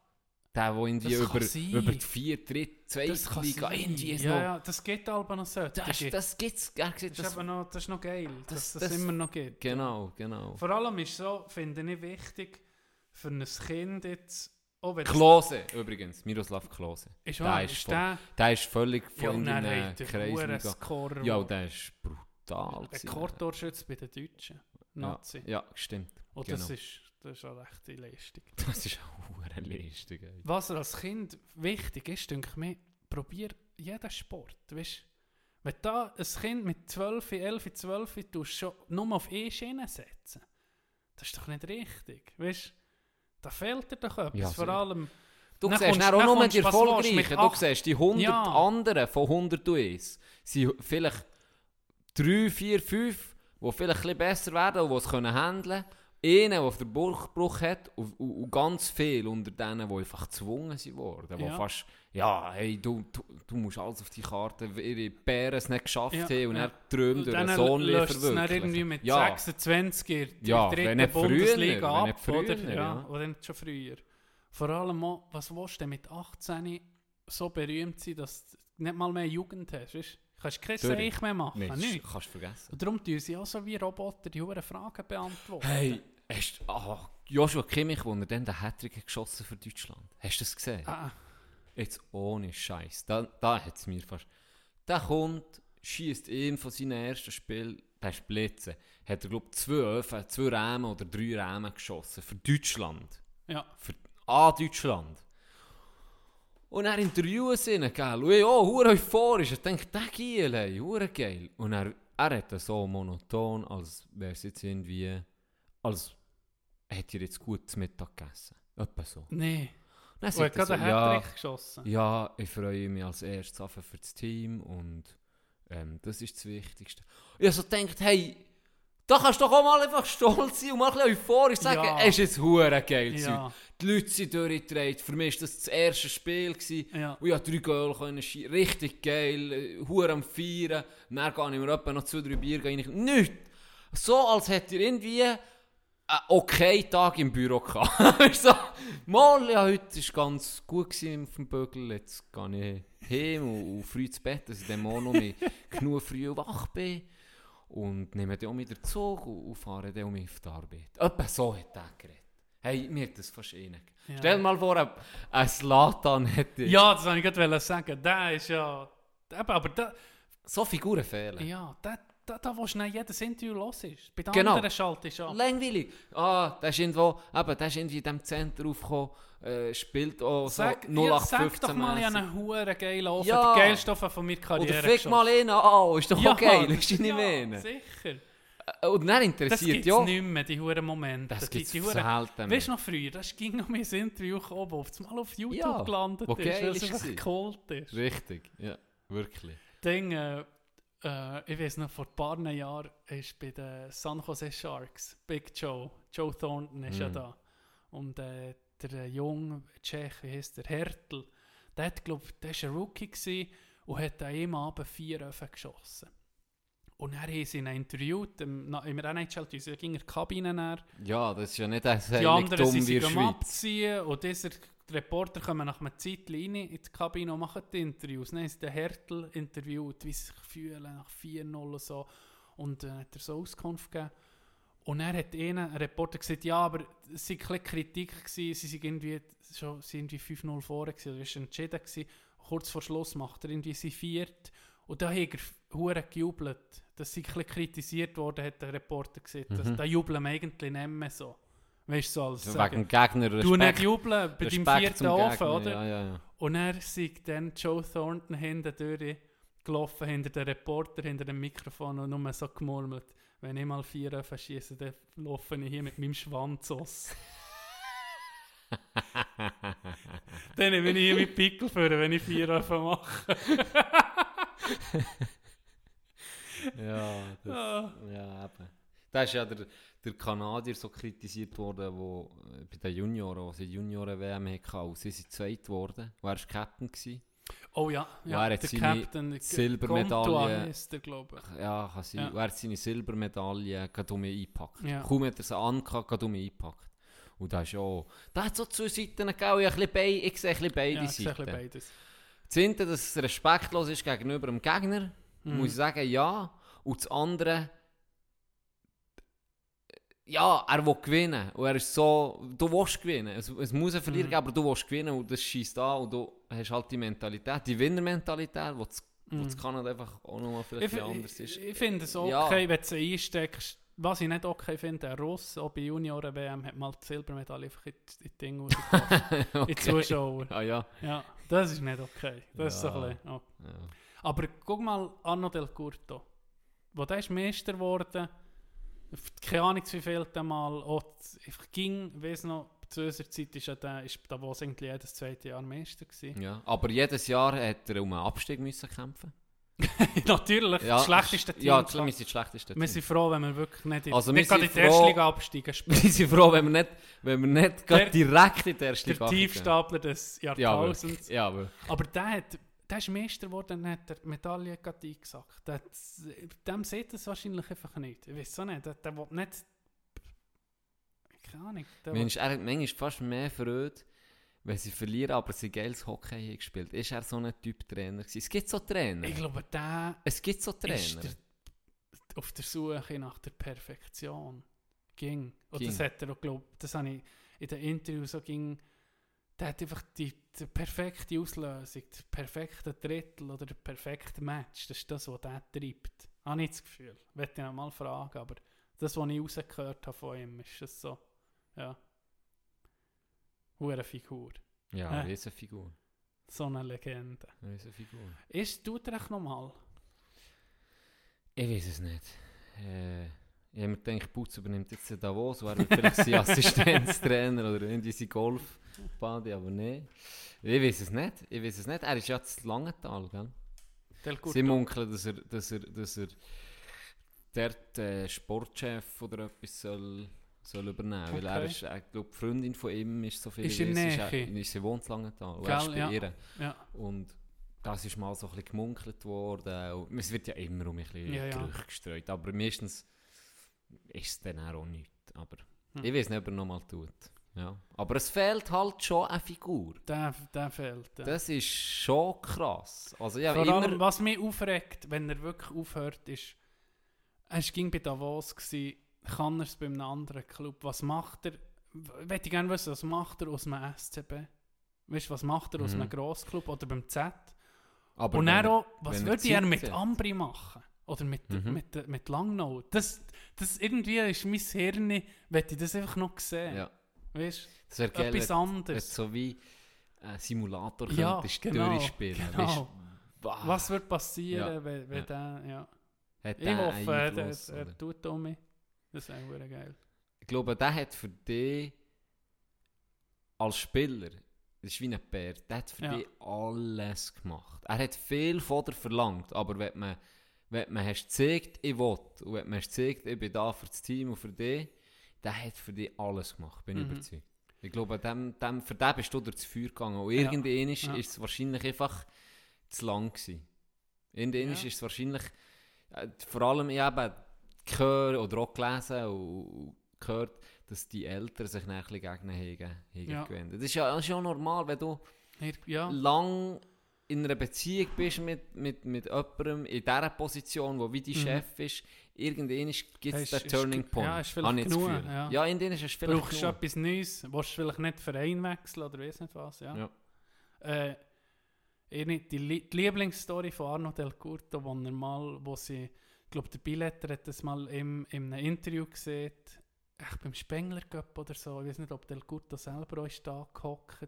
[SPEAKER 3] Der, der irgendwie
[SPEAKER 5] Das kann
[SPEAKER 3] über,
[SPEAKER 5] sein.
[SPEAKER 3] über die vier, dritte, zweite
[SPEAKER 5] das kann
[SPEAKER 3] Liga
[SPEAKER 5] sein.
[SPEAKER 3] Indiens
[SPEAKER 5] ja,
[SPEAKER 3] noch
[SPEAKER 5] ja, das geht aber noch so.
[SPEAKER 3] das,
[SPEAKER 5] geht.
[SPEAKER 3] das gibt's. Er sieht
[SPEAKER 5] Das ist
[SPEAKER 3] das.
[SPEAKER 5] aber noch, das ist noch geil,
[SPEAKER 3] Das-
[SPEAKER 5] dass das,
[SPEAKER 3] das-
[SPEAKER 5] immer noch geht.
[SPEAKER 3] Genau, genau.
[SPEAKER 5] Vor allem ist so, finde ich wichtig, für ein Kind jetzt, auch wenn
[SPEAKER 3] Klose übrigens, Miroslav Klose.
[SPEAKER 5] ist,
[SPEAKER 3] der
[SPEAKER 5] wahr,
[SPEAKER 3] ist
[SPEAKER 5] ist
[SPEAKER 3] voll-
[SPEAKER 5] der,
[SPEAKER 3] Der ist völlig
[SPEAKER 5] ja,
[SPEAKER 3] von
[SPEAKER 5] und dann
[SPEAKER 3] den
[SPEAKER 5] hat der
[SPEAKER 3] Kreisen gegangen.
[SPEAKER 5] Scorer,
[SPEAKER 3] Ja,
[SPEAKER 5] der
[SPEAKER 3] der ist brutal.
[SPEAKER 5] ein
[SPEAKER 3] gewesen.
[SPEAKER 5] Kortorschütz bei den Deutschen, Nazi.
[SPEAKER 3] Ja, stimmt.
[SPEAKER 5] und das
[SPEAKER 3] genau.
[SPEAKER 5] ist, das ist eine rechte Leistung.
[SPEAKER 3] Das ist auch eine Leistung. ey.
[SPEAKER 5] Was er als Kind wichtig ist, denke ich mir, probier jeden Sport. Weißt? Wenn du da ein Kind mit 12, 11, 12 tust, schon nur auf eine Schiene setzen, das ist doch nicht richtig. Weißt? Da fehlt dir doch etwas.
[SPEAKER 3] Ja,
[SPEAKER 5] Vor
[SPEAKER 3] sicher.
[SPEAKER 5] allem,
[SPEAKER 3] Du
[SPEAKER 5] Dann
[SPEAKER 3] siehst
[SPEAKER 5] kommst-
[SPEAKER 3] dann
[SPEAKER 5] dann
[SPEAKER 3] auch nur
[SPEAKER 5] kommst
[SPEAKER 3] die
[SPEAKER 5] du, was willst, mit
[SPEAKER 3] Erfolgreichen. Du
[SPEAKER 5] acht-
[SPEAKER 3] siehst, die 100
[SPEAKER 5] Ja.
[SPEAKER 3] anderen von 101 sind vielleicht 3, 4, 5, die vielleicht ein bisschen besser werden, die es können handeln können. Einen, der auf der Burgbruch hat und, und, und ganz viele unter denen, die einfach gezwungen sind worden. Die
[SPEAKER 5] Ja.
[SPEAKER 3] fast, ja, hey, du, du, du musst alles auf die Karte, ihre Bären es nicht geschafft
[SPEAKER 5] Ja,
[SPEAKER 3] haben und
[SPEAKER 5] ja.
[SPEAKER 3] er träumt durch einen
[SPEAKER 5] dann
[SPEAKER 3] Sohn
[SPEAKER 5] löst es dann irgendwie
[SPEAKER 3] verwirklichen.
[SPEAKER 5] mit
[SPEAKER 3] Ja,
[SPEAKER 5] 26 in der
[SPEAKER 3] Ja, wenn
[SPEAKER 5] dritten
[SPEAKER 3] nicht früher,
[SPEAKER 5] Bundesliga
[SPEAKER 3] wenn
[SPEAKER 5] ab.
[SPEAKER 3] nicht früher,
[SPEAKER 5] oder,
[SPEAKER 3] ja.
[SPEAKER 5] oder nicht schon früher. Vor allem auch, was willst du denn mit 18 so berühmt sein, dass du nicht mal mehr Jugend hast? Weißt? du? Kannst kein
[SPEAKER 3] Durch.
[SPEAKER 5] Seich mehr machen.
[SPEAKER 3] nee,
[SPEAKER 5] nichts.
[SPEAKER 3] das kannst du vergessen.
[SPEAKER 5] Und darum tun sie auch so wie Roboter die hohen Fragen beantworten.
[SPEAKER 3] Hey, hast du ah, Joshua Kimmich, wo er dann den Hattrick hat geschossen für Deutschland? Hast du das gesehen?
[SPEAKER 5] Ah,
[SPEAKER 3] Jetzt ohne Scheiß. Da, da hat es mir fast. Der kommt, schießt ihm von seinem ersten Spiel, der ist blitzen. Hat er, glaube ich, zwei Öfen, zwei Rahmen oder drei Rahmen geschossen für Deutschland.
[SPEAKER 5] ja.
[SPEAKER 3] Für, an Deutschland. Und er interviewt sie ihn, gell? Und ich, oh, hure euphorisch. Er denkt, der Giel, ey, hure geil. Und er, er hat das so monoton, als wäre es jetzt irgendwie, eh, als hätte er jetzt gut zu Mittag gegessen. Etwa so.
[SPEAKER 5] Nee.
[SPEAKER 3] Dann
[SPEAKER 5] Und hat
[SPEAKER 3] sagt er
[SPEAKER 5] gerade
[SPEAKER 3] so,
[SPEAKER 5] einen
[SPEAKER 3] ja,
[SPEAKER 5] Hattrick geschossen.
[SPEAKER 3] ja, ich freue mich als erstes auf für das Team und ähm, das ist das Wichtigste. Ich so denkt, hey, da kannst du doch auch mal einfach stolz sein und mal ein bisschen euphorisch sagen,
[SPEAKER 5] Ja.
[SPEAKER 3] es ist jetzt hure geil. gewesen.»
[SPEAKER 5] Ja,
[SPEAKER 3] Die Leute sind durchgedreht. Für mich war das das erste Spiel. Gewesen.
[SPEAKER 5] ja.
[SPEAKER 3] Und ich konnte drei Goal können schiessen. Richtig geil. äh, Hure am Feiern. Und Dann gehe ich mir etwa noch zwei, drei Bier rein. Nichts! So, als hätte ihr irgendwie einen Äh, okay Tag im Büro gehabt. Weisst du, so, mal, ja, heute war ganz gut gewesen auf dem Bögel. Jetzt gehe ich heim und, und früh ins Bett, dass ich dann morgen noch mehr- genug früh wach bin. Und nehme dann auch mit den Zug und, und fahre dann auch mit auf die Arbeit. Etwa so hat er geredet. Hey, mir hat das fast eh nicht.
[SPEAKER 5] Ja.
[SPEAKER 3] Stell dir mal vor, ein- ein Slatan hätte...
[SPEAKER 5] Ja, das wollte ich gerade sagen. Der ist ja... Eben, aber der...
[SPEAKER 3] So Figuren fehlen.
[SPEAKER 5] Ja, da, da, da wo schnell jedes Interview los ist. Bei den
[SPEAKER 3] Genau.
[SPEAKER 5] anderen schaltest du ab.
[SPEAKER 3] Langweilig. Ah, der ist irgendwo, eben, der ist irgendwie in diesem Zentrum aufgekommen, äh, spielt auch so
[SPEAKER 5] Sag, ja, sag
[SPEAKER 3] 0815
[SPEAKER 5] doch mal, ich habe
[SPEAKER 3] mässig.
[SPEAKER 5] einen huren geilen Ofen.
[SPEAKER 3] Ja.
[SPEAKER 5] Der geilste Ofen von meiner Karriere
[SPEAKER 3] Oder fick
[SPEAKER 5] geschossen.
[SPEAKER 3] mal ihn an, oh, ist doch
[SPEAKER 5] Ja,
[SPEAKER 3] auch geil, ist
[SPEAKER 5] das-
[SPEAKER 3] nicht
[SPEAKER 5] ja,
[SPEAKER 3] meine.
[SPEAKER 5] sicher.
[SPEAKER 3] Äh, Und dann
[SPEAKER 5] Das
[SPEAKER 3] interessiert
[SPEAKER 5] gibt es
[SPEAKER 3] ja,
[SPEAKER 5] nicht mehr, die huren Momente.
[SPEAKER 3] das
[SPEAKER 5] Die-
[SPEAKER 3] gibt es
[SPEAKER 5] die huren-
[SPEAKER 3] selten mehr.
[SPEAKER 5] Weißt du noch früher, das ging noch mehr ein Interview gekommen, wo auf mal auf YouTube
[SPEAKER 3] Ja,
[SPEAKER 5] gelandet
[SPEAKER 3] wo
[SPEAKER 5] ist,
[SPEAKER 3] geil
[SPEAKER 5] weil es
[SPEAKER 3] ist
[SPEAKER 5] einfach
[SPEAKER 3] gewesen.
[SPEAKER 5] geholt ist.
[SPEAKER 3] Richtig, ja, wirklich.
[SPEAKER 5] Ding, äh, äh, ich weiß noch, vor ein paar Jahren ist bei den San Jose Sharks Big Joe, Joe Thornton ist ja
[SPEAKER 3] Mhm.
[SPEAKER 5] da. Und äh, der äh, junge Tschech, wie heißt der, Hertel, der hat, glaub, der war ein Rookie gewesen und hat an einem Abend vier Öfen geschossen. Und er haben sie ihn interviewt, im, na- im NHL, er ging in die Kabine näher.
[SPEAKER 3] Ja, das ist ja nicht ein
[SPEAKER 5] Die anderen
[SPEAKER 3] Heiligtum
[SPEAKER 5] sind
[SPEAKER 3] wie in
[SPEAKER 5] sich
[SPEAKER 3] der
[SPEAKER 5] am
[SPEAKER 3] Schweiz.
[SPEAKER 5] Abziehen und dieser die Reporter kommen nach einer Zeit rein in die Kabine und machen die Interviews. Dann haben sie den Hertel interviewt, wie sie sich fühlen nach 4-0 und so. Und dann hat er so Auskunft gegeben. Und er hat ihnen, ein Reporter, gesagt, ja, aber es war ein bisschen Kritik, gewesen, sie sind irgendwie, schon, sie sind irgendwie 5-0 vorne gewesen, oder es war entschieden. Gewesen. Kurz vor Schluss macht er irgendwie sein Viert. Und da hat er hure gejubelt. Das sie ein bisschen kritisiert worden, hat der Reporter gesagt. Das, Da jubeln wir eigentlich nicht mehr so. Weißt du, so als
[SPEAKER 3] Mhm.
[SPEAKER 5] sagen,
[SPEAKER 3] Wegen dem Gegner Respekt.
[SPEAKER 5] Du nicht jubeln bei deinem
[SPEAKER 3] Respekt
[SPEAKER 5] vierten
[SPEAKER 3] zum
[SPEAKER 5] Ofen,
[SPEAKER 3] Gegner,
[SPEAKER 5] oder?
[SPEAKER 3] Ja, ja, ja.
[SPEAKER 5] Und er sieht dann Joe Thornton hinten durch, gelaufen hinter den Reporter, hinter dem Mikrofon und nur so gemurmelt. Wenn ich mal vier Öfen schiesse, dann laufe ich hier mit meinem Schwanz aus. dann nehme ich hier meinen Pickel für, wenn ich vier Öfen mache.
[SPEAKER 3] Ja, das,
[SPEAKER 5] Ah.
[SPEAKER 3] ja, eben. Da ist ja der, der Kanadier so kritisiert worden, wo, äh, bei den Junioren, wo sie Junioren-WM hatten. Und sie sind zweit geworden. Und er war Captain. Gewesen.
[SPEAKER 5] Oh ja,
[SPEAKER 3] Ja,
[SPEAKER 5] ja,
[SPEAKER 3] er hat
[SPEAKER 5] der
[SPEAKER 3] seine
[SPEAKER 5] Captain. der
[SPEAKER 3] Silbermedaille.
[SPEAKER 5] Comtois heisst er, glaube ich.
[SPEAKER 3] Ja, kann sein.
[SPEAKER 5] Ja.
[SPEAKER 3] Und er hat seine Silbermedaille gerade um ihn eingepackt.
[SPEAKER 5] Ja.
[SPEAKER 3] Kaum hat er sie angehakt, gerade um ihn eingepackt. Und da ist auch... Da hat es auch zwei Seiten gegeben. Ich, habe ein bisschen bei- ich sehe ein bisschen beide
[SPEAKER 5] Ja, ich sehe ein bisschen
[SPEAKER 3] Seiten.
[SPEAKER 5] beides.
[SPEAKER 3] Das eine, dass es respektlos ist gegenüber dem Gegner,
[SPEAKER 5] Mhm.
[SPEAKER 3] muss ich sagen, ja. Und das andere, ja, er will gewinnen. Und er ist so, du willst gewinnen. Es, es muss einen Verlierer
[SPEAKER 5] Mhm.
[SPEAKER 3] geben, aber du willst gewinnen und das schießt an. Und du hast halt die Mentalität, die Winnermentalität, die wo
[SPEAKER 5] Mhm.
[SPEAKER 3] das Kanada einfach auch nochmal vielleicht
[SPEAKER 5] Ich,
[SPEAKER 3] ein bisschen anders
[SPEAKER 5] ich,
[SPEAKER 3] ist.
[SPEAKER 5] ich finde es okay,
[SPEAKER 3] Ja.
[SPEAKER 5] wenn du es einsteckst. Was ich nicht okay finde, ein Russ, auch bei Junioren-WM, hat mal die Silbermedaille einfach in die- in die Dinge rausgebracht. In die Zuschauer.
[SPEAKER 3] Ah ja.
[SPEAKER 5] Ja, das ist nicht okay. Das ist so
[SPEAKER 3] Ja.
[SPEAKER 5] ein bisschen, oh.
[SPEAKER 3] ja.
[SPEAKER 5] Aber guck mal Anno Del Curto. Wo der ist Meister geworden, auf die- keine Ahnung wie viel Mal, auch z- einfach ging, weiss noch, zu unserer Zeit ist ja der, ist Davos irgendwie jedes zweite Jahr Meister gewesen.
[SPEAKER 3] Ja, aber jedes Jahr hat er um einen Abstieg müssen kämpfen.
[SPEAKER 5] Natürlich,
[SPEAKER 3] Ja,
[SPEAKER 5] das schlechteste Team.
[SPEAKER 3] Ja, das- wir
[SPEAKER 5] klar.
[SPEAKER 3] sind das schlechteste Team.
[SPEAKER 5] wir sind froh, wenn wir wirklich nicht in,
[SPEAKER 3] Also wir
[SPEAKER 5] nicht gerade in
[SPEAKER 3] sind
[SPEAKER 5] die
[SPEAKER 3] froh-
[SPEAKER 5] erste Liga absteigen.
[SPEAKER 3] wir sind froh, wenn wir nicht, wenn wir nicht gerade
[SPEAKER 5] Der-
[SPEAKER 3] direkt in der ersten
[SPEAKER 5] Der Tiefstapler des
[SPEAKER 3] Ja,
[SPEAKER 5] Jahrtausends.
[SPEAKER 3] wirklich. ja, wirklich.
[SPEAKER 5] Aber der, hat, der ist Meister geworden und hat der Medaille gerade eingesackt. Der, hat- dem sieht das wahrscheinlich einfach nicht. Ich weiß auch nicht. Der, der will nicht. Keine Ahnung. Der will-
[SPEAKER 3] Mensch, er hat manchmal fast mehr Freude, wenn sie verlieren, aber sie geiles Hockey haben gespielt. Ist er so ein Typ Trainer gewesen? Es gibt so Trainer.
[SPEAKER 5] ich glaube, der
[SPEAKER 3] es gibt so
[SPEAKER 5] ist
[SPEAKER 3] Trainer.
[SPEAKER 5] der, auf der Suche nach der Perfektion. Ging. Und
[SPEAKER 3] Ging.
[SPEAKER 5] das hat er auch, glaube das habe ich in den Interviews so ging. Der hat einfach die, die perfekte Auslösung, das perfekte Drittel oder das perfekte Match. Das ist das, was der treibt. Habe ich das Gefühl. Ich werde ihn mal fragen, aber das, was ich rausgehört habe von ihm, ist das so. Ja. Hure Figur.
[SPEAKER 3] Ja,
[SPEAKER 5] Ja.
[SPEAKER 3] eine Riesenfigur.
[SPEAKER 5] So eine Legende.
[SPEAKER 3] Eine Riesenfigur.
[SPEAKER 5] Ist du recht normal?
[SPEAKER 3] Ich weiß es nicht. Äh, ich habe mir gedacht, Putz übernimmt jetzt den Davos, wo er wird vielleicht sein Assistenztrainer oder irgendwie sein Golfbody, aber nein. Ich weiß es nicht. Ich weiß es nicht. Er ist ja zu Langenthal, gell?
[SPEAKER 5] Del Curto.
[SPEAKER 3] Sie munkeln, dass er, dass er, dass er dort äh, Sportchef oder etwas soll, soll übernehmen soll. Weil er
[SPEAKER 5] Okay.
[SPEAKER 3] ist, ich glaube, die Freundin von ihm ist so viel
[SPEAKER 5] Ist in
[SPEAKER 3] weiß,
[SPEAKER 5] Nähe.
[SPEAKER 3] Ist, sie wohnt lange da. Und er
[SPEAKER 5] Gell,
[SPEAKER 3] ist bei
[SPEAKER 5] ja.
[SPEAKER 3] ihr.
[SPEAKER 5] Ja.
[SPEAKER 3] Und das ist mal so ein bisschen gemunkelt worden. Und es wird ja immer um ein bisschen
[SPEAKER 5] Ja, ja.
[SPEAKER 3] Gerüchte gestreut. Aber meistens ist es dann auch nichts. Aber
[SPEAKER 5] Hm.
[SPEAKER 3] ich weiß nicht, ob er nochmal tut. Ja. Aber es fehlt halt schon eine Figur.
[SPEAKER 5] Der, der fehlt. Ja.
[SPEAKER 3] Das ist schon krass. Also ja,
[SPEAKER 5] Vor
[SPEAKER 3] immer...
[SPEAKER 5] allem, was mich aufregt, wenn er wirklich aufhört, ist, er ging bei Davos, gewesen, kann er es bei einem anderen Club? Was macht er? Würde ich gerne wissen, was macht er aus einem SCB? Weißt du, was macht er aus
[SPEAKER 3] Mhm.
[SPEAKER 5] einem Grossclub oder beim Z?
[SPEAKER 3] Aber
[SPEAKER 5] Und
[SPEAKER 3] wenn
[SPEAKER 5] dann
[SPEAKER 3] er-
[SPEAKER 5] auch, was
[SPEAKER 3] wenn er
[SPEAKER 5] würde er
[SPEAKER 3] Zeit
[SPEAKER 5] mit
[SPEAKER 3] hat.
[SPEAKER 5] Ambri machen? Oder mit,
[SPEAKER 3] Mhm.
[SPEAKER 5] mit, mit Langnau? Das, das irgendwie ist mein Hirn, möchte ich das einfach noch sehen.
[SPEAKER 3] Ja,
[SPEAKER 5] Weißt
[SPEAKER 3] das wäre
[SPEAKER 5] du,
[SPEAKER 3] geil,
[SPEAKER 5] etwas
[SPEAKER 3] wenn wenn du
[SPEAKER 5] anderes.
[SPEAKER 3] so wie ein Simulator
[SPEAKER 5] Ja,
[SPEAKER 3] könntest
[SPEAKER 5] genau,
[SPEAKER 3] durchspielen.
[SPEAKER 5] genau.
[SPEAKER 3] Weißt, wow,
[SPEAKER 5] Was würde passieren,
[SPEAKER 3] Ja.
[SPEAKER 5] wenn, wenn
[SPEAKER 3] Ja.
[SPEAKER 5] der, ja.
[SPEAKER 3] hat
[SPEAKER 5] Ich
[SPEAKER 3] der
[SPEAKER 5] hoffe,
[SPEAKER 3] einen
[SPEAKER 5] er,
[SPEAKER 3] Einfluss,
[SPEAKER 5] er,
[SPEAKER 3] oder?
[SPEAKER 5] er tut um mich. Das wäre hure geil.
[SPEAKER 3] Ich glaube, der hat für dich als Spieler, das ist wie ein Bär, der hat für
[SPEAKER 5] Ja.
[SPEAKER 3] dich alles gemacht. Er hat viel von dir verlangt, aber wenn man, wenn man hast gezeigt, ich will, und wenn man hast gezeigt, ich bin da für das Team und für dich, der hat für dich alles gemacht, bin ich
[SPEAKER 5] Mhm.
[SPEAKER 3] überzeugt. Ich glaube, dem, dem, für den bist du durchs Feuer gegangen und irgendwann ist
[SPEAKER 5] Ja.
[SPEAKER 3] ist es wahrscheinlich einfach zu lang gewesen. Irgendwann
[SPEAKER 5] Ja.
[SPEAKER 3] ist es wahrscheinlich, äh, vor allem ich habe gehört oder auch gelesen und, und gehört, dass die Eltern sich dann ein bisschen gegen ihn haben- haben
[SPEAKER 5] Ja.
[SPEAKER 3] gewendet. Das ist ja, das ist ja auch normal, wenn du
[SPEAKER 5] Hier, ja,
[SPEAKER 3] lang in einer Beziehung bist mit, mit, mit jemandem in dieser Position, wo wie dein
[SPEAKER 5] Mhm.
[SPEAKER 3] Chef ist, irgendwann gibt
[SPEAKER 5] Ja,
[SPEAKER 3] es
[SPEAKER 5] ist-
[SPEAKER 3] den
[SPEAKER 5] ist
[SPEAKER 3] Turning
[SPEAKER 5] ge-
[SPEAKER 3] Point.
[SPEAKER 5] ja, ist vielleicht
[SPEAKER 3] Habe ich das
[SPEAKER 5] genug,
[SPEAKER 3] Gefühl.
[SPEAKER 5] ja.
[SPEAKER 3] ja, irgendwann ist es vielleicht
[SPEAKER 5] brauchst du
[SPEAKER 3] genug.
[SPEAKER 5] etwas Neues? Willst du vielleicht nicht Verein wechseln oder weiß nicht was? Ja.
[SPEAKER 3] Ja.
[SPEAKER 5] Äh, ich nicht, die, Lie- die Lieblingsstory von Arno Del Curto, wo er mal, wo sie, ich glaube, der Billetter hat das mal im, in einem Interview gesehen, echt beim Spengler Cup oder so, ich weiß nicht, ob Del Curto selber auch ist da gehockt,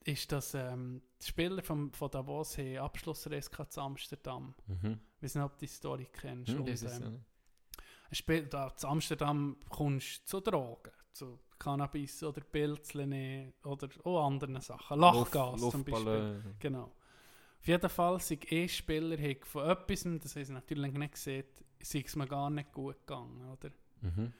[SPEAKER 5] ist, dass ähm, die Spieler vom, von Davos haben Abschlussrace gehabt in Amsterdam.
[SPEAKER 3] Mhm.
[SPEAKER 5] Ich weiß nicht, ob du die Story kennst.
[SPEAKER 3] Hm,
[SPEAKER 5] Und,
[SPEAKER 3] das ist
[SPEAKER 5] ähm,
[SPEAKER 3] so.
[SPEAKER 5] Spiel, da in Amsterdam kommst du zu Drogen, zu Cannabis oder Pilzchen oder auch anderen Sachen. Lachgas
[SPEAKER 3] Luft-
[SPEAKER 5] zum Beispiel.
[SPEAKER 3] Luftballon.
[SPEAKER 5] Genau. Auf jeden Fall sind E-Spieler haben von etwas, das haben sie natürlich nicht gesehen, sei es mir gar nicht gut gegangen. Oder?
[SPEAKER 3] Mhm.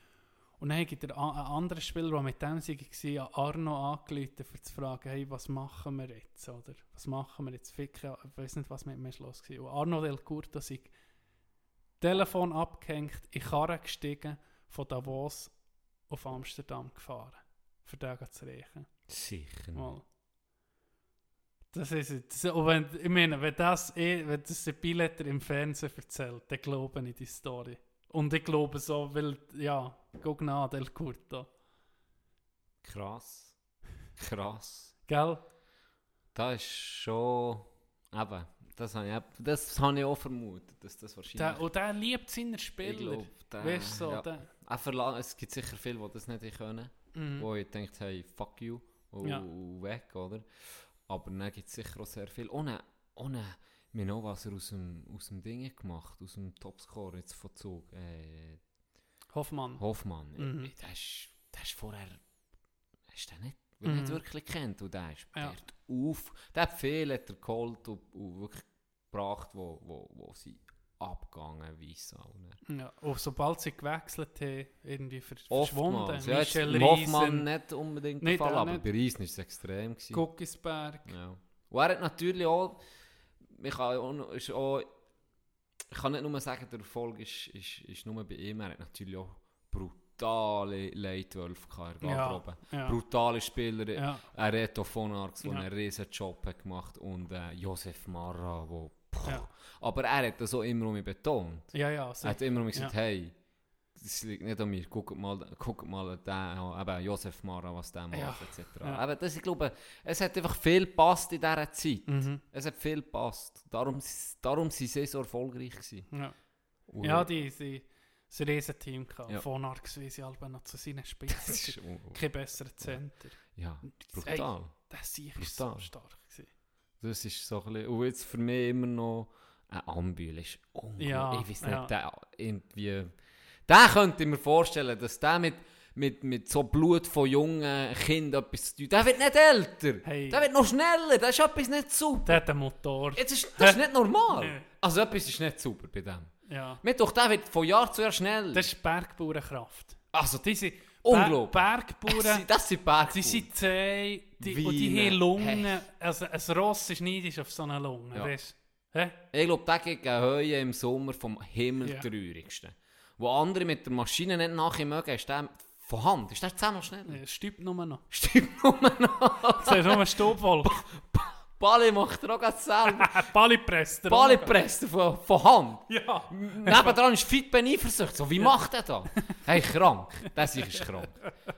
[SPEAKER 5] Und dann gibt er einen anderen Spieler, der mit dem war, an Arno angeleitet, um zu fragen, hey, was machen wir jetzt, oder? Was machen wir jetzt? Ficken, ich weiß nicht, was mit mir ist los war. Und Arno Del Curto sei Telefon abgehängt, in Karre gestiegen, von Davos auf Amsterdam gefahren, für den zu reichen.
[SPEAKER 3] Sicher. nicht.
[SPEAKER 5] Mal. Das ist es. Und wenn, ich meine, wenn das, eh- wenn das ein Billetter im Fernsehen erzählt, dann glaube ich die Story. Und ich glaube so, weil, ja, Gugna del Curto.
[SPEAKER 3] Krass. Krass.
[SPEAKER 5] Gell?
[SPEAKER 3] Das ist schon... Eben, das habe ich, eben- das habe ich auch vermutet, dass das
[SPEAKER 5] Der,
[SPEAKER 3] wahrscheinlich...
[SPEAKER 5] und der liebt seine
[SPEAKER 3] Ich
[SPEAKER 5] Spieler.
[SPEAKER 3] glaube, der-
[SPEAKER 5] weißt du so,
[SPEAKER 3] ja.
[SPEAKER 5] der,
[SPEAKER 3] Auch verla- Es gibt sicher viele, die das nicht können.
[SPEAKER 5] mhm.
[SPEAKER 3] wo ich denkt, hey, fuck you, und
[SPEAKER 5] Ja.
[SPEAKER 3] weg, oder? Aber dann gibt es sicher auch sehr viel. Ohne, ohne, ich meine auch, oh, was er aus dem, aus dem Ding hat gemacht aus dem Topscore jetzt von Zug, äh,
[SPEAKER 5] Hoffmann.
[SPEAKER 3] Hoffmann.
[SPEAKER 5] Mhm.
[SPEAKER 3] Mhm. Der ist, der ist vorher, hast du den nicht,
[SPEAKER 5] Mhm.
[SPEAKER 3] nicht wirklich kennt und der ist
[SPEAKER 5] Ja.
[SPEAKER 3] der hat auf. Der hat viel hat er geholt und, und wirklich gebracht, wo, wo, wo sie abgegangen wie Sau. ne?
[SPEAKER 5] Ja, und sobald sie gewechselt haben, irgendwie ver verschwunden.
[SPEAKER 3] Oftmals. Ja, jetzt
[SPEAKER 5] Michel
[SPEAKER 3] im Hoffmann
[SPEAKER 5] Riesen,
[SPEAKER 3] nicht unbedingt
[SPEAKER 5] Nicht,
[SPEAKER 3] der Fall,
[SPEAKER 5] ja,
[SPEAKER 3] aber
[SPEAKER 5] nicht.
[SPEAKER 3] bei Riesen war es extrem. Gewesen.
[SPEAKER 5] Guckisberg.
[SPEAKER 3] Ja. Und er hat natürlich auch, ich kann, auch noch- ist auch, ich kann nicht nur sagen, der Erfolg ist, ist, ist nur bei ihm, er hat natürlich auch brutale Leitwölfe gehabt in der
[SPEAKER 5] Ja,
[SPEAKER 3] Garderobe.
[SPEAKER 5] Ja.
[SPEAKER 3] Brutale Spieler,
[SPEAKER 5] ja.
[SPEAKER 3] er hat auch von Arx, der
[SPEAKER 5] Ja.
[SPEAKER 3] einen riesen Job hat gemacht und äh, Josef Marra, wo, puh.
[SPEAKER 5] Ja.
[SPEAKER 3] aber er hat das auch immer um betont.
[SPEAKER 5] Ja, ja,
[SPEAKER 3] Er
[SPEAKER 5] sicher.
[SPEAKER 3] hat immer gesagt, hey, es liegt nicht an mir, guckt mal, guckt mal den, an, eben Josef Mara, was der macht,
[SPEAKER 5] Ja,
[SPEAKER 3] etc.
[SPEAKER 5] ja.
[SPEAKER 3] Aber das, ich glaube, es hat einfach viel gepasst in dieser Zeit.
[SPEAKER 5] Mhm.
[SPEAKER 3] Es hat viel gepasst. Darum, darum sind sie so erfolgreich gewesen.
[SPEAKER 5] Ja.
[SPEAKER 3] Und-
[SPEAKER 5] ja, die waren ein Riesenteam. gehabt.
[SPEAKER 3] Ja.
[SPEAKER 5] Von Arx wie sie alle noch zu seinen
[SPEAKER 3] Das ist,
[SPEAKER 5] Spitzen.
[SPEAKER 3] oh, oh.
[SPEAKER 5] Kein besserer Center.
[SPEAKER 3] ja,
[SPEAKER 5] Ey,
[SPEAKER 3] brutal.
[SPEAKER 5] der Sieg war so
[SPEAKER 3] Brutal.
[SPEAKER 5] stark. Gewesen.
[SPEAKER 3] Das ist so ein bisschen, und jetzt für mich immer noch ein Ambühl ist unglaublich.
[SPEAKER 5] Ja,
[SPEAKER 3] ich weiß nicht,
[SPEAKER 5] ja.
[SPEAKER 3] der irgendwie... Den könnte ich mir vorstellen, dass der mit, mit, mit so Blut von jungen Kindern etwas zu tun Der wird nicht älter,
[SPEAKER 5] Hey.
[SPEAKER 3] der wird noch schneller, das ist etwas nicht super.
[SPEAKER 5] Der hat den Motor.
[SPEAKER 3] Jetzt ist, das ist nicht
[SPEAKER 5] Nee.
[SPEAKER 3] normal. Also etwas ist nicht super bei dem.
[SPEAKER 5] Ja.
[SPEAKER 3] Mir doch, der wird von Jahr zu Jahr schneller.
[SPEAKER 5] Das ist Bergbauernkraft.
[SPEAKER 3] also,
[SPEAKER 5] Die sind
[SPEAKER 3] Unglaublich.
[SPEAKER 5] Ber
[SPEAKER 3] das
[SPEAKER 5] Bergbauern.
[SPEAKER 3] sind, das sind Bergbauern.
[SPEAKER 5] Die sind zäh, die, und die
[SPEAKER 3] Weinen.
[SPEAKER 5] haben Lungen.
[SPEAKER 3] Hey.
[SPEAKER 5] Also, ein Ross ist neidisch auf so eine Lunge.
[SPEAKER 3] Ja.
[SPEAKER 5] Weißt du? Hä?
[SPEAKER 3] Ich glaube, der gibt eine Höhe im Sommer vom
[SPEAKER 5] Ja.
[SPEAKER 3] Himmeltraurigsten. Wo andere mit der Maschine nicht nachher mögen, ist der von Hand. Ist der zehnmal schneller?
[SPEAKER 5] Es Stimmt äh, nur noch.
[SPEAKER 3] Stimmt nur noch.
[SPEAKER 5] Es ist nur ein Staubwolf.
[SPEAKER 3] Bali macht er auch gerade selber.
[SPEAKER 5] Ballipress. der
[SPEAKER 3] Bali
[SPEAKER 5] Runde.
[SPEAKER 3] presst er von, von Hand.
[SPEAKER 5] Ja.
[SPEAKER 3] Nebendran ist Fit Ben eifersüchtig. So, wie macht er das? Hey, krank. Der Sieg ist krank.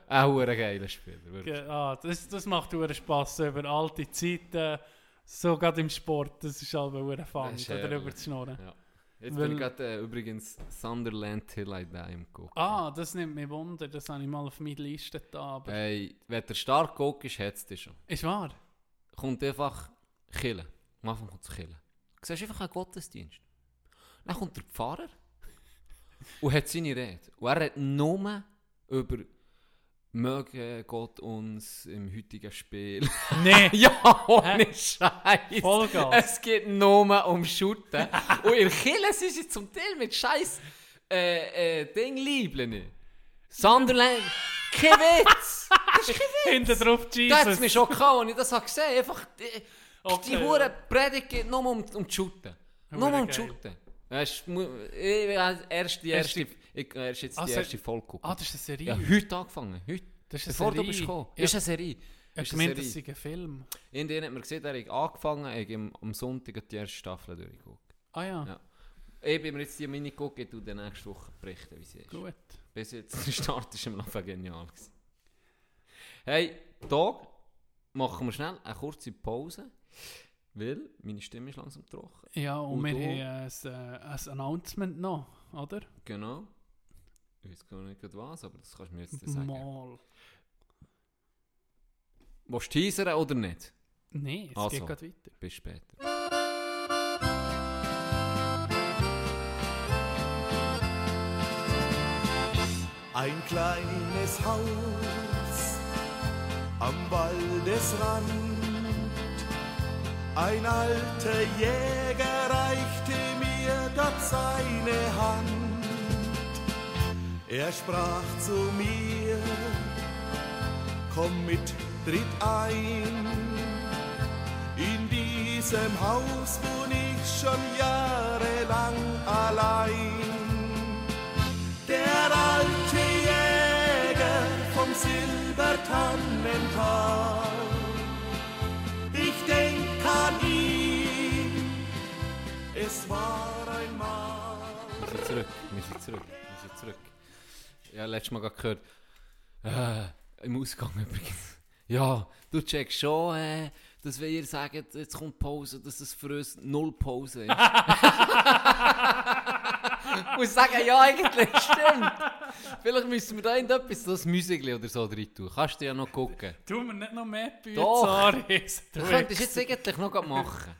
[SPEAKER 3] Ein hure geiler Spieler. wirklich.
[SPEAKER 5] Ge- Ah, das, das macht hure Spass über alte Zeiten. So gerade im Sport. Das ist halt hure Fun,
[SPEAKER 3] Das ist
[SPEAKER 5] oder
[SPEAKER 3] herrlich.
[SPEAKER 5] über zu schnurren.
[SPEAKER 3] Ja. Jetzt
[SPEAKER 5] Weil-
[SPEAKER 3] bin ich gerade äh, übrigens Sunderland Till I Die im Kopf.
[SPEAKER 5] Ah, das nimmt mich Wunder. Das habe ich mal auf meine Liste da. Aber
[SPEAKER 3] Hey, wenn der stark guckst, hat es dich schon.
[SPEAKER 5] ist wahr.
[SPEAKER 3] kommt einfach killen. Am Anfang kommt es killen. Du siehst einfach einen Gottesdienst. Dann kommt der Pfarrer und hat seine Rede. Und er redet nur über «Möge Gott uns im heutigen Spiel...»
[SPEAKER 5] Nee.
[SPEAKER 3] ehm, Ja,
[SPEAKER 5] Hä?
[SPEAKER 3] ohne Scheiß.
[SPEAKER 5] Vollgas.
[SPEAKER 3] Es geht nur um Schutten. und ihr Killen sind sie zum Teil mit Scheiß äh, äh, Ding lieblen. Sunderland... Kein Witz! Das ist kein Witz!
[SPEAKER 5] Hinten drauf
[SPEAKER 3] Das hat mich
[SPEAKER 5] Jesus.
[SPEAKER 3] schon gehabt, als ich das gesehen habe. Einfach, die,
[SPEAKER 5] Okay,
[SPEAKER 3] die hure Predigt geht nur um, um die Shooten. Nur
[SPEAKER 5] Hure
[SPEAKER 3] um die
[SPEAKER 5] geil.
[SPEAKER 3] Shooten. Weisst, mu- Ich habe erst die
[SPEAKER 5] Hast
[SPEAKER 3] erste, ich habe erst jetzt
[SPEAKER 5] Ah,
[SPEAKER 3] die
[SPEAKER 5] se-
[SPEAKER 3] erste Folge geguckt.
[SPEAKER 5] Ah, das ist eine
[SPEAKER 3] ja,
[SPEAKER 5] Serie.
[SPEAKER 3] heute angefangen, heute.
[SPEAKER 5] Das ist eine
[SPEAKER 3] Bevor
[SPEAKER 5] Serie.
[SPEAKER 3] du bist gekommen.
[SPEAKER 5] Ja.
[SPEAKER 3] Ist eine Serie.
[SPEAKER 5] ich
[SPEAKER 3] Ist
[SPEAKER 5] meine,
[SPEAKER 3] eine
[SPEAKER 5] das
[SPEAKER 3] Serie.
[SPEAKER 5] ist ein Film.
[SPEAKER 3] In denen hat man gesehen, er hat angefangen, ich am, am Sonntag die erste Staffel durchgeguckt.
[SPEAKER 5] Ah ja,
[SPEAKER 3] Ja. Ich bin mir jetzt die Mini geguckt, ich tu dann nächste Woche berichten, wie sie ist.
[SPEAKER 5] gut.
[SPEAKER 3] Bis jetzt der Start ist am Anfang genial. gewesen. Hey, Tag, machen wir schnell eine kurze Pause, weil meine Stimme ist langsam trocken.
[SPEAKER 5] Ja, und,
[SPEAKER 3] Und
[SPEAKER 5] wir
[SPEAKER 3] du?
[SPEAKER 5] haben ein, äh, ein Announcement noch, oder?
[SPEAKER 3] Genau. Ich weiß gar nicht gerade was, aber das kannst du mir jetzt dann sagen.
[SPEAKER 5] Mal.
[SPEAKER 3] Willst du teasern oder nicht?
[SPEAKER 5] Nein, es
[SPEAKER 3] Also.
[SPEAKER 5] geht gerade weiter.
[SPEAKER 3] Bis später.
[SPEAKER 6] Ein kleines Haus am Waldesrand. Ein alter Jäger reichte mir dort seine Hand. Er sprach zu mir, komm mit, tritt ein. In diesem Haus wohn ich schon jahrelang allein. Der alte Jäger vom Silbertannental. Ich denk an ihn, es war einmal.
[SPEAKER 3] Wir sind zurück, wir sind zurück, wir sind zurück. ja, letztes Mal gerade gehört. Äh, Im Ausgang übrigens. Ja, du checkst schon, äh, dass wenn ihr sagt, jetzt kommt Pause, dass es für uns null Pause ist. Ich muss sagen, ja, eigentlich stimmt. Vielleicht müssen wir da irgendetwas, das Musikli oder so rein tun. Kannst du ja noch gucken.
[SPEAKER 4] Tu mir nicht noch mehr Bücher,
[SPEAKER 3] Doch.
[SPEAKER 4] Aris. Du
[SPEAKER 3] Das könntest du
[SPEAKER 4] Wichser.
[SPEAKER 3] jetzt eigentlich noch grad machen.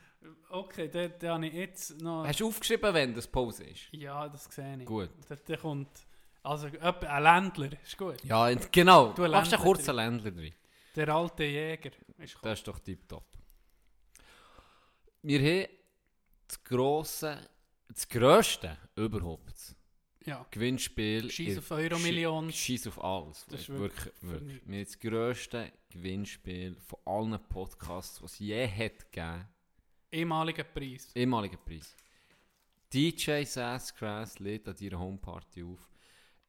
[SPEAKER 4] Okay, dann da habe ich jetzt noch...
[SPEAKER 3] Hast du aufgeschrieben, wenn das Pause ist?
[SPEAKER 4] Ja, das sehe ich.
[SPEAKER 3] Gut.
[SPEAKER 4] Der, der kommt... Also, jemand- ein Ländler ist gut.
[SPEAKER 3] Ja, und- genau.
[SPEAKER 4] Du
[SPEAKER 3] Du
[SPEAKER 4] ein
[SPEAKER 3] machst einen
[SPEAKER 4] Ländler
[SPEAKER 3] kurzen Ländler drin.
[SPEAKER 4] Der alte Jäger ist gut.
[SPEAKER 3] Das ist doch tipptopp. Wir haben das grosse, das grösste überhaupt.
[SPEAKER 4] Ja.
[SPEAKER 3] Gewinnspiel.
[SPEAKER 4] Scheiss auf Euro-Millionen.
[SPEAKER 3] Scheiß auf alles.
[SPEAKER 4] Das ist
[SPEAKER 3] wirklich,
[SPEAKER 4] wirklich
[SPEAKER 3] wirklich. Wir haben das grösste Gewinnspiel von allen Podcasts, was es je hat gegeben.
[SPEAKER 4] Ehemaliger Preis.
[SPEAKER 3] Ehemaliger Preis. DJ Sasscrass lädt an deiner Homeparty auf.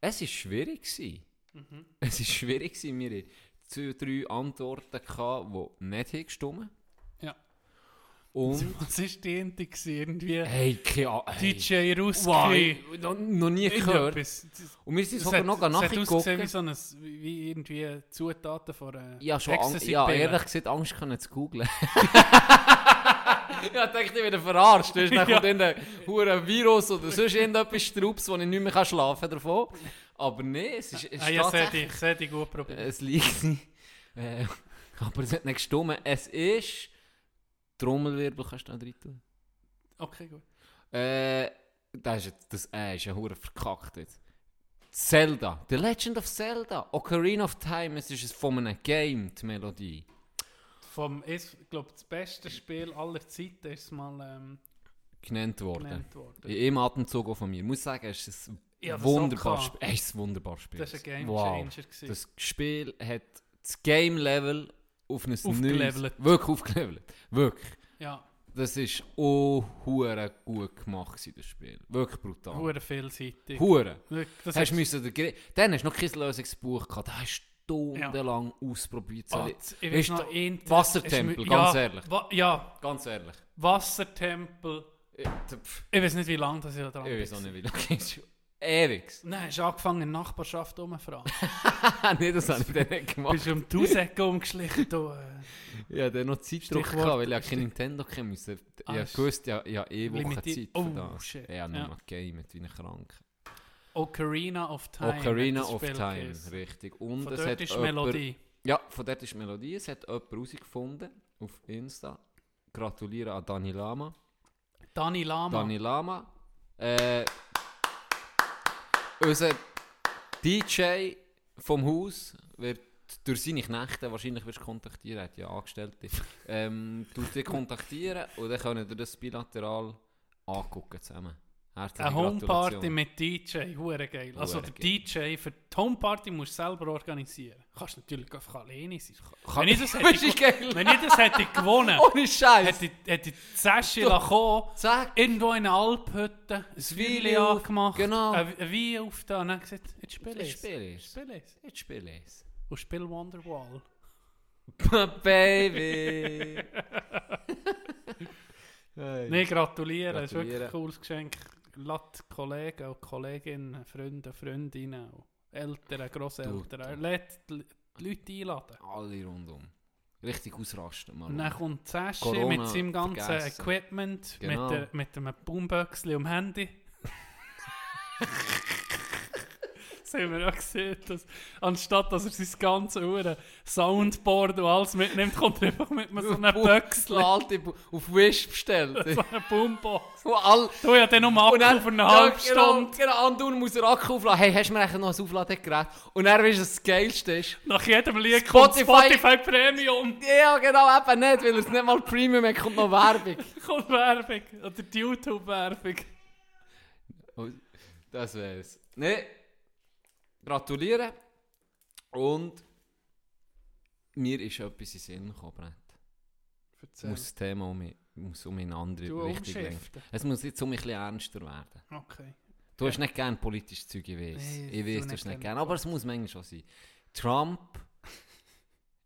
[SPEAKER 3] Es war schwierig. gewesen. Es war schwierig. gewesen. Wir hatten zwei, drei Antworten, gehabt, die nicht haben gestimmt
[SPEAKER 4] Ja.
[SPEAKER 3] Und.
[SPEAKER 4] Was war die Ente? gewesen? Irgendwie
[SPEAKER 3] Hey, keine Ahnung. Hey.
[SPEAKER 4] DJ
[SPEAKER 3] Wow,
[SPEAKER 4] Ruski.
[SPEAKER 3] ich- noch, noch nie gehört. Und wir sind
[SPEAKER 4] Es
[SPEAKER 3] sogar
[SPEAKER 4] hat,
[SPEAKER 3] noch
[SPEAKER 4] es hat ausgesehen wie,
[SPEAKER 3] nachgeguckt.
[SPEAKER 4] so ein, wie wie irgendwie Zutaten von einer
[SPEAKER 3] Ich habe schon Angst,
[SPEAKER 4] Ecstasy-Pille.
[SPEAKER 3] ja, ehrlich gesagt Angst können zu googeln. ja, denke ich wieder verarscht. Weißt, dann kommt irgendein hure Virus oder sonst irgendetwas Strubs, wo ich nicht mehr kann schlafen davon. Aber nee, es ist, es
[SPEAKER 4] Ah,
[SPEAKER 3] ist
[SPEAKER 4] ja, das hätte
[SPEAKER 3] tatsächlich...
[SPEAKER 4] ich, das hätte ich gut probiert.
[SPEAKER 3] Es liegt nicht. Äh, aber es hat nicht gestimmt. Es ist... Trommelwirbel kannst du da drin tun.
[SPEAKER 4] Okay, gut.
[SPEAKER 3] Äh, das ist jetzt, das äh, ist ja hure verkackt jetzt. Zelda, The Legend of Zelda, Ocarina of Time, es ist von einem Game, die Melodie.
[SPEAKER 4] Vom, ich glaube, das beste Spiel aller Zeiten ist mal ähm,
[SPEAKER 3] Genannt worden.
[SPEAKER 4] genannt worden.
[SPEAKER 3] In einem Atemzug auch von mir. Ich muss sagen, es ist ein
[SPEAKER 4] Ich hab das
[SPEAKER 3] wunderbares
[SPEAKER 4] auch
[SPEAKER 3] Spiel. Es ist ein wunderbares Spiel.
[SPEAKER 4] Das war ein Game
[SPEAKER 3] wow.
[SPEAKER 4] Changer. gewesen.
[SPEAKER 3] Das Spiel hat das Game-Level auf ein neues...
[SPEAKER 4] Aufgelevelt.
[SPEAKER 3] Wirklich aufgelevelt. Wirklich.
[SPEAKER 4] ja,
[SPEAKER 3] Das ist auch hure gut gemacht, gewesen, das Spiel. Wirklich brutal.
[SPEAKER 4] hure vielseitig.
[SPEAKER 3] Hure.
[SPEAKER 4] Wirklich, das
[SPEAKER 3] Das hast
[SPEAKER 4] ist-
[SPEAKER 3] müssen den Gre- Dann hast du noch kein Lösungsbuch gehabt. Da hast du stundenlang ausprobiert.
[SPEAKER 4] Ah,
[SPEAKER 3] So,
[SPEAKER 4] das- ich
[SPEAKER 3] weisst
[SPEAKER 4] weiß noch,
[SPEAKER 3] du,
[SPEAKER 4] Ente-
[SPEAKER 3] Wassertempel,
[SPEAKER 4] ist mir-
[SPEAKER 3] ganz
[SPEAKER 4] ja,
[SPEAKER 3] ehrlich.
[SPEAKER 4] Wa ja,
[SPEAKER 3] Ganz ehrlich.
[SPEAKER 4] Wassertempel.
[SPEAKER 3] Ich, pff,
[SPEAKER 4] Ich weiß nicht, wie lange das ich da dran
[SPEAKER 3] ich weiß auch
[SPEAKER 4] bin.
[SPEAKER 3] nicht, wie lange ist schon. Ewig.
[SPEAKER 4] Nein, hast du angefangen, in der Nachbarschaft umzufragen.
[SPEAKER 3] Nein, das habe ich dann nicht gemacht.
[SPEAKER 4] Bist du um die Hausecke umgeschlichen? Du, äh,
[SPEAKER 3] Ich hatte dann noch Zeitdruck,
[SPEAKER 4] Stichwort-
[SPEAKER 3] gehabt, weil ich ja kein Nintendo kennen musste. Ich
[SPEAKER 4] Ah,
[SPEAKER 3] ah,
[SPEAKER 4] ist-
[SPEAKER 3] gewusst, ja, ich habe eh Wochen
[SPEAKER 4] Limitiert.
[SPEAKER 3] Zeit für
[SPEAKER 4] Oh,
[SPEAKER 3] das.
[SPEAKER 4] shit,
[SPEAKER 3] Ich habe nur
[SPEAKER 4] ja.
[SPEAKER 3] ja. gegamet wie ein Krank.
[SPEAKER 4] Ocarina of Time. hat
[SPEAKER 3] Ocarina
[SPEAKER 4] das
[SPEAKER 3] Oh, of
[SPEAKER 4] Spiel
[SPEAKER 3] Time,
[SPEAKER 4] geheißen.
[SPEAKER 3] richtig. Und
[SPEAKER 4] Von
[SPEAKER 3] es
[SPEAKER 4] dort
[SPEAKER 3] hat
[SPEAKER 4] ist die
[SPEAKER 3] jemand-
[SPEAKER 4] Melodie.
[SPEAKER 3] Ja, von dort ist die Melodie. Es hat jemand herausgefunden auf Insta. Gratuliere an Dani Lama.
[SPEAKER 4] Dani Lama.
[SPEAKER 3] Dani Lama. Äh, unser DJ vom Haus wird durch seine Knechte, wahrscheinlich wirst du kontaktieren, er hat ja Angestellte, ähm, tut dich kontaktieren und dann können wir das bilateral angucken zusammen. Herzliche
[SPEAKER 4] Eine Homeparty
[SPEAKER 3] Gratulation.
[SPEAKER 4] mit DJ, hure geil. Also der
[SPEAKER 3] Hure geil.
[SPEAKER 4] DJ für die Homeparty musst du selber organisieren. Kannst natürlich einfach alleine sein.
[SPEAKER 3] Kann-
[SPEAKER 4] Wenn ich das
[SPEAKER 3] Das
[SPEAKER 4] hätte,
[SPEAKER 3] ist geil.
[SPEAKER 4] wenn ich das hätte gewonnen,
[SPEAKER 3] Ohne Scheiß.
[SPEAKER 4] hätte ich- hätte ich die Session kommen
[SPEAKER 3] Zack.
[SPEAKER 4] Irgendwo in einer Alphütte, ein Weile
[SPEAKER 3] auf,
[SPEAKER 4] angemacht,
[SPEAKER 3] genau.
[SPEAKER 4] ein ein Wein auf da und dann gesagt, jetzt spiele
[SPEAKER 3] Jetzt
[SPEAKER 4] ich es.
[SPEAKER 3] spiele ich
[SPEAKER 4] Spiele es.
[SPEAKER 3] Jetzt spiele ich
[SPEAKER 4] Und spiel Wonderwall.
[SPEAKER 3] Baby. hey.
[SPEAKER 4] Nein, gratulieren, das ist wirklich ein
[SPEAKER 3] Gratulieren.
[SPEAKER 4] cooles Geschenk. Lasst die Kollegen und Kolleginnen, Freunde, Freundinnen, und Eltern,
[SPEAKER 3] Du,
[SPEAKER 4] Grosseltern,
[SPEAKER 3] du.
[SPEAKER 4] lasst die die Leute einladen.
[SPEAKER 3] Alle rundum. Richtig ausrasten. Mal
[SPEAKER 4] Und dann kommt Sashi
[SPEAKER 3] Corona
[SPEAKER 4] mit seinem ganzen
[SPEAKER 3] vergessen.
[SPEAKER 4] Equipment,
[SPEAKER 3] Genau.
[SPEAKER 4] mit, der, mit einem Baumböchsel und dem Handy. das haben wir auch gesehen. Dass, anstatt dass er sein ganzes Uhren, Soundboard und alles mitnimmt, kommt er einfach mit so einem Böchsel,
[SPEAKER 3] alte Bu- auf Wish bestellt.
[SPEAKER 4] so einer Boombox.
[SPEAKER 3] Wo all-
[SPEAKER 4] Du ja dann noch
[SPEAKER 3] Und dann,
[SPEAKER 4] einen Akku für eine
[SPEAKER 3] ja,
[SPEAKER 4] halbe
[SPEAKER 3] genau,
[SPEAKER 4] Stunde.
[SPEAKER 3] Genau, andauernd muss er Akku aufladen. Hey, hast du mir eigentlich noch ein Aufladegerät? Und dann, weißt du, was das Geilste ist?
[SPEAKER 4] Nach jedem
[SPEAKER 3] Spotify-
[SPEAKER 4] Lied kommt Spotify Premium.
[SPEAKER 3] Ja, genau, eben nicht, weil er es nicht mal Premium hat, kommt noch Werbung.
[SPEAKER 4] Kommt Werbung. Oder die YouTube-Werbung.
[SPEAKER 3] Das wär's. Ne, gratuliere. Und mir ist etwas in den Sinn gekommen, Brett. muss das Thema um, mich- muss um in eine andere
[SPEAKER 4] Du
[SPEAKER 3] Richtung
[SPEAKER 4] umschiften.
[SPEAKER 3] lenken. Es muss jetzt um ein bisschen ernster werden.
[SPEAKER 4] Okay.
[SPEAKER 3] Du hast nicht gerne politisches Zeug, ich weiß.
[SPEAKER 4] Nee,
[SPEAKER 3] ich
[SPEAKER 4] das
[SPEAKER 3] weiß,
[SPEAKER 4] tu
[SPEAKER 3] du hast
[SPEAKER 4] nicht
[SPEAKER 3] nicht
[SPEAKER 4] gern.
[SPEAKER 3] gerne. Aber es muss manchmal schon sein. Trump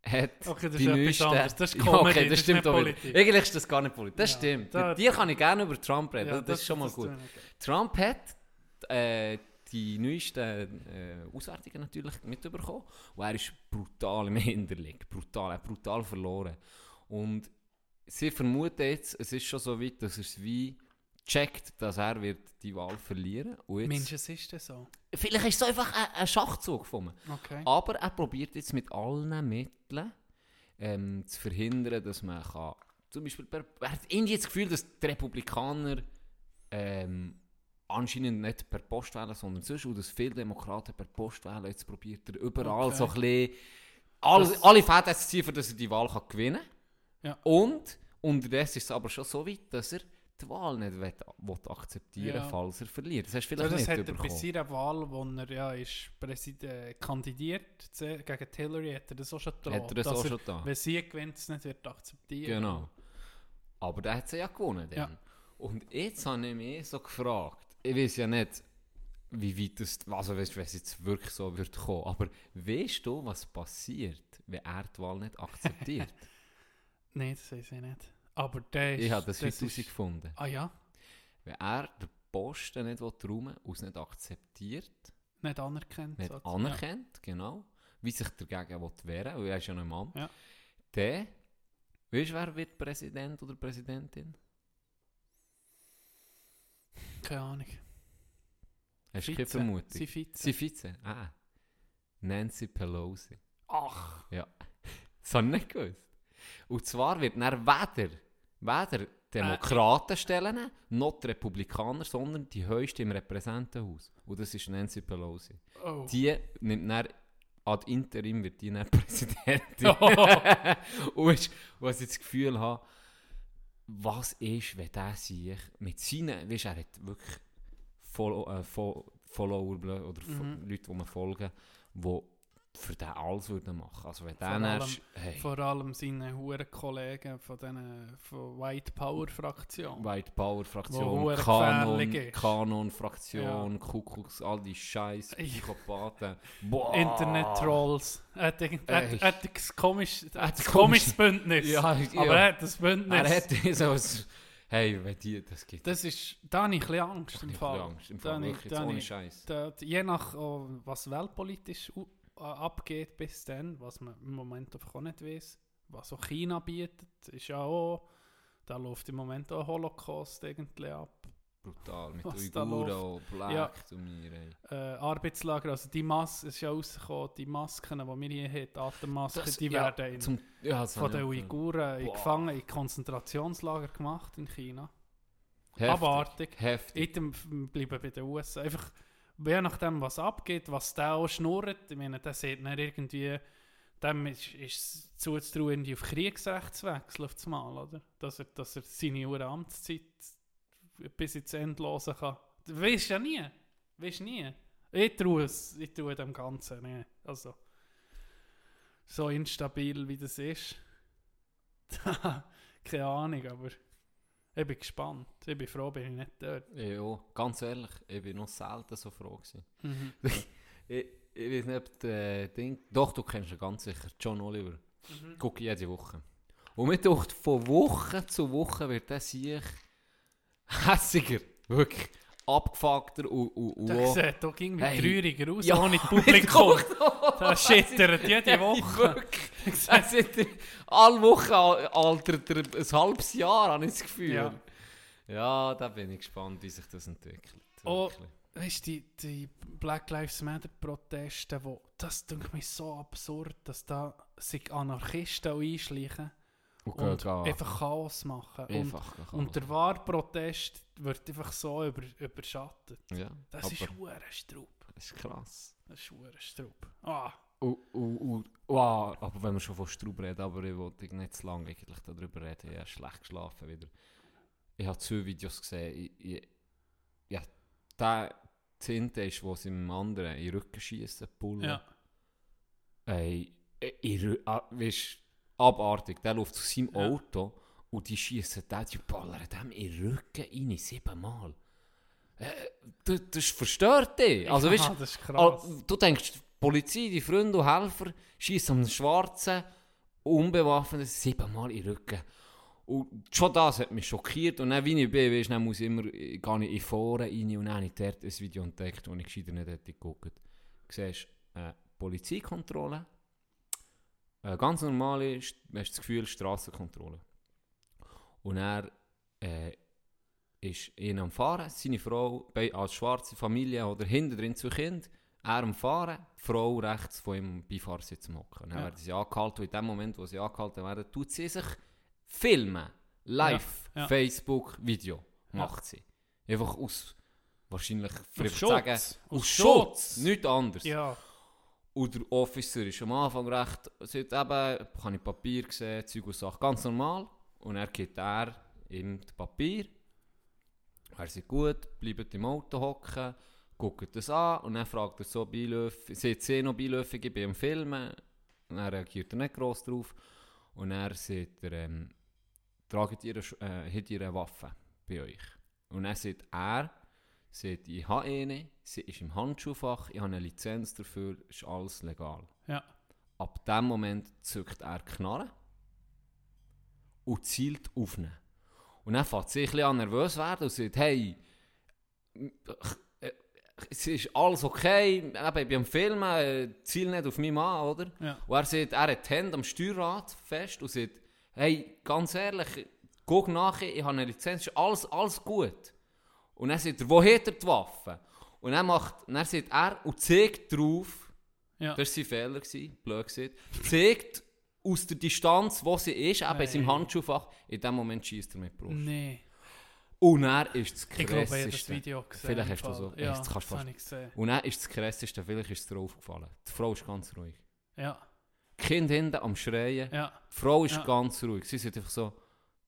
[SPEAKER 3] hat
[SPEAKER 4] Okay, das
[SPEAKER 3] die
[SPEAKER 4] ist etwas
[SPEAKER 3] neueste...
[SPEAKER 4] anderes. Das ist
[SPEAKER 3] Ja,
[SPEAKER 4] Comedy,
[SPEAKER 3] okay,
[SPEAKER 4] das
[SPEAKER 3] das
[SPEAKER 4] ist
[SPEAKER 3] stimmt
[SPEAKER 4] nicht
[SPEAKER 3] auch wieder.
[SPEAKER 4] Politik.
[SPEAKER 3] Eigentlich ist das gar nicht politisch. Das
[SPEAKER 4] Ja,
[SPEAKER 3] stimmt.
[SPEAKER 4] da-
[SPEAKER 3] Mit dir kann ich gerne über Trump reden.
[SPEAKER 4] Ja,
[SPEAKER 3] das, ist schon mal gut.
[SPEAKER 4] tun wir nicht.
[SPEAKER 3] Trump hat äh, die neuesten äh, Auswertungen natürlich mitbekommen. Und er ist brutal im Hinterlig. Brutal, er hat brutal verloren. Und sie vermuten jetzt, es ist schon so weit, dass er es wie checkt, dass er wird die Wahl verlieren wird.
[SPEAKER 5] Mensch, es ist das so.
[SPEAKER 3] Vielleicht ist es einfach ein, ein Schachzug von ihm.
[SPEAKER 5] Okay.
[SPEAKER 3] Aber er probiert jetzt mit allen Mitteln ähm, zu verhindern, dass man kann, zum Beispiel, per, er hat irgendwie das Gefühl, dass die Republikaner ähm, anscheinend nicht per Post wählen, sondern sonst, und dass viele Demokraten per Post wählen, jetzt probiert er überall
[SPEAKER 5] Okay.
[SPEAKER 3] so ein bisschen, alles, alle Fäden zu ziehen, für dass er die Wahl kann gewinnen kann.
[SPEAKER 5] Ja.
[SPEAKER 3] Und unterdessen ist es aber schon so weit, dass er die Wahl nicht will, will akzeptieren
[SPEAKER 5] Ja.
[SPEAKER 3] falls er verliert. Das hast du
[SPEAKER 5] Ja,
[SPEAKER 3] vielleicht
[SPEAKER 5] das hat
[SPEAKER 3] nicht
[SPEAKER 5] er bei
[SPEAKER 3] bekommen.
[SPEAKER 5] seiner Wahl, wo er ja ist, Präsid äh, kandidiert zu- gegen die Hillary, hat er das auch schon gedroht.
[SPEAKER 3] Hat er das
[SPEAKER 5] dass
[SPEAKER 3] auch schon da?
[SPEAKER 5] Wenn sie gewinnt, es nicht wird akzeptieren.
[SPEAKER 3] Genau. Aber der hat sie ja gewonnen. Dann.
[SPEAKER 5] Ja.
[SPEAKER 3] Und jetzt habe ich mich so gefragt, ich weiß ja nicht, wie weit das, also weißt, wenn es jetzt wirklich so wird kommen, aber weißt du, was passiert, wenn er die Wahl nicht akzeptiert?
[SPEAKER 5] Nein, das weiß ich nicht. Aber der ist...
[SPEAKER 3] ich habe das, heute
[SPEAKER 5] ist-
[SPEAKER 3] herausgefunden.
[SPEAKER 5] Ah ja?
[SPEAKER 3] Wenn er den Posten nicht räumen will und es nicht akzeptiert,
[SPEAKER 5] Nicht anerkannt.
[SPEAKER 3] nicht
[SPEAKER 5] sozusagen.
[SPEAKER 3] anerkennt, genau, wie sich dagegen will wehren weil er ist ja noch ein Mann,
[SPEAKER 5] Ja.
[SPEAKER 3] dann, weißt du, wer wird Präsident oder Präsidentin?
[SPEAKER 5] Ja, keine Ahnung.
[SPEAKER 3] Hast du keine
[SPEAKER 5] Vize.
[SPEAKER 3] Vermutung?
[SPEAKER 5] Sie Vize.
[SPEAKER 3] Sie Vize? Ah. Nancy Pelosi. Ach. Ja. Das habe ich nicht gewusst. Und zwar wird dann weder, weder Demokraten stellen, noch die Republikaner, sondern die höchste im Repräsentantenhaus. Und das ist Nancy Pelosi.
[SPEAKER 5] Oh.
[SPEAKER 3] Die nimmt dann ad interim wird die dann Präsidentin.
[SPEAKER 5] Oh.
[SPEAKER 3] und ist, was ich das Gefühl habe, was ist, wenn der sich mit seinen, weißt du, er hat wirklich Follow, äh, Fo- Follower bla- oder Fo-
[SPEAKER 5] Mhm.
[SPEAKER 3] Leute, die man folgen, die für den alles würden machen. Also wenn der
[SPEAKER 5] allem-
[SPEAKER 3] dann, hey,
[SPEAKER 5] Vor allem seine hohen Kollegen von diesen von eh, White Power Fraktion.
[SPEAKER 3] White Power
[SPEAKER 5] Wo
[SPEAKER 3] Fraktion,
[SPEAKER 5] verdammt gefährlich
[SPEAKER 3] Kanon,
[SPEAKER 5] ist.
[SPEAKER 3] Kanon Fraktion, Kuckucks, all die Scheiß,
[SPEAKER 5] Ja.
[SPEAKER 3] Psychopathen, boah.
[SPEAKER 5] Internet-Trolls. Er hat, irgend- er
[SPEAKER 3] Ey.
[SPEAKER 5] hat, er hat ein komisch, er hat ein
[SPEAKER 3] komisch-
[SPEAKER 5] komisches Bündnis.
[SPEAKER 3] Ja,
[SPEAKER 5] Aber
[SPEAKER 3] ja.
[SPEAKER 5] er hat ein Bündnis.
[SPEAKER 3] Er hätte so ein- Hey, wenn die das gibt.
[SPEAKER 5] Das ist, da habe ich ein bisschen Angst
[SPEAKER 3] Ich
[SPEAKER 5] im
[SPEAKER 3] hab
[SPEAKER 5] Fall.
[SPEAKER 3] Angst, im
[SPEAKER 5] Da
[SPEAKER 3] Fall
[SPEAKER 5] habe ich-
[SPEAKER 3] wirklich,
[SPEAKER 5] da
[SPEAKER 3] jetzt
[SPEAKER 5] habe
[SPEAKER 3] ohne
[SPEAKER 5] ich-
[SPEAKER 3] Scheiß.
[SPEAKER 5] da, je nach, oh, was weltpolitisch u- äh, abgeht bis dann, was man im Moment einfach auch nicht weiß, was auch China bietet, ist ja oh, auch, da läuft im Moment auch Holocaust irgendwie ab.
[SPEAKER 3] Brutal, mit
[SPEAKER 5] was da
[SPEAKER 3] Uiguren
[SPEAKER 5] läuft.
[SPEAKER 3] und Black
[SPEAKER 5] Ja.
[SPEAKER 3] und mir. Ey.
[SPEAKER 5] Äh, Arbeitslager, also die Maske, es ist ja rausgekommen, die Masken, die wir hier haben, die Atemmasken, die
[SPEAKER 3] ja,
[SPEAKER 5] werden in,
[SPEAKER 3] zum, ja, das
[SPEAKER 5] von
[SPEAKER 3] hab ich
[SPEAKER 5] den
[SPEAKER 3] auch gehört.
[SPEAKER 5] Uiguren in
[SPEAKER 3] Boah.
[SPEAKER 5] Gefangenen, in Konzentrationslager gemacht in China.
[SPEAKER 3] Heftig,
[SPEAKER 5] Abartig.
[SPEAKER 3] Heftig.
[SPEAKER 5] Ich bleibe bei den USA. Also Einfach, je nachdem, was abgeht, was der auch schnurrt, ich meine, der sieht dann irgendwie, dem ist, ist es zuzutrauen, irgendwie auf Kriegsrecht zu wechseln, auf das Mal, oder? Dass er, dass er seine Uhr Amtszeit bis ins Endlose kann. Du weißt ja nie. Weißt nie. Ich traue es, ich traue dem Ganzen nie. Also, so instabil wie das ist. Keine Ahnung, aber ich bin gespannt. Ich bin froh, bin ich nicht dort.
[SPEAKER 3] Ja, ganz ehrlich, ich bin noch selten so froh gewesen.
[SPEAKER 5] Mhm.
[SPEAKER 3] Ich, ich weiß nicht, ob der Ding... Doch, du kennst ihn ganz sicher, John Oliver.
[SPEAKER 5] Mhm.
[SPEAKER 3] Guck jede Woche. Und mir dachte, von Woche zu Woche wird der sich hässiger. Wirklich. Abgefuckter und... und, und
[SPEAKER 5] Da
[SPEAKER 3] auch-
[SPEAKER 5] sieht doch irgendwie
[SPEAKER 3] Hey.
[SPEAKER 5] trauriger aus,
[SPEAKER 3] Ja,
[SPEAKER 5] ohne Publikum.
[SPEAKER 3] da
[SPEAKER 5] Da schittert jede Woche.
[SPEAKER 3] Er sind alle Woche al- altert er ein halbes Jahr, habe ich das Gefühl.
[SPEAKER 5] Ja.
[SPEAKER 3] Ja. ja, da bin ich gespannt, wie sich das entwickelt.
[SPEAKER 5] Oh.
[SPEAKER 3] Wirklich.
[SPEAKER 5] Weißt du, die, die Black Lives Matter-Proteste, wo, das denke ich so absurd, dass da sich Anarchisten auch einschleichen
[SPEAKER 3] Und,
[SPEAKER 5] und
[SPEAKER 3] gehen.
[SPEAKER 5] einfach Chaos machen.
[SPEAKER 3] Einfach gehen.
[SPEAKER 5] und, und der wahre Protest wird einfach so über, überschattet.
[SPEAKER 3] ja,
[SPEAKER 5] Das
[SPEAKER 3] aber
[SPEAKER 5] ist ein Strub.
[SPEAKER 3] das ist krass.
[SPEAKER 5] Das ist ein Strub. Ah,
[SPEAKER 3] Und, und, und, wow, aber wenn wir schon von Straub reden, aber ich wollte nicht zu lange eigentlich darüber reden. Ich habe schlecht geschlafen wieder. Ich habe zwei Videos gesehen. Ich, ich, ja, der Zinte ist, was im anderen in den Rücken schießen, Pullen.
[SPEAKER 5] ja.
[SPEAKER 3] Ey, äh, irre, ah, weisst, abartig. Der läuft zu seinem
[SPEAKER 5] Ja.
[SPEAKER 3] Auto und die schießen den, die ballern dem in den Rücken rein, siebenmal. Äh, das, das verstört dich. Also, weißt,
[SPEAKER 5] Ah, das ist
[SPEAKER 3] ah,
[SPEAKER 5] krass.
[SPEAKER 3] du denkst, die Polizei, die Freunde und Helfer schießen einen schwarzen, unbewaffneten siebenmal in den Rücken. Und schon das hat mich schockiert. Und dann, wie ich bin, weißt, dann muss ich immer, ich gehe nicht in Foren rein und dann habe ich dort ein Video entdeckt, das ich gescheiter nicht hätte geguckt. Du siehst, äh, Polizeikontrolle, äh, ganz normale, St- hast das Gefühl, Strassenkontrolle. Und er äh, ist ihn am Fahren, seine Frau bei, als schwarze Familie oder hinter drin zu Kind. Er am Fahren, die Frau rechts von ihm am Beifahrersitz am Hocken. Dann
[SPEAKER 5] Ja.
[SPEAKER 3] werden sie angehalten und in dem Moment, wo sie angehalten werden, tut sie sich filmen. Live,
[SPEAKER 5] Ja, ja.
[SPEAKER 3] Facebook, Video macht sie. Einfach aus, wahrscheinlich,
[SPEAKER 5] Aus
[SPEAKER 3] ich sagen,
[SPEAKER 5] Schutz.
[SPEAKER 3] aus,
[SPEAKER 5] Aus
[SPEAKER 3] Schutz.
[SPEAKER 5] Schutz.
[SPEAKER 3] Nichts anderes.
[SPEAKER 5] Ja,
[SPEAKER 3] Und der Officer ist am Anfang recht, sagt eben, kann ich Papier sehen, Zeug und Sachen, ganz normal. Und er gibt er ihm das Papier. Er sagt, gut, bleibt im Auto hocken, guckt das an und dann fragt er so beiläufig, sieht sie noch beiläufig, ich bin am Filmen. Und er reagiert er nicht gross drauf. Und er sagt, er, ähm, tragt ihr, eine Sch- äh, habt ihr eine Waffe bei euch? Und dann sagt er, sagt, ich habe eine, sie ist im Handschuhfach, ich habe eine Lizenz dafür, ist alles legal.
[SPEAKER 5] ja.
[SPEAKER 3] Ab dem Moment zückt er die Knarre und zielt auf ihn. Und dann fängt sie ein bisschen an nervös werden und sagt, hey, äh, es ist alles okay, eben, ich bin am Filmen, äh, ziel nicht auf meinen Mann, oder?
[SPEAKER 5] Ja.
[SPEAKER 3] Und er sagt, er hat die Hände am Steuerrad fest und sagt, hey, ganz ehrlich, guck nachher, ich habe eine Lizenz, ist alles, alles gut. Und dann sagt er, wo hat er die Waffe? Und dann, macht, dann sagt er und zeigt drauf,
[SPEAKER 5] ja.
[SPEAKER 3] das war sein Fehler, gewesen, blöd gesagt. Zeigt aus der Distanz, wo sie ist, eben in seinem
[SPEAKER 5] Nein.
[SPEAKER 3] Handschuhfach, in dem Moment schießt er mit der Brust.
[SPEAKER 5] Nee.
[SPEAKER 3] Und er ist das
[SPEAKER 5] Ich glaube, ich habe das
[SPEAKER 3] krasseste.
[SPEAKER 5] Video gesehen.
[SPEAKER 3] Vielleicht
[SPEAKER 5] im
[SPEAKER 3] hast du
[SPEAKER 5] Fall.
[SPEAKER 3] so-
[SPEAKER 5] Ja,
[SPEAKER 3] das kannst du
[SPEAKER 5] das
[SPEAKER 3] fast-
[SPEAKER 5] habe ich gesehen.
[SPEAKER 3] Und er ist das krasseste, vielleicht ist es dir aufgefallen. Die Frau ist ganz ruhig.
[SPEAKER 5] Ja,
[SPEAKER 3] Die Kinder hinten am Schreien.
[SPEAKER 5] ja.
[SPEAKER 3] Die Frau ist
[SPEAKER 5] Ja.
[SPEAKER 3] ganz ruhig. Sie sagt einfach so,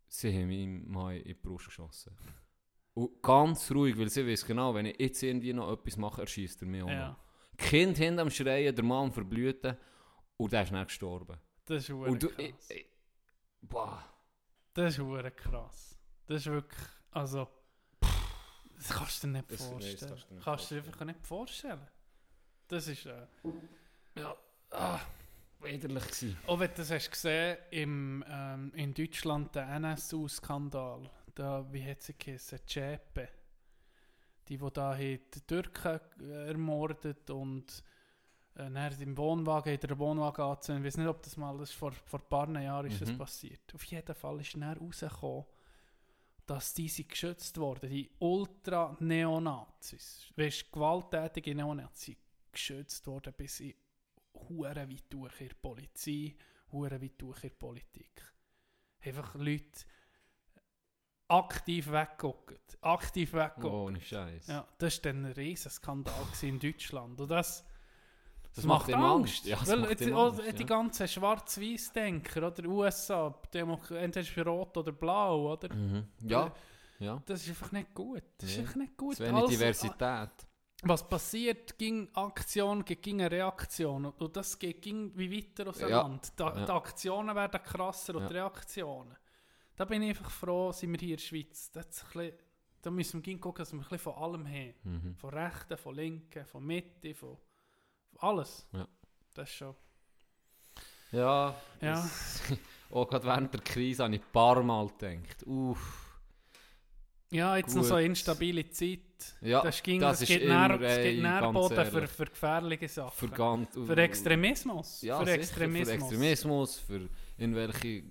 [SPEAKER 3] sie haben meinem Mann in die Brust geschossen. Und ganz ruhig, weil sie weiß genau, wenn ich jetzt irgendwie noch etwas mache, erschießt er mich auch
[SPEAKER 5] ja.
[SPEAKER 3] noch. Die Kinder hinten am Schreien, der Mann am Verblüten und der ist nicht gestorben.
[SPEAKER 5] Das ist hure
[SPEAKER 3] Und du,
[SPEAKER 5] krass.
[SPEAKER 3] ich, ich, boah.
[SPEAKER 5] das ist hure krass. Das ist wirklich, also, das kannst du dir nicht
[SPEAKER 3] Das- nee, das
[SPEAKER 5] vorstellen.
[SPEAKER 3] kannst du dir nicht
[SPEAKER 5] kannst du dir einfach nicht vorstellen. Das ist, äh,
[SPEAKER 3] Ja, ah, widerlich gsi.
[SPEAKER 5] auch Oh, wenn du das hast gesehen im, ähm, in Deutschland, der NSU-Skandal, da, wie hat sie geheißen, Cepe. Die, die da haben die Türken äh, ermordet und äh, dann im Wohnwagen, in der Wohnwagen anzünden. Ich weiß nicht, ob das mal das ist, vor, vor ein paar Jahren ist das
[SPEAKER 3] Mhm.
[SPEAKER 5] passiert. Auf jeden Fall ist dann rausgekommen, dass die sind geschützt wurden, die Ultra-Neonazis, weißt, gewalttätige Neonazis, geschützt wurden bis in hure weit durch in der Polizei, hure weit durch in der Politik. Einfach Leute äh, aktiv weggeguckt, aktiv weggeguckt.
[SPEAKER 3] Ohne Scheiß.
[SPEAKER 5] Ja, das war dann ein Riesenskandal gewesen in Deutschland. Und das,
[SPEAKER 3] Das macht ihm Angst. Ja, das
[SPEAKER 5] Weil
[SPEAKER 3] macht
[SPEAKER 5] jetzt,
[SPEAKER 3] ihm
[SPEAKER 5] auch
[SPEAKER 3] Angst,
[SPEAKER 5] die
[SPEAKER 3] ja.
[SPEAKER 5] ganzen Schwarz-Weiß-Denker oder USA, Demo- entweder ist es rot oder blau, oder?
[SPEAKER 3] Mhm. Ja, ja.
[SPEAKER 5] Das ist einfach nicht gut. Das ist
[SPEAKER 3] Nee.
[SPEAKER 5] einfach nicht gut.
[SPEAKER 3] Zu wenig
[SPEAKER 5] Also,
[SPEAKER 3] Diversität.
[SPEAKER 5] a- Was passiert, ging Aktion gegen eine Reaktion. Und- Und das geht ging wie weiter auseinander. Da,
[SPEAKER 3] Ja.
[SPEAKER 5] Die Aktionen werden krasser und
[SPEAKER 3] Ja.
[SPEAKER 5] die Reaktionen. Da bin ich einfach froh, sind wir hier in der Schweiz. Das ist ein bisschen, da müssen wir gehen gucken, dass wir ein bisschen von allem haben.
[SPEAKER 3] Mhm.
[SPEAKER 5] Von Rechten, von Linken, von Mitte, von, von alles.
[SPEAKER 3] Ja.
[SPEAKER 5] Das ist schon.
[SPEAKER 3] Ja,
[SPEAKER 5] Ja.
[SPEAKER 3] das- auch gerade Oh, während der Krise habe ich ein paar Mal gedacht. Uff.
[SPEAKER 5] Ja, jetzt noch
[SPEAKER 3] Gut.
[SPEAKER 5] so eine instabile Zeit.
[SPEAKER 3] Ja,
[SPEAKER 5] das ging,
[SPEAKER 3] das
[SPEAKER 5] es
[SPEAKER 3] ist
[SPEAKER 5] gibt näher,
[SPEAKER 3] immer,
[SPEAKER 5] es
[SPEAKER 3] ey,
[SPEAKER 5] gibt näher
[SPEAKER 3] ganz
[SPEAKER 5] Boden für,
[SPEAKER 3] ehrlich.
[SPEAKER 5] für gefährliche
[SPEAKER 3] Für,
[SPEAKER 5] Sachen.
[SPEAKER 3] ganz,
[SPEAKER 5] für Extremismus.
[SPEAKER 3] Ja,
[SPEAKER 5] für
[SPEAKER 3] sicher,
[SPEAKER 5] Extremismus.
[SPEAKER 3] Für Extremismus, für irgendwelche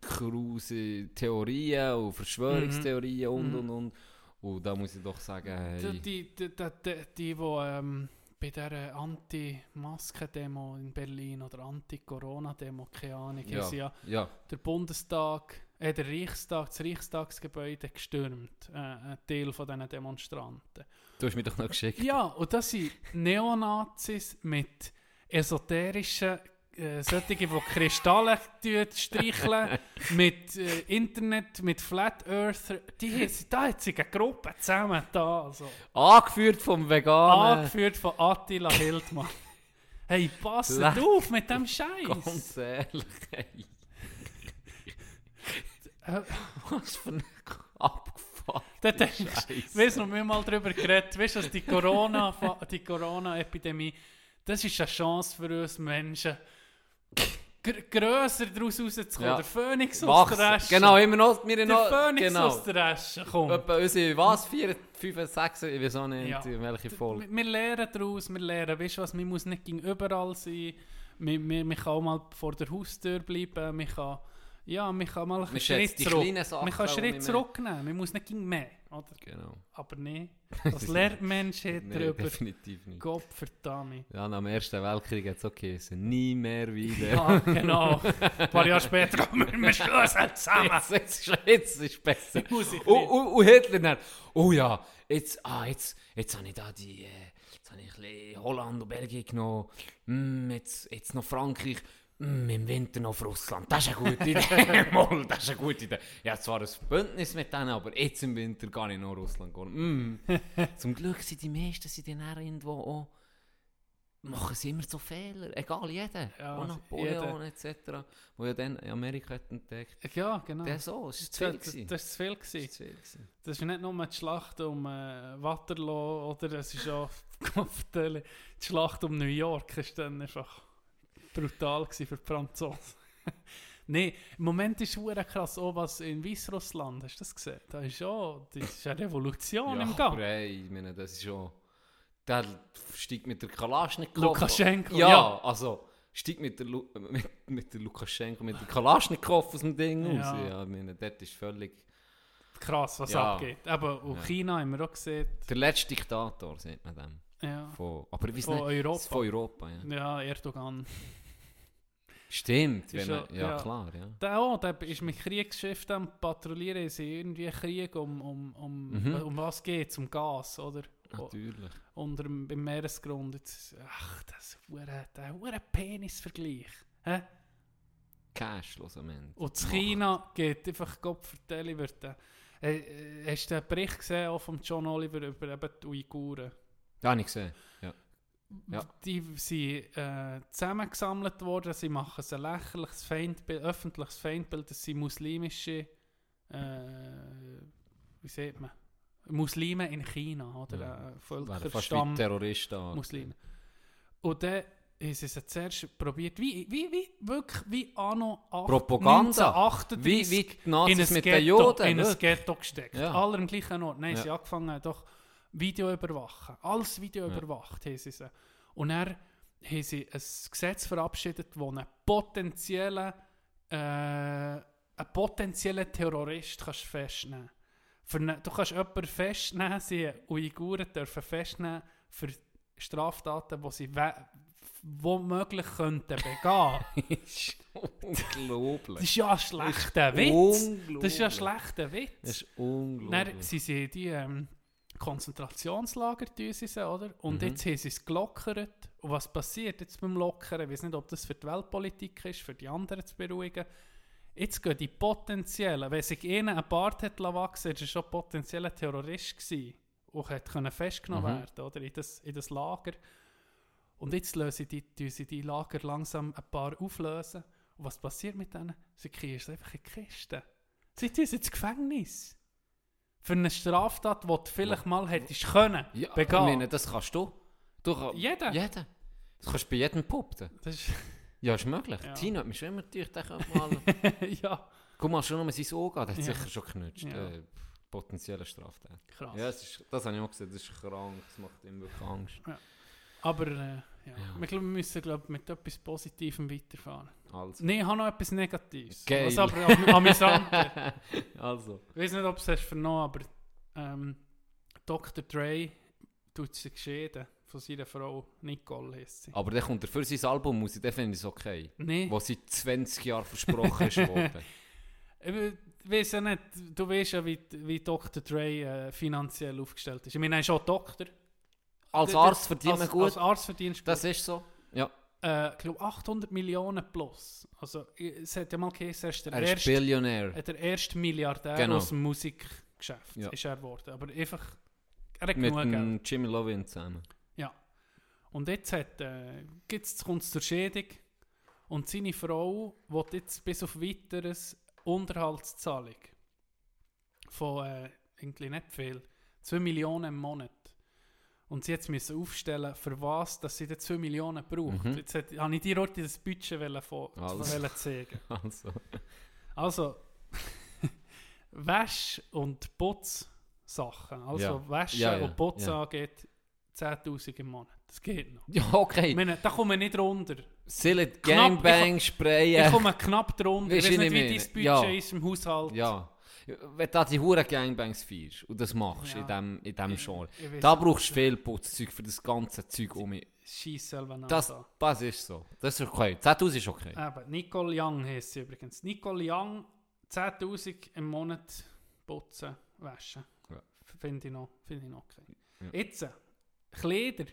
[SPEAKER 3] kruse Theorien und Verschwörungstheorien und
[SPEAKER 5] Mhm.
[SPEAKER 3] und und. Und da muss ich doch sagen, hey.
[SPEAKER 5] Die, die, die, die, die, die wo, ähm, bei dieser Anti-Masken-Demo in Berlin oder Anti-Corona-Demo, keine Ahnung,
[SPEAKER 3] Ja.
[SPEAKER 5] ist ja
[SPEAKER 3] Ja,
[SPEAKER 5] der Bundestag, äh, der Reichstag, das Reichstagsgebäude gestürmt, äh, ein Teil von diesen Demonstranten.
[SPEAKER 3] du hast mir doch noch geschickt.
[SPEAKER 5] Ja, und das sind Neonazis mit esoterischen äh, solche, die Kristalle tut streicheln, mit äh, Internet, mit Flat Earth. Die hier, sind- da hat sich eine Gruppe zusammen da. Also,
[SPEAKER 3] Angeführt vom Veganen.
[SPEAKER 5] angeführt von Attila Hildmann. Hey, passt
[SPEAKER 3] Leck.
[SPEAKER 5] auf mit dem Scheiß!
[SPEAKER 3] Ganz ehrlich, hey.
[SPEAKER 5] Äh.
[SPEAKER 3] Was für ein abgefuckt.
[SPEAKER 5] Da denkst du, weißt du, wir haben mal darüber geredet, weißt du, dass die Corona, die Corona-Epidemie, das ist eine Chance für uns Menschen,
[SPEAKER 4] gr grösser daraus rauszukommen.
[SPEAKER 3] Ja.
[SPEAKER 4] Der Phoenix aus der
[SPEAKER 3] Wachsen.
[SPEAKER 4] Asche.
[SPEAKER 3] Genau, immer noch. Wir haben
[SPEAKER 4] Der
[SPEAKER 3] noch
[SPEAKER 4] Phoenix
[SPEAKER 3] genau.
[SPEAKER 4] aus der Asche kommt.
[SPEAKER 3] Etwa unsere, was, 4, 5, 6, ich weiß auch nicht,
[SPEAKER 4] Ja.
[SPEAKER 3] in welche Folge.
[SPEAKER 4] Wir, wir lernen daraus, wir lernen, weißt du was, man muss nicht gegen überall sein. Man, man, man kann auch mal vor der Haustür bleiben, man kann, ja, man kann mal einen
[SPEAKER 3] Man
[SPEAKER 4] Schritt
[SPEAKER 3] schätzt die
[SPEAKER 4] zurück.
[SPEAKER 3] kleinen Sachen,
[SPEAKER 4] man kann einen
[SPEAKER 3] die
[SPEAKER 4] Schritt
[SPEAKER 3] man-
[SPEAKER 4] zurücknehmen, man muss nicht gegen mehr, oder?
[SPEAKER 3] Genau.
[SPEAKER 4] Aber nein, das lernt Mensch hier
[SPEAKER 3] Nein,
[SPEAKER 4] drüber.
[SPEAKER 3] definitiv nicht.
[SPEAKER 4] Gott verdammt.
[SPEAKER 3] Ja, nach dem Ersten Weltkrieg hat es auch geheißen, nie mehr wieder.
[SPEAKER 4] Ja, Ah, genau. Ein paar Jahre später kommen wir schließen zusammen.
[SPEAKER 3] Jetzt, jetzt, ist- jetzt ist besser.
[SPEAKER 4] muss ich
[SPEAKER 3] Und,
[SPEAKER 4] nicht.
[SPEAKER 3] und, und Oh, Hitler dann, oh ja, jetzt, ah, jetzt, jetzt habe ich da die, äh, jetzt habe ich ein bisschen Holland und Belgien genommen, mm, jetzt, jetzt noch Frankreich, mm, im Winter noch Russland, das ist eine gute Idee, Moll, das ist eine gute Idee. Ich hatte zwar ein Bündnis mit denen, aber jetzt im Winter kann ich noch Russland gehen. Mm. Zum Glück sind die meisten sind dann auch irgendwo auch, machen sie immer so Fehler, egal jeder,
[SPEAKER 4] Ja,
[SPEAKER 3] auch
[SPEAKER 4] also
[SPEAKER 3] Napoleon etc., wo ja dann Amerika hat entdeckt
[SPEAKER 4] Ja, genau.
[SPEAKER 3] der so, es ist zu
[SPEAKER 4] das,
[SPEAKER 3] viel.
[SPEAKER 4] das,
[SPEAKER 3] gewesen.
[SPEAKER 4] das ist zu viel.
[SPEAKER 3] Es
[SPEAKER 4] Gewesen.
[SPEAKER 3] ist zu viel gewesen.
[SPEAKER 4] Das ist nicht nur die Schlacht um äh, Waterloo oder es ist auch die Schlacht um New York ist dann einfach brutal gewesen für die Franzosen. Nein, im Moment ist es krass, auch oh, was in Weißrussland, hast du das gesehen? Da ist auch, das ist eine Revolution
[SPEAKER 3] ja,
[SPEAKER 4] im
[SPEAKER 3] aber
[SPEAKER 4] Gang.
[SPEAKER 3] ey, ich meine, das ist schon. Der steigt mit der Kalaschnikow.
[SPEAKER 4] Lukaschenko,
[SPEAKER 3] Ja,
[SPEAKER 4] ja.
[SPEAKER 3] also steigt mit der, Lu mit, mit der Lukaschenko, mit der Kalaschnikow aus dem Ding
[SPEAKER 4] Ja.
[SPEAKER 3] raus. Ja, ich meine, dort ist völlig.
[SPEAKER 4] Krass, was
[SPEAKER 3] Ja.
[SPEAKER 4] abgeht. Aber auch
[SPEAKER 3] Ja.
[SPEAKER 4] China haben wir auch gesehen.
[SPEAKER 3] Der letzte Diktator, sagt man dem.
[SPEAKER 4] Ja,
[SPEAKER 3] Von, aber ich weiß
[SPEAKER 4] Von
[SPEAKER 3] nicht.
[SPEAKER 4] Europa.
[SPEAKER 3] Von Europa, ja.
[SPEAKER 4] ja Erdogan.
[SPEAKER 3] Stimmt,
[SPEAKER 4] Ist
[SPEAKER 3] wenn
[SPEAKER 4] ja-
[SPEAKER 3] man, ja,
[SPEAKER 4] ja.
[SPEAKER 3] klar, ja.
[SPEAKER 4] Der auch, der ist mit Kriegsschiffen am Patrouillieren, sie irgendwie Krieg um, um, um,
[SPEAKER 3] Mhm.
[SPEAKER 4] um was geht Um Gas, oder?
[SPEAKER 3] Natürlich.
[SPEAKER 4] unter dem, beim Meeresgrund. Jetzt, ach, das hure, der hure Penisvergleich. Hä?
[SPEAKER 3] Cash, los am Ende.
[SPEAKER 4] Und zu China geht einfach Gott vertellen wird. der- Äh, äh, hast du den Bericht gesehen auch von John Oliver über eben die Uiguren?
[SPEAKER 3] Ja, nicht gesehen. Ja.
[SPEAKER 4] Die sind äh, zusammengesammelt worden, sie machen so ein lächerliches Feindbild, öffentliches Feindbild, dass sie muslimische, äh, wie sagt man, Muslime in China, oder?
[SPEAKER 3] Ja.
[SPEAKER 4] Äh,
[SPEAKER 3] Wären fast wie
[SPEAKER 4] Völkerstamm.
[SPEAKER 3] Terroristen. angesehen.
[SPEAKER 4] Muslime. Und dann haben sie es zuerst probiert, wie, wie, wie, wirklich, wie anno acht-
[SPEAKER 3] Propaganda.
[SPEAKER 4] 1938
[SPEAKER 3] Wie, wie die
[SPEAKER 4] in
[SPEAKER 3] Nazis
[SPEAKER 4] ein
[SPEAKER 3] mit
[SPEAKER 4] Ghetto,
[SPEAKER 3] den Juden.
[SPEAKER 4] in ein
[SPEAKER 3] wirklich.
[SPEAKER 4] Ghetto gesteckt.
[SPEAKER 3] Ja.
[SPEAKER 4] Alle am gleichen Ort. Nein,
[SPEAKER 3] Ja.
[SPEAKER 4] sie angefangen doch Video überwachen. Alles Video überwacht, haben sie sie. Und dann haben sie ein Gesetz verabschiedet, das einen potenziellen, äh, einen potenziellen Terrorist kannst festnehmen für ne, Du kannst jemanden festnehmen, sie Uiguren dürfen festnehmen für Straftaten, die sie we- womöglich könnten begehen. das
[SPEAKER 3] Unglaublich.
[SPEAKER 4] ist ja ein schlechter Witz. Das ist ja ein schlechter Witz.
[SPEAKER 3] Das ist
[SPEAKER 4] Dann,
[SPEAKER 3] unglaublich.
[SPEAKER 4] sie sind die ähm, Konzentrationslager, tun sie sie, oder? Und jetzt haben sie es gelockert. Und was passiert jetzt beim Lockern? Ich weiß nicht, ob das für die Weltpolitik ist, für die anderen zu beruhigen. Jetzt gehen die potenziellen, wenn sich ihnen ein Bart hat lassen wachsen, ist er schon potenzieller Terrorist gewesen und hat können festgenommen
[SPEAKER 3] Mhm.
[SPEAKER 4] werden, oder? In das, in das Lager. Und jetzt lösen die, tun sie die Lager langsam ein paar auflösen. Und was passiert mit denen? Sie kriegen sie einfach in die Kiste. Sie tun sie ins Gefängnis. Für eine Straftat, die du vielleicht mal hättest können.
[SPEAKER 3] Ja, ich
[SPEAKER 4] begangen.
[SPEAKER 3] meine, das kannst du. du kann-
[SPEAKER 4] Jeder.
[SPEAKER 3] Jeder. Das kannst du bei jedem behaupten.
[SPEAKER 4] Das ist,
[SPEAKER 3] Ja, ist möglich.
[SPEAKER 4] Ja.
[SPEAKER 3] Tino hat mich schon immer gedacht, der könnte mal...
[SPEAKER 4] ja,
[SPEAKER 3] Guck mal, schon nochmal sein Auge an, der hat
[SPEAKER 4] Ja.
[SPEAKER 3] sicher schon geknutscht.
[SPEAKER 4] Ja.
[SPEAKER 3] Äh, potenzielle Straftat.
[SPEAKER 4] krass.
[SPEAKER 3] Ja, das, ist, das habe ich auch gesehen, das ist krank, das macht ihm wirklich Angst.
[SPEAKER 4] Aber äh, ja. Ich glaube, wir müssen glaub, mit etwas Positivem weiterfahren.
[SPEAKER 3] Also.
[SPEAKER 4] Nein, ich habe noch etwas Negatives.
[SPEAKER 3] Geil.
[SPEAKER 4] Was aber am amüsanter.
[SPEAKER 3] also.
[SPEAKER 4] Ich weiß nicht, ob du es hast vernommen, aber ähm, Dr. Dre tut sich geschieden von seiner Frau Nicole. heisst sie.
[SPEAKER 3] Aber dann kommt er für sein Album raus, dann finde ich es okay.
[SPEAKER 4] Nein,
[SPEAKER 3] Was seit 20 Jahren versprochen ist worden.
[SPEAKER 4] ich we- weiss ja nicht, du weißt ja, wie, wie Dr. Dre äh, finanziell aufgestellt ist. Ich meine, er ist auch Doktor.
[SPEAKER 3] Als
[SPEAKER 4] D-
[SPEAKER 3] Arzt verdient man
[SPEAKER 4] als-
[SPEAKER 3] gut.
[SPEAKER 4] Als Arzt verdienst du
[SPEAKER 3] das
[SPEAKER 4] gut.
[SPEAKER 3] ist so. Ja.
[SPEAKER 4] Äh, ich glaube, 800 Millionen plus. Also, ich- es hat ja mal geheißen, er ist der
[SPEAKER 3] Er ist
[SPEAKER 4] erste
[SPEAKER 3] Billionär.
[SPEAKER 4] Äh, Der erste Milliardär
[SPEAKER 3] Genau.
[SPEAKER 4] aus dem Musikgeschäft
[SPEAKER 3] Ja.
[SPEAKER 4] ist er geworden. Aber einfach, er hat
[SPEAKER 3] Mit
[SPEAKER 4] genug Geld.
[SPEAKER 3] dem Jimmy Lovin zusammen.
[SPEAKER 4] Ja. Und jetzt hat, äh, jetzt kommt es zur Schädigung. Und seine Frau will jetzt bis auf weiteres Unterhaltszahlung. Von äh, irgendwie nicht viel. 2 Millionen im Monat. Und sie jetzt müssen aufstellen, für was dass sie dann 2 Millionen braucht. Jetzt hat, habe ich dir heute das Budget wollen von,
[SPEAKER 3] Mhm. Alles.
[SPEAKER 4] wollen zeigen.
[SPEAKER 3] Also,
[SPEAKER 4] Also, Wäsch- und Putzsachen. Also,
[SPEAKER 3] Ja.
[SPEAKER 4] Wäsche
[SPEAKER 3] Ja, ja,
[SPEAKER 4] und Putz
[SPEAKER 3] ja.
[SPEAKER 4] angeht 10.000 im Monat. Das geht noch.
[SPEAKER 3] ja,
[SPEAKER 4] Ich
[SPEAKER 3] okay.
[SPEAKER 4] meine, da kommen wir nicht runter.
[SPEAKER 3] Silent
[SPEAKER 4] Knapp,
[SPEAKER 3] Gangbang
[SPEAKER 4] Ich
[SPEAKER 3] sprayen.
[SPEAKER 4] komme knapp drunter. Ich
[SPEAKER 3] Weisst
[SPEAKER 4] weiß
[SPEAKER 3] du, ich
[SPEAKER 4] nicht, wie dein
[SPEAKER 3] meine,
[SPEAKER 4] Budget
[SPEAKER 3] ja.
[SPEAKER 4] ist im Haushalt.
[SPEAKER 3] Ja. Wenn du die Huren Gangbangs feierst und das machst
[SPEAKER 4] Ja.
[SPEAKER 3] in diesem in dem Genre,
[SPEAKER 4] ich weiss
[SPEAKER 3] da brauchst du viel Putzzeug für das ganze Zeug um mich.
[SPEAKER 4] Scheiss selber nach.
[SPEAKER 3] Das,
[SPEAKER 4] da. Äh,
[SPEAKER 3] das ist so. Das ist okay. 10'000 ist okay.
[SPEAKER 4] Eben, Nicole Young heisst sie übrigens. Nicole Young, 10.000 im Monat putzen, waschen.
[SPEAKER 3] Ja.
[SPEAKER 4] Finde ich noch, finde ich noch okay.
[SPEAKER 3] Ja.
[SPEAKER 4] Jetzt, äh, Kleider.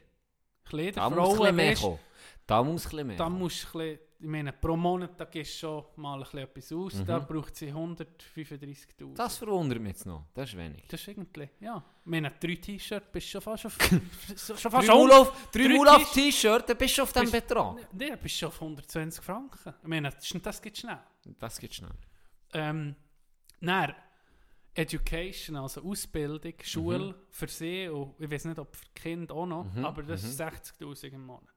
[SPEAKER 4] Kleider,
[SPEAKER 3] Da
[SPEAKER 4] für
[SPEAKER 3] muss ein bisschen
[SPEAKER 4] Frauen,
[SPEAKER 3] mehr
[SPEAKER 4] weisst,
[SPEAKER 3] kommen. Da muss ein bisschen mehr
[SPEAKER 4] da
[SPEAKER 3] kommen.
[SPEAKER 4] musst du ein bisschen, ich meine, pro Monat, da gehst du schon mal ein bisschen etwas aus. Da
[SPEAKER 3] Mhm.
[SPEAKER 4] braucht sie 135.000.
[SPEAKER 3] Das verwundert mich jetzt noch. Das ist wenig.
[SPEAKER 4] Das ist irgendwie, ja. Ich meine, drei T-Shirts bist du schon fast auf... schon fast
[SPEAKER 3] Drei Mulauf- drei
[SPEAKER 4] Ah, drei
[SPEAKER 3] Mulauf-T-Shirt, dann bist du auf diesem
[SPEAKER 4] Bist-
[SPEAKER 3] Betrag.
[SPEAKER 4] Nee, bist schon auf 120 Franken. Ich meine, das, ist- das geht schnell.
[SPEAKER 3] Das geht schnell.
[SPEAKER 4] Ähm, dann, Education, also Ausbildung,
[SPEAKER 3] Mhm.
[SPEAKER 4] Schule für sie und ich weiß nicht, ob für Kind auch noch, aber das
[SPEAKER 3] mhm.
[SPEAKER 4] ist 60.000 im Monat.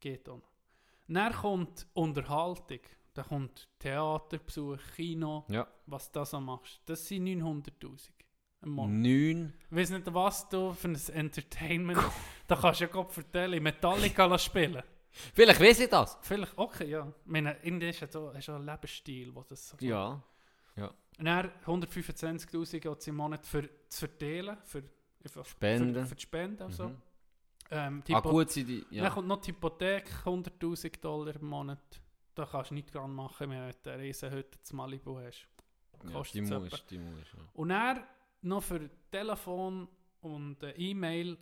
[SPEAKER 4] Geht auch noch. Dann kommt Unterhaltung. Da kommt Theaterbesuch, Kino,
[SPEAKER 3] Ja.
[SPEAKER 4] was du so machst. Das sind 900.000 im Monat.
[SPEAKER 3] Neun.
[SPEAKER 4] Ich weiß nicht, was du für ein Entertainment... da kannst du ja Gott vertellen, Metallica lassen spielen.
[SPEAKER 3] Vielleicht weiss ich das.
[SPEAKER 4] Vielleicht, okay, ja. Ich meine, Indien ist ja so, ist ja ein Lebensstil, wo das so...
[SPEAKER 3] Ja.
[SPEAKER 4] Und er 125'000 geht im Monat für zu verteilen, für, für,
[SPEAKER 3] Spenden. Mhm.
[SPEAKER 4] für, für die Spenden und so. Ähm, die
[SPEAKER 3] Ah,
[SPEAKER 4] Hypo-
[SPEAKER 3] gut sind die.
[SPEAKER 4] Dann
[SPEAKER 3] Ja.
[SPEAKER 4] kommt noch die Hypothek, 100'000 Dollar im Monat. Da kannst du nichts dran machen, wenn du eine Riesenhütte zu Malibu hast.
[SPEAKER 3] ja
[SPEAKER 4] kostet
[SPEAKER 3] die
[SPEAKER 4] es
[SPEAKER 3] musst,
[SPEAKER 4] etwa.
[SPEAKER 3] die musst. Ja.
[SPEAKER 4] Und er noch für Telefon und äh, E-Mail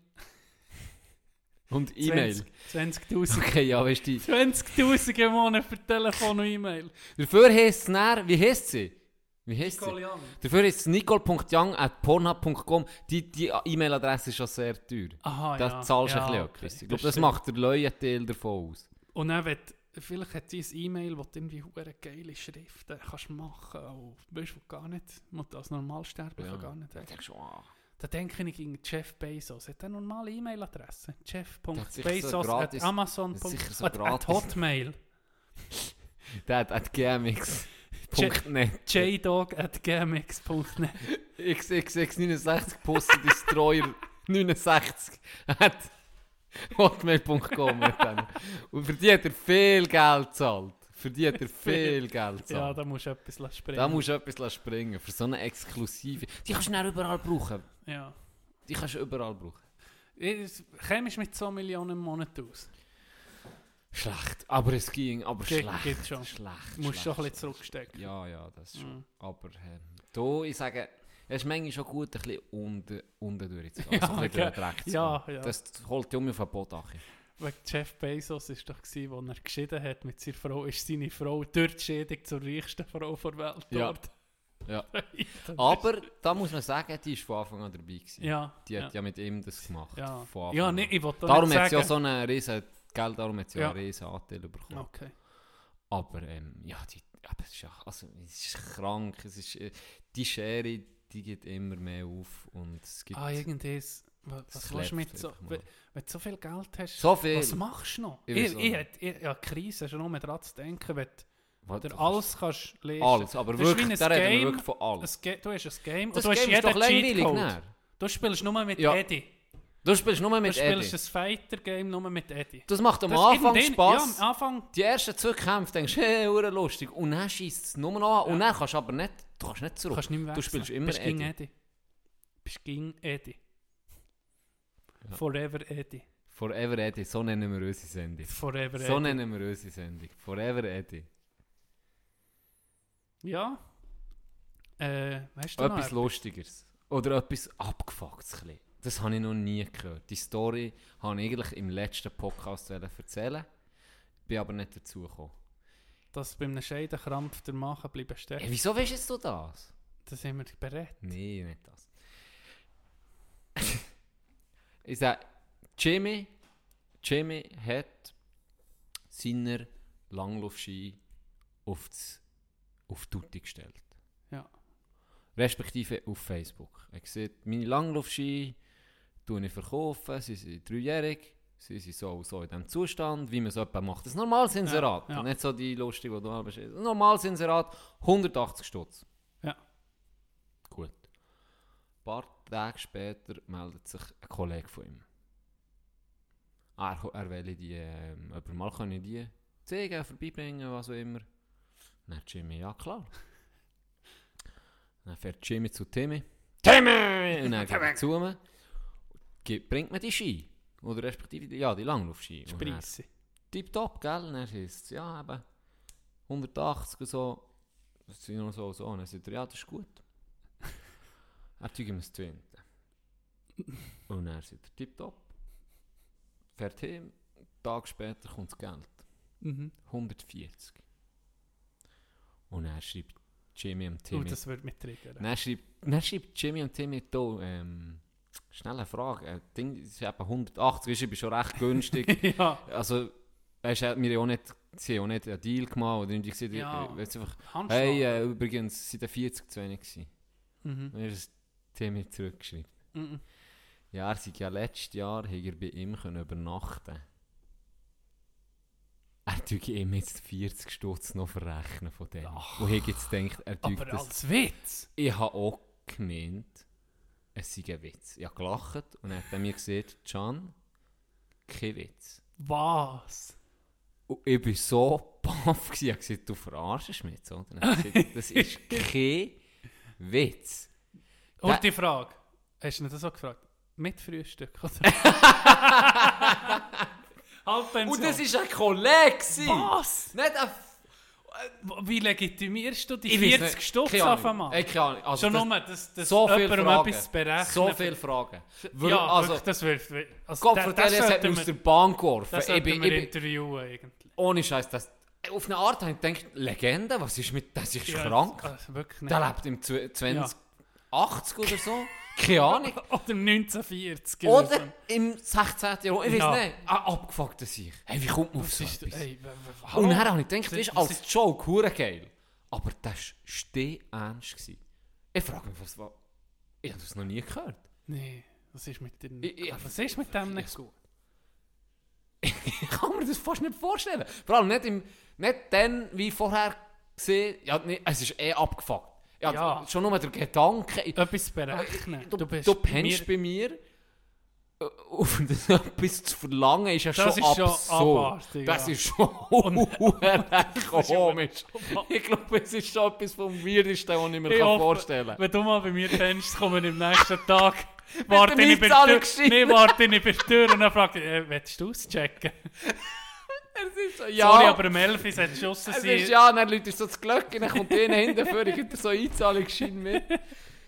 [SPEAKER 3] Und E-Mail.
[SPEAKER 4] 20 20'000
[SPEAKER 3] Okay, ja, weißt du.
[SPEAKER 4] 20'000 im Monat für Telefon und E-Mail.
[SPEAKER 3] Dafür heisst es näher, wie heisst sie? Wie heisst sie?
[SPEAKER 4] Nicole Young.
[SPEAKER 3] Dafür ist es nicole.young.pornhub.com. Die, die E-Mail-Adresse ist schon sehr teuer.
[SPEAKER 4] Aha,
[SPEAKER 3] da
[SPEAKER 4] Ah, ja.
[SPEAKER 3] zahlst du
[SPEAKER 4] ja,
[SPEAKER 3] ein bisschen
[SPEAKER 4] okay.
[SPEAKER 3] etwas. Ich glaube, das
[SPEAKER 4] stimmt.
[SPEAKER 3] macht der Leuenteil davon aus.
[SPEAKER 4] Und dann wird, vielleicht hat sie ein E-Mail, wo du irgendwie hure geile Schriften kannst machen kannst. Oh, weißt du, gar nicht, muss als Normalsterben
[SPEAKER 3] Ja.
[SPEAKER 4] ja. gar nicht.
[SPEAKER 3] Da denkst du, ah,
[SPEAKER 4] Da denke ich gegen Jeff Bezos. Hat er eine normale E-Mail-Adresse?
[SPEAKER 3] hat sicher so
[SPEAKER 4] Jeff.bezos
[SPEAKER 3] gratis-
[SPEAKER 4] at Amazon.
[SPEAKER 3] hat sicher so
[SPEAKER 4] at, at
[SPEAKER 3] gratis-
[SPEAKER 4] Hotmail.
[SPEAKER 3] der hat at gmx.net.
[SPEAKER 4] jdog at gmx.net.
[SPEAKER 3] xxx69 Postal Destroyer 69 hat hotmail.com mit dem. Und für die hat er viel Geld gezahlt. Für die hat er viel Geld
[SPEAKER 4] Ja,
[SPEAKER 3] gezahlt.
[SPEAKER 4] da musst du etwas lassen springen.
[SPEAKER 3] da musst du etwas lassen springen. Für so eine exklusive. Die kannst du dann überall brauchen.
[SPEAKER 4] ja.
[SPEAKER 3] Die kannst du überall brauchen.
[SPEAKER 4] Ich- Kommst du mit 2 Millionen im Monat aus?
[SPEAKER 3] Schlecht. Aber es ging. Aber
[SPEAKER 4] Geht-
[SPEAKER 3] schlecht.
[SPEAKER 4] geht schon.
[SPEAKER 3] Schlecht.
[SPEAKER 4] Du musst schon ein
[SPEAKER 3] schlecht.
[SPEAKER 4] bisschen zurückstecken.
[SPEAKER 3] Ja, ja, das schon.
[SPEAKER 4] Mm.
[SPEAKER 3] Aber ähm, da, ich sage, es ist manchmal schon gut, ein bisschen unten, unten durchzugehen.
[SPEAKER 4] Ja,
[SPEAKER 3] also ein bisschen
[SPEAKER 4] gell.
[SPEAKER 3] durch den Dreck zu
[SPEAKER 4] Ja,
[SPEAKER 3] gehen.
[SPEAKER 4] ja.
[SPEAKER 3] Das holt ja um auf den Bodache.
[SPEAKER 4] Wegen Jeff Bezos war doch, gewesen, als er geschieden hat mit seiner Frau, ist seine Frau durch die Schädigung zur reichsten Frau der Welt
[SPEAKER 3] Ja.
[SPEAKER 4] dort.
[SPEAKER 3] Ja. Aber da muss man sagen, die war von Anfang an dabei. Gewesen.
[SPEAKER 4] ja,
[SPEAKER 3] Die hat
[SPEAKER 4] ja.
[SPEAKER 3] ja mit ihm das gemacht.
[SPEAKER 4] Ja,
[SPEAKER 3] von Anfang
[SPEAKER 4] ja
[SPEAKER 3] an.
[SPEAKER 4] nee, ich wollte doch
[SPEAKER 3] Darum
[SPEAKER 4] nicht
[SPEAKER 3] hat sie ja eh,
[SPEAKER 4] sagen...
[SPEAKER 3] so einen riesen, gell, darum hat sie ja
[SPEAKER 4] Ja. Nou,
[SPEAKER 3] einen riesen Anteil bekommen.
[SPEAKER 4] Okay.
[SPEAKER 3] Aber ähm, ja, die, aber es, ist, ja- also, es ist krank. Es ist, äh, die Schere, die geht immer mehr auf. Und es gibt
[SPEAKER 4] Ah, irgendwas... wa- Was
[SPEAKER 3] klebt
[SPEAKER 4] willst du mit so...
[SPEAKER 3] einfach mal.
[SPEAKER 4] Wenn, wenn du so viel Geld hast,
[SPEAKER 3] so viel.
[SPEAKER 4] was machst du noch?
[SPEAKER 3] Ich
[SPEAKER 4] Ich,
[SPEAKER 3] weiß
[SPEAKER 4] ich,
[SPEAKER 3] auch
[SPEAKER 4] ich,
[SPEAKER 3] nicht.
[SPEAKER 4] hätte- ich, ja, Krise, schon nur mehr daran zu denken, wenn
[SPEAKER 3] Was-
[SPEAKER 4] du dir alles kannst lesen
[SPEAKER 3] Alles, aber
[SPEAKER 4] Das ist
[SPEAKER 3] wirklich,
[SPEAKER 4] wie
[SPEAKER 3] da
[SPEAKER 4] ein
[SPEAKER 3] reden wir
[SPEAKER 4] Game.
[SPEAKER 3] wirklich von alles.
[SPEAKER 4] Es geht- Du hast ein Game
[SPEAKER 3] Das
[SPEAKER 4] und du
[SPEAKER 3] Game
[SPEAKER 4] hast
[SPEAKER 3] ist doch
[SPEAKER 4] jeden
[SPEAKER 3] langweilig,
[SPEAKER 4] Cheatcode.
[SPEAKER 3] ne?
[SPEAKER 4] Du spielst nur mit
[SPEAKER 3] Ja.
[SPEAKER 4] Eddie.
[SPEAKER 3] Du spielst nur
[SPEAKER 4] Du
[SPEAKER 3] mit
[SPEAKER 4] spielst
[SPEAKER 3] Eddie.
[SPEAKER 4] ein Fighter-Game nur mit Eddie.
[SPEAKER 3] Das macht am
[SPEAKER 4] Das
[SPEAKER 3] Anfang
[SPEAKER 4] irgendein-
[SPEAKER 3] Spass.
[SPEAKER 4] Ja, am Anfang...
[SPEAKER 3] Die ersten zwei Kämpfe denkst du, hey, hure lustig. Und dann schießt es nur noch an. Und dann kannst du aber nicht, du kannst nicht zurück.
[SPEAKER 4] kannst nicht mehr
[SPEAKER 3] du
[SPEAKER 4] wechseln.
[SPEAKER 3] spielst immer
[SPEAKER 4] Bist gegen
[SPEAKER 3] Eddie.
[SPEAKER 4] Eddie. Bist gegen Eddie. Forever Eddie.
[SPEAKER 3] Forever Eddie, so nennen wir unsere Sendung.
[SPEAKER 4] Forever
[SPEAKER 3] So
[SPEAKER 4] Eddie.
[SPEAKER 3] nennen wir unsere Sendung. Forever Eddie.
[SPEAKER 4] Ja. Äh, weißt du
[SPEAKER 3] Etwas
[SPEAKER 4] noch?
[SPEAKER 3] Lustigeres. Oder etwas Abgefucktes. ein bisschen. Das habe ich noch nie gehört. Die Story habe ich eigentlich im letzten Podcast wollen erzählen. Bin aber nicht dazu gekommen.
[SPEAKER 4] Dass bei einem Scheidenkrampf der Machen bleiben
[SPEAKER 3] Ey,
[SPEAKER 4] steckt.
[SPEAKER 3] wieso weißt jetzt du das?
[SPEAKER 4] Das sind wir berät.
[SPEAKER 3] Nee, nicht das. ich sag, Jimmy, Jimmy hat seiner Langlaufski auf, das, auf Tutti gestellt.
[SPEAKER 4] Ja.
[SPEAKER 3] Respektive auf Facebook. Er sieht, meine Langlaufski, tue ich verkaufen, sie sind dreijährig, sie sind so und so in diesem Zustand, wie man es etwa macht. Das ist ein normales Inserat.
[SPEAKER 4] ja.
[SPEAKER 3] Nicht so die lustige, die du haben bist. Ein normales Inserat, 180 Stutz.
[SPEAKER 4] Ja.
[SPEAKER 3] Gut. Ein paar Tage später meldet sich ein Kollege von ihm. Ah, Er, er will die, ähm, jemand mal können die zeigen, vorbeibringen, was auch immer. Dann Jimmy, ja klar. Dann fährt Jimmy zu Timmy. Timmy! Und dann geht er zu mir. Ge- Bringt mir die Ski. Oder respektive, die- ja, die Langlaufski. Und dann-
[SPEAKER 4] Preise.
[SPEAKER 3] tipptopp, gell? Und Dann heisst es, ja, eben 180 und so. Das sind nur so und so. Und dann sagt er, ja, das ist gut. er tut ihm das 20. und dann sagt er, tipptopp. Fährt hin, einen Tag später kommt das Geld.
[SPEAKER 4] Mhm.
[SPEAKER 3] 140. Und er schreibt Jimmy und
[SPEAKER 4] Oh,
[SPEAKER 3] Timmy.
[SPEAKER 4] das würde mich triggern.
[SPEAKER 3] Dann schreibt, dann schreibt Jimmy und Timmy da, ähm, schnell eine Frage. Äh, Ding, es ist etwa 180, ist eben schon recht günstig.
[SPEAKER 4] ja,
[SPEAKER 3] Also, weißt du, wir haben auch nicht, sie haben auch nicht einen Deal gemacht oder irgendwie gesehen,
[SPEAKER 4] Ja.
[SPEAKER 3] ja. jetzt einfach,
[SPEAKER 4] Handschlag.
[SPEAKER 3] hey, äh, übrigens, sind der 40 zu wenig gewesen.
[SPEAKER 4] Mhm.
[SPEAKER 3] Dann ist das Thema zurückgeschrieben.
[SPEAKER 4] Mhm.
[SPEAKER 3] Ja, er sei ja letztes Jahr, hat er bei ihm können übernachten Er tut ihm jetzt 40 Stutz noch verrechnen von dem. Und ich jetzt denkt, er tut
[SPEAKER 4] Aber
[SPEAKER 3] das.
[SPEAKER 4] als Witz.
[SPEAKER 3] Ich habe auch gemeint, es sei ein Witz. Ich habe gelacht und er hat dann mir gesagt, Can, kein Witz.
[SPEAKER 4] Was?
[SPEAKER 3] Und ich war so baff, gewesen. ich habe gesagt, du verarschst mich jetzt, oder? Er hat gesagt, Das ist kein Witz.
[SPEAKER 4] Und
[SPEAKER 3] Ja.
[SPEAKER 4] die Frage. Hast du nicht das auch gefragt? Mit Frühstück, oder? Halbpension.
[SPEAKER 3] Und das war ein Kollege! gewesen.
[SPEAKER 4] Was?
[SPEAKER 3] Nicht ein... F-
[SPEAKER 4] Wie legitimierst du die
[SPEAKER 3] Ich weiß
[SPEAKER 4] 40
[SPEAKER 3] nicht.
[SPEAKER 4] Stutz
[SPEAKER 3] Keine
[SPEAKER 4] auf
[SPEAKER 3] Ahnung.
[SPEAKER 4] einmal?
[SPEAKER 3] Ey, keine Ahnung. Also
[SPEAKER 4] Schon
[SPEAKER 3] das-
[SPEAKER 4] nur, dass, dass
[SPEAKER 3] so viele
[SPEAKER 4] jemandem
[SPEAKER 3] Fragen.
[SPEAKER 4] etwas berechnen.
[SPEAKER 3] So viele Fragen. Weil,
[SPEAKER 4] Ja,
[SPEAKER 3] also,
[SPEAKER 4] wirklich, das wirft... Also,
[SPEAKER 3] Gott
[SPEAKER 4] da-
[SPEAKER 3] von
[SPEAKER 4] das
[SPEAKER 3] Elias hat
[SPEAKER 4] sollten
[SPEAKER 3] mich aus der
[SPEAKER 4] wir-
[SPEAKER 3] Bahn geworfen.
[SPEAKER 4] Das
[SPEAKER 3] Ich
[SPEAKER 4] sollten
[SPEAKER 3] bin,
[SPEAKER 4] wir
[SPEAKER 3] ich bin,
[SPEAKER 4] interviewen, eigentlich.
[SPEAKER 3] ohne Scheiß, das... Auf eine Art habe ich gedacht, Legende, was ist mit... Das ist
[SPEAKER 4] Ja,
[SPEAKER 3] krank.
[SPEAKER 4] Also, wirklich nicht.
[SPEAKER 3] Der lebt im 2080 oder so. Keine Ahnung.
[SPEAKER 4] Oder 1940.
[SPEAKER 3] Oder
[SPEAKER 4] gewesen.
[SPEAKER 3] im 16. Jahrhundert, ich weiß
[SPEAKER 4] Ja.
[SPEAKER 3] nicht, ein abgefuckter Sieg. Hey, wie kommt man auf
[SPEAKER 4] Das
[SPEAKER 3] so
[SPEAKER 4] ist...
[SPEAKER 3] etwas?
[SPEAKER 4] Ey, w- w- hallo?
[SPEAKER 3] Und dann habe ich gedacht, das ist
[SPEAKER 4] Das
[SPEAKER 3] als Joke, hure geil. Aber das war stehernst. gewesen. Ich frage mich, was war... Ich habe das noch nie gehört.
[SPEAKER 4] Nee, was ist mit dem...
[SPEAKER 3] Ich- ich-
[SPEAKER 4] was ist mit dem nicht
[SPEAKER 3] Ich-
[SPEAKER 4] gut?
[SPEAKER 3] Ich kann mir das fast nicht vorstellen. Vor allem nicht, im, nicht dann, wie vorher gesehen. Ja, nee, es ist eh abgefuckt. Ja,
[SPEAKER 4] Ja.
[SPEAKER 3] Schon nur der Gedanke... Ich,
[SPEAKER 4] Etwas berechnen.
[SPEAKER 3] du,
[SPEAKER 4] Du,
[SPEAKER 3] du,
[SPEAKER 4] bist
[SPEAKER 3] pennst
[SPEAKER 4] mir-
[SPEAKER 3] bei mir... äh, Auf das etwas zu verlangen, ist ja
[SPEAKER 4] Das
[SPEAKER 3] schon
[SPEAKER 4] ist schon
[SPEAKER 3] absurd.
[SPEAKER 4] abartig,
[SPEAKER 3] das
[SPEAKER 4] ja.
[SPEAKER 3] ist schon recht komisch. Ich glaube, es ist schon etwas vom Weirdesten, was ich mir
[SPEAKER 4] Ich
[SPEAKER 3] kann
[SPEAKER 4] hoffe,
[SPEAKER 3] vorstellen kann.
[SPEAKER 4] Wenn du mal bei mir pennst, komme ich am nächsten Tag. Warte
[SPEAKER 3] der
[SPEAKER 4] ich bei
[SPEAKER 3] Mietzahlung
[SPEAKER 4] der Tür.
[SPEAKER 3] geschrieben.
[SPEAKER 4] Nee, warte ich bei der Tür und dann frage ich, äh, willst du auschecken?
[SPEAKER 3] Ja,
[SPEAKER 4] Sorry, aber am 11. solltest du draussen
[SPEAKER 3] es
[SPEAKER 4] sein.
[SPEAKER 3] ist ja, dann läutet er so das Glöck und dann kommt einer hinten vor, ich gebe dir so Einzahlungsschein mit.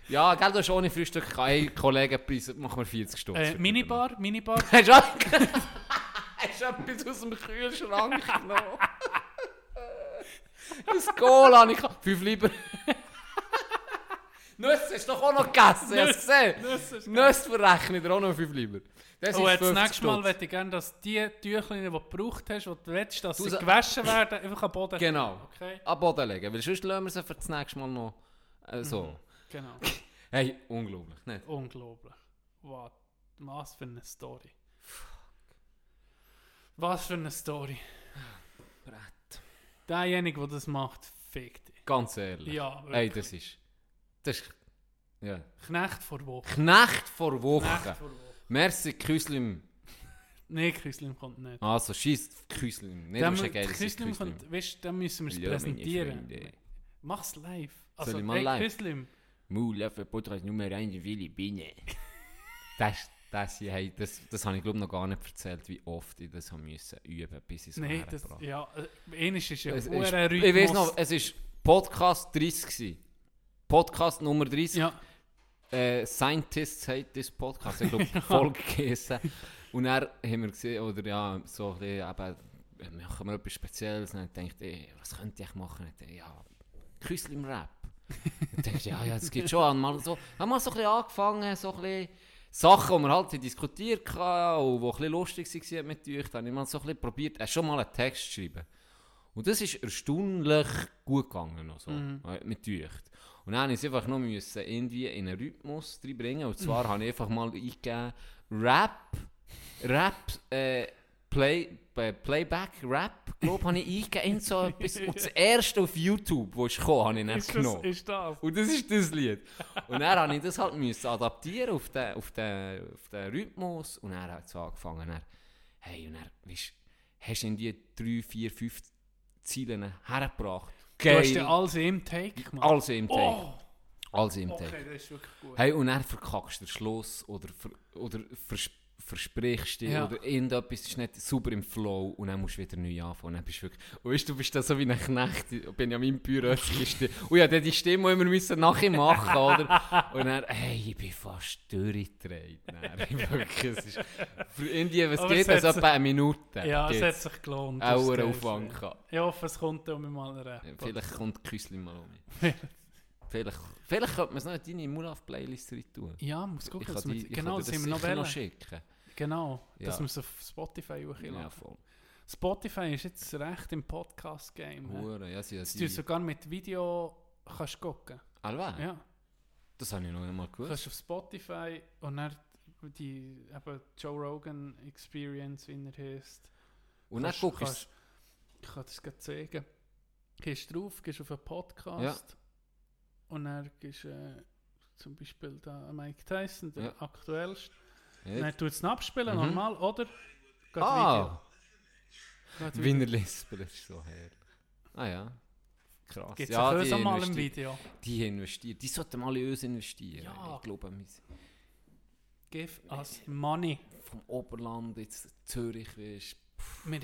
[SPEAKER 3] Ja, gell, du hast ohne Frühstück keinen Kollegenpreis, machen wir 40 Stunden.
[SPEAKER 4] Äh, Minibar, Minibar.
[SPEAKER 3] Hast du auch- Hast du etwas aus dem Kühlschrank genommen? Ein Cola habe ich... gehabt. Fünf Lieber. Nüsse hast du doch auch noch gegessen, ich habe es
[SPEAKER 4] Nüsse hast
[SPEAKER 3] gesehen.
[SPEAKER 4] du
[SPEAKER 3] Nüsse verrechnet ihr auch noch fünf Lieber. Das
[SPEAKER 4] Und
[SPEAKER 3] ist
[SPEAKER 4] jetzt das
[SPEAKER 3] 50
[SPEAKER 4] nächste Mal
[SPEAKER 3] Stutz.
[SPEAKER 4] möchte ich gerne, dass die Tücher, die du gebraucht hast, die du willst, dass
[SPEAKER 3] Du
[SPEAKER 4] sie
[SPEAKER 3] sa-
[SPEAKER 4] gewaschen werden, einfach am Boden.
[SPEAKER 3] Genau.
[SPEAKER 4] Okay.
[SPEAKER 3] An den Boden legen, weil sonst lassen wir sie für das nächste Mal noch äh, so.
[SPEAKER 4] Genau.
[SPEAKER 3] Hey, unglaublich, ne?
[SPEAKER 4] Unglaublich. Wow. Was für eine Story. Was für eine Story.
[SPEAKER 3] Brett.
[SPEAKER 4] Derjenige, der das dus macht, fickt dich.
[SPEAKER 3] Ganz ehrlich.
[SPEAKER 4] Ja,
[SPEAKER 3] Hey,
[SPEAKER 4] wirklich.
[SPEAKER 3] das ist... Das ist... Ja.
[SPEAKER 4] Knecht vor Woche.
[SPEAKER 3] Knecht vor
[SPEAKER 4] Knecht
[SPEAKER 3] Woche.
[SPEAKER 4] vor Woche.
[SPEAKER 3] Merci, Küslim.
[SPEAKER 4] Nee, Küslim kommt nicht.
[SPEAKER 3] Also, schieß Küslim. Nicht,
[SPEAKER 4] Dann
[SPEAKER 3] das ist
[SPEAKER 4] mü-
[SPEAKER 3] ein geiles
[SPEAKER 4] Küslim kommt, weißt, dann müssen wir es präsentieren. Mach's live. Also,
[SPEAKER 3] ich mal
[SPEAKER 4] ey,
[SPEAKER 3] live?
[SPEAKER 4] Küslim.
[SPEAKER 3] Mulöffel Podcast Nummer 1 in Philippinen. Das, das, hier, hey, das, das habe ich glaube noch gar nicht erzählt, wie oft ich das haben müssen üben, bis ich es
[SPEAKER 4] Nee, das,
[SPEAKER 3] hergebracht
[SPEAKER 4] ja, äh, einisch ist ja
[SPEAKER 3] Es
[SPEAKER 4] ein
[SPEAKER 3] ist-
[SPEAKER 4] hoher
[SPEAKER 3] Ich weiß
[SPEAKER 4] Rhythmus.
[SPEAKER 3] noch, es ist Podcast 30 gewesen. Podcast Nummer 30.
[SPEAKER 4] Ja,
[SPEAKER 3] Äh, Scientists hate this podcast. Ich glaube, Folge geheissen. Und dann haben wir gesehen, oder ja, so ein bisschen, eben, machen wir etwas Spezielles. Und dann denkt ich, was könnte ich machen? Und dann, ja, Küssel im Rap. Und denkst ja, ja, das geht schon an. Mal so, haben wir so ein bisschen angefangen, so ein bisschen Sachen, die wir halt diskutiert haben und die ein bisschen lustig waren mit euch. Dann habe ich mal so ein bisschen probiert, äh, schon mal einen Text
[SPEAKER 5] Mhm.
[SPEAKER 3] zu schreiben. Und das ist erstaunlich gut gegangen. noch so, äh, also, mit euch. Und Und dann musste ich es einfach noch müssen irgendwie in einen Rhythmus reinbringen. Und zwar habe ich einfach mal eingegeben, Rap, Rap, äh, Play, äh, Playback, Rap, glaube habe ich eingegeben in so etwas. Und das erste auf YouTube, wo ich kam, habe ich nicht
[SPEAKER 5] Ist das,
[SPEAKER 3] genommen.
[SPEAKER 5] ist das?
[SPEAKER 3] Und das ist das Lied. Und dann habe ich das halt müssen adaptieren auf den, auf den, auf den Rhythmus. Und dann hat es angefangen. Dann, hey, und dann, weißt, hast du in die drei, vier, fünf Zeilen hergebracht.
[SPEAKER 5] Du hast ja alles im Take gemacht.
[SPEAKER 3] Also im Take.
[SPEAKER 5] Oh,
[SPEAKER 3] Also im
[SPEAKER 5] okay,
[SPEAKER 3] Take.
[SPEAKER 5] das ist wirklich gut.
[SPEAKER 3] Hey, und dann verkackst du den Schluss oder, ver, oder vers, versprichst dich
[SPEAKER 5] Ja.
[SPEAKER 3] oder irgendetwas ist nicht super im Flow und dann musst du wieder neu anfangen. Dann bist du wirklich, und weißt, du du bist da so wie ein Knecht, ich bin ja mein Büro, und ja, dann die Stimme, die wir müssen nachher machen, oder? Und dann, hey, ich bin fast durchgedreht. Dann, wirklich, es ist, für Indien, was
[SPEAKER 5] Aber
[SPEAKER 3] geht
[SPEAKER 5] es
[SPEAKER 3] das?
[SPEAKER 5] hat
[SPEAKER 3] Etwa eine Minute.
[SPEAKER 5] ja, es hat
[SPEAKER 3] geht's.
[SPEAKER 5] sich gelohnt. das
[SPEAKER 3] auch
[SPEAKER 5] ist
[SPEAKER 3] einen
[SPEAKER 5] geil.
[SPEAKER 3] Aufwand gehabt.
[SPEAKER 5] Ich hoffe, es kommt auch mal rein.
[SPEAKER 3] Ja, Äh, Vielleicht kommt Küssli mal um. vielleicht, vielleicht könnte man es noch in deine Mulaf-Playlist rein tun.
[SPEAKER 5] Ja, muss gucken,
[SPEAKER 3] kann
[SPEAKER 5] dass wir,
[SPEAKER 3] die- ich kann
[SPEAKER 5] genau,
[SPEAKER 3] dir
[SPEAKER 5] das haben wir noch
[SPEAKER 3] sicher
[SPEAKER 5] wollen.
[SPEAKER 3] schicken.
[SPEAKER 5] Genau,
[SPEAKER 3] Ja.
[SPEAKER 5] dass wir es auf Spotify hochladen.
[SPEAKER 3] Ja, voll.
[SPEAKER 5] Spotify ist jetzt recht im Podcast-Game.
[SPEAKER 3] Hure, ja, sie,
[SPEAKER 5] Das du
[SPEAKER 3] sie,
[SPEAKER 5] sogar mit Video kannst gucken.
[SPEAKER 3] Alva,
[SPEAKER 5] Ja,
[SPEAKER 3] das habe ich noch nicht mal
[SPEAKER 5] du
[SPEAKER 3] gewusst.
[SPEAKER 5] kannst auf Spotify und dann die eben Joe Rogan Experience, wie er heißt.
[SPEAKER 3] Und dann
[SPEAKER 5] kannst-
[SPEAKER 3] guckst
[SPEAKER 5] kannst- Ich kann das gerade zeigen. Gehst drauf, gehst auf einen Podcast und dann gehst äh, zum Beispiel da Mike Tyson, der
[SPEAKER 3] Ja.
[SPEAKER 5] aktuellste.
[SPEAKER 3] du. Ja.
[SPEAKER 5] Dann tut es abspielen,
[SPEAKER 3] Mhm.
[SPEAKER 5] normal, oder? Geht
[SPEAKER 3] Ah,
[SPEAKER 5] Video. Geht Video.
[SPEAKER 3] Wiener Lispel ist so her. Ah ja, krass.
[SPEAKER 5] Gibt es
[SPEAKER 3] ja,
[SPEAKER 5] auch
[SPEAKER 3] die
[SPEAKER 5] so mal im
[SPEAKER 3] investi-
[SPEAKER 5] Video?
[SPEAKER 3] Die investieren, die sollten mal in uns investieren.
[SPEAKER 5] Ja.
[SPEAKER 3] Ich glaube, wir sind
[SPEAKER 5] Give us money.
[SPEAKER 3] vom Oberland jetzt Zürich, weißt
[SPEAKER 5] Wir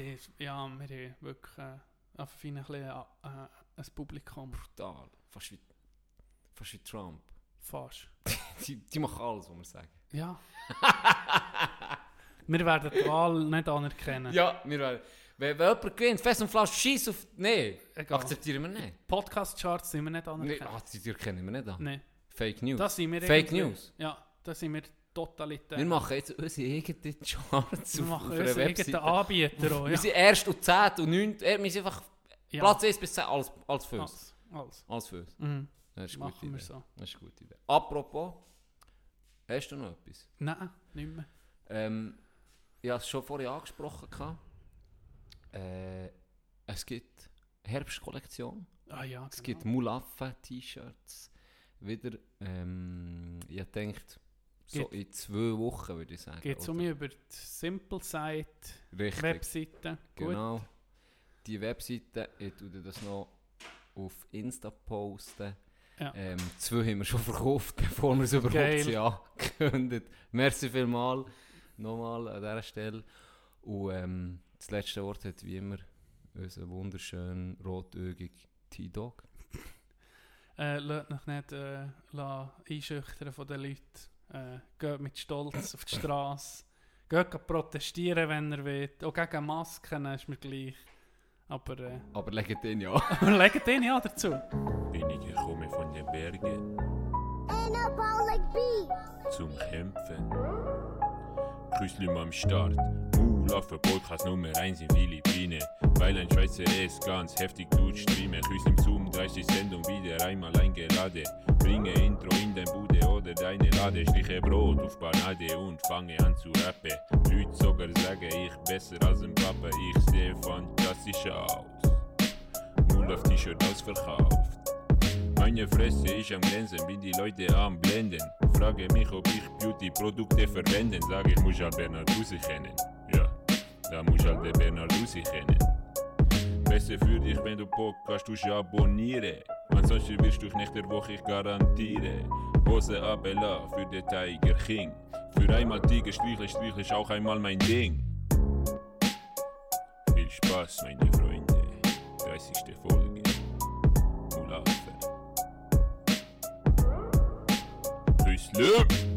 [SPEAKER 5] haben, ja, wir haben wirklich äh, auf ein, bisschen, äh, äh, ein Publikum.
[SPEAKER 3] brutal. Fast wie, fast wie Trump.
[SPEAKER 5] Fast.
[SPEAKER 3] Die, die machen alles, was wir sagen.
[SPEAKER 5] Ja. wir werden die Wahl nicht anerkennen.
[SPEAKER 3] Ja, wir werden. Wenn, wenn jemand gewinnt, Fest und Flasche, Scheiß auf. Nein,
[SPEAKER 5] Egal.
[SPEAKER 3] akzeptieren wir nicht.
[SPEAKER 5] Podcast-Charts sind wir nicht
[SPEAKER 3] Nee,
[SPEAKER 5] anerkennen.
[SPEAKER 3] ah, die Tür kennen wir nicht an.
[SPEAKER 5] Nein.
[SPEAKER 3] Fake News.
[SPEAKER 5] Das sind wir
[SPEAKER 3] Fake
[SPEAKER 5] irgendwie-
[SPEAKER 3] News.
[SPEAKER 5] Ja, das sind wir totalitär.
[SPEAKER 3] Wir machen jetzt unsere eigenen Charts
[SPEAKER 5] wir
[SPEAKER 3] auf,
[SPEAKER 5] machen
[SPEAKER 3] auf einer
[SPEAKER 5] unseren eigenen
[SPEAKER 3] Webseite.
[SPEAKER 5] Anbieter auch.
[SPEAKER 3] Wir
[SPEAKER 5] Ja.
[SPEAKER 3] sind erst und 10 und 9. Äh, wir sind einfach
[SPEAKER 5] Ja.
[SPEAKER 3] Platz 1 bis 10, alles, alles für uns.
[SPEAKER 5] Alles. Alles.
[SPEAKER 3] Alles für uns.
[SPEAKER 5] Mhm.
[SPEAKER 3] Das ist eine gute
[SPEAKER 5] Machen wir
[SPEAKER 3] Idee.
[SPEAKER 5] so.
[SPEAKER 3] Das ist eine gute Idee. Apropos, hast du noch etwas?
[SPEAKER 5] Nein, nicht mehr.
[SPEAKER 3] Ähm, ich habe es schon vorher angesprochen. gehabt. Äh, es gibt Herbstkollektion.
[SPEAKER 5] Ah ja,
[SPEAKER 3] Es
[SPEAKER 5] genau.
[SPEAKER 3] gibt Mulaffen-T-Shirts. Wieder, ähm, ich denke, so
[SPEAKER 5] Geht-
[SPEAKER 3] in zwei Wochen würde ich sagen.
[SPEAKER 5] Geht es
[SPEAKER 3] oder?
[SPEAKER 5] um über die Simple Site,
[SPEAKER 3] Richtig,
[SPEAKER 5] Webseite. Gut.
[SPEAKER 3] genau. Die Webseite, ich tue dir das noch auf Insta posten.
[SPEAKER 5] Ja.
[SPEAKER 3] Ähm, zwei haben wir schon verkauft, bevor wir es überhaupt
[SPEAKER 5] Geil.
[SPEAKER 3] sind angekündigt. Merci vielmal nochmal an dieser Stelle. Und ähm, das letzte Wort hat wie immer unser wunderschön rotäugig T-Dog.
[SPEAKER 5] Äh, lasst euch nicht äh, la- einschüchtern von den Leuten. Äh, geht mit Stolz auf die Straße. Geht gleich protestieren, wenn ihr wollt. Auch gegen Masken ist mir gleich. Aber, äh,
[SPEAKER 3] Aber legt ihn ja.
[SPEAKER 5] aber legt den ja dazu.
[SPEAKER 2] Wenige komme von den Bergen
[SPEAKER 7] Anabolic beats.
[SPEAKER 2] zum Kämpfen. Krüslim am Start. Mulaffe Podcast Nummer 1 in Philippinen. Weil ein Schweizer es ganz heftig tut, streame. Krüslim zum 30 Sendung wieder einmal eingeladen. Bringe Intro in dein Bude oder deine Lade. Striche Brot auf Panade und fange an zu rappen. Leute sogar sagen, ich besser als ein Papa. Ich sehe fantastisch aus. Mulaf T-Shirt ausverkauft. Meine Fresse ist am Glänzen, wie die Leute am Blenden. Frage mich, ob ich Beauty-Produkte verwenden. Sag ich, muss halt Bernarduzzi kennen. Ja, da muss halt der Bernarduzzi kennen. Besser für dich, wenn du Bock hast, du abonnieren. Ansonsten wirst du dich nicht der Woche, ich garantiere. Pose Abella für den Tiger King. Für einmal Tiger strichle, strichle ist auch einmal mein Ding. Viel Spaß, meine Freunde. 30. Folge. Mulaffe. Grüß Lüb!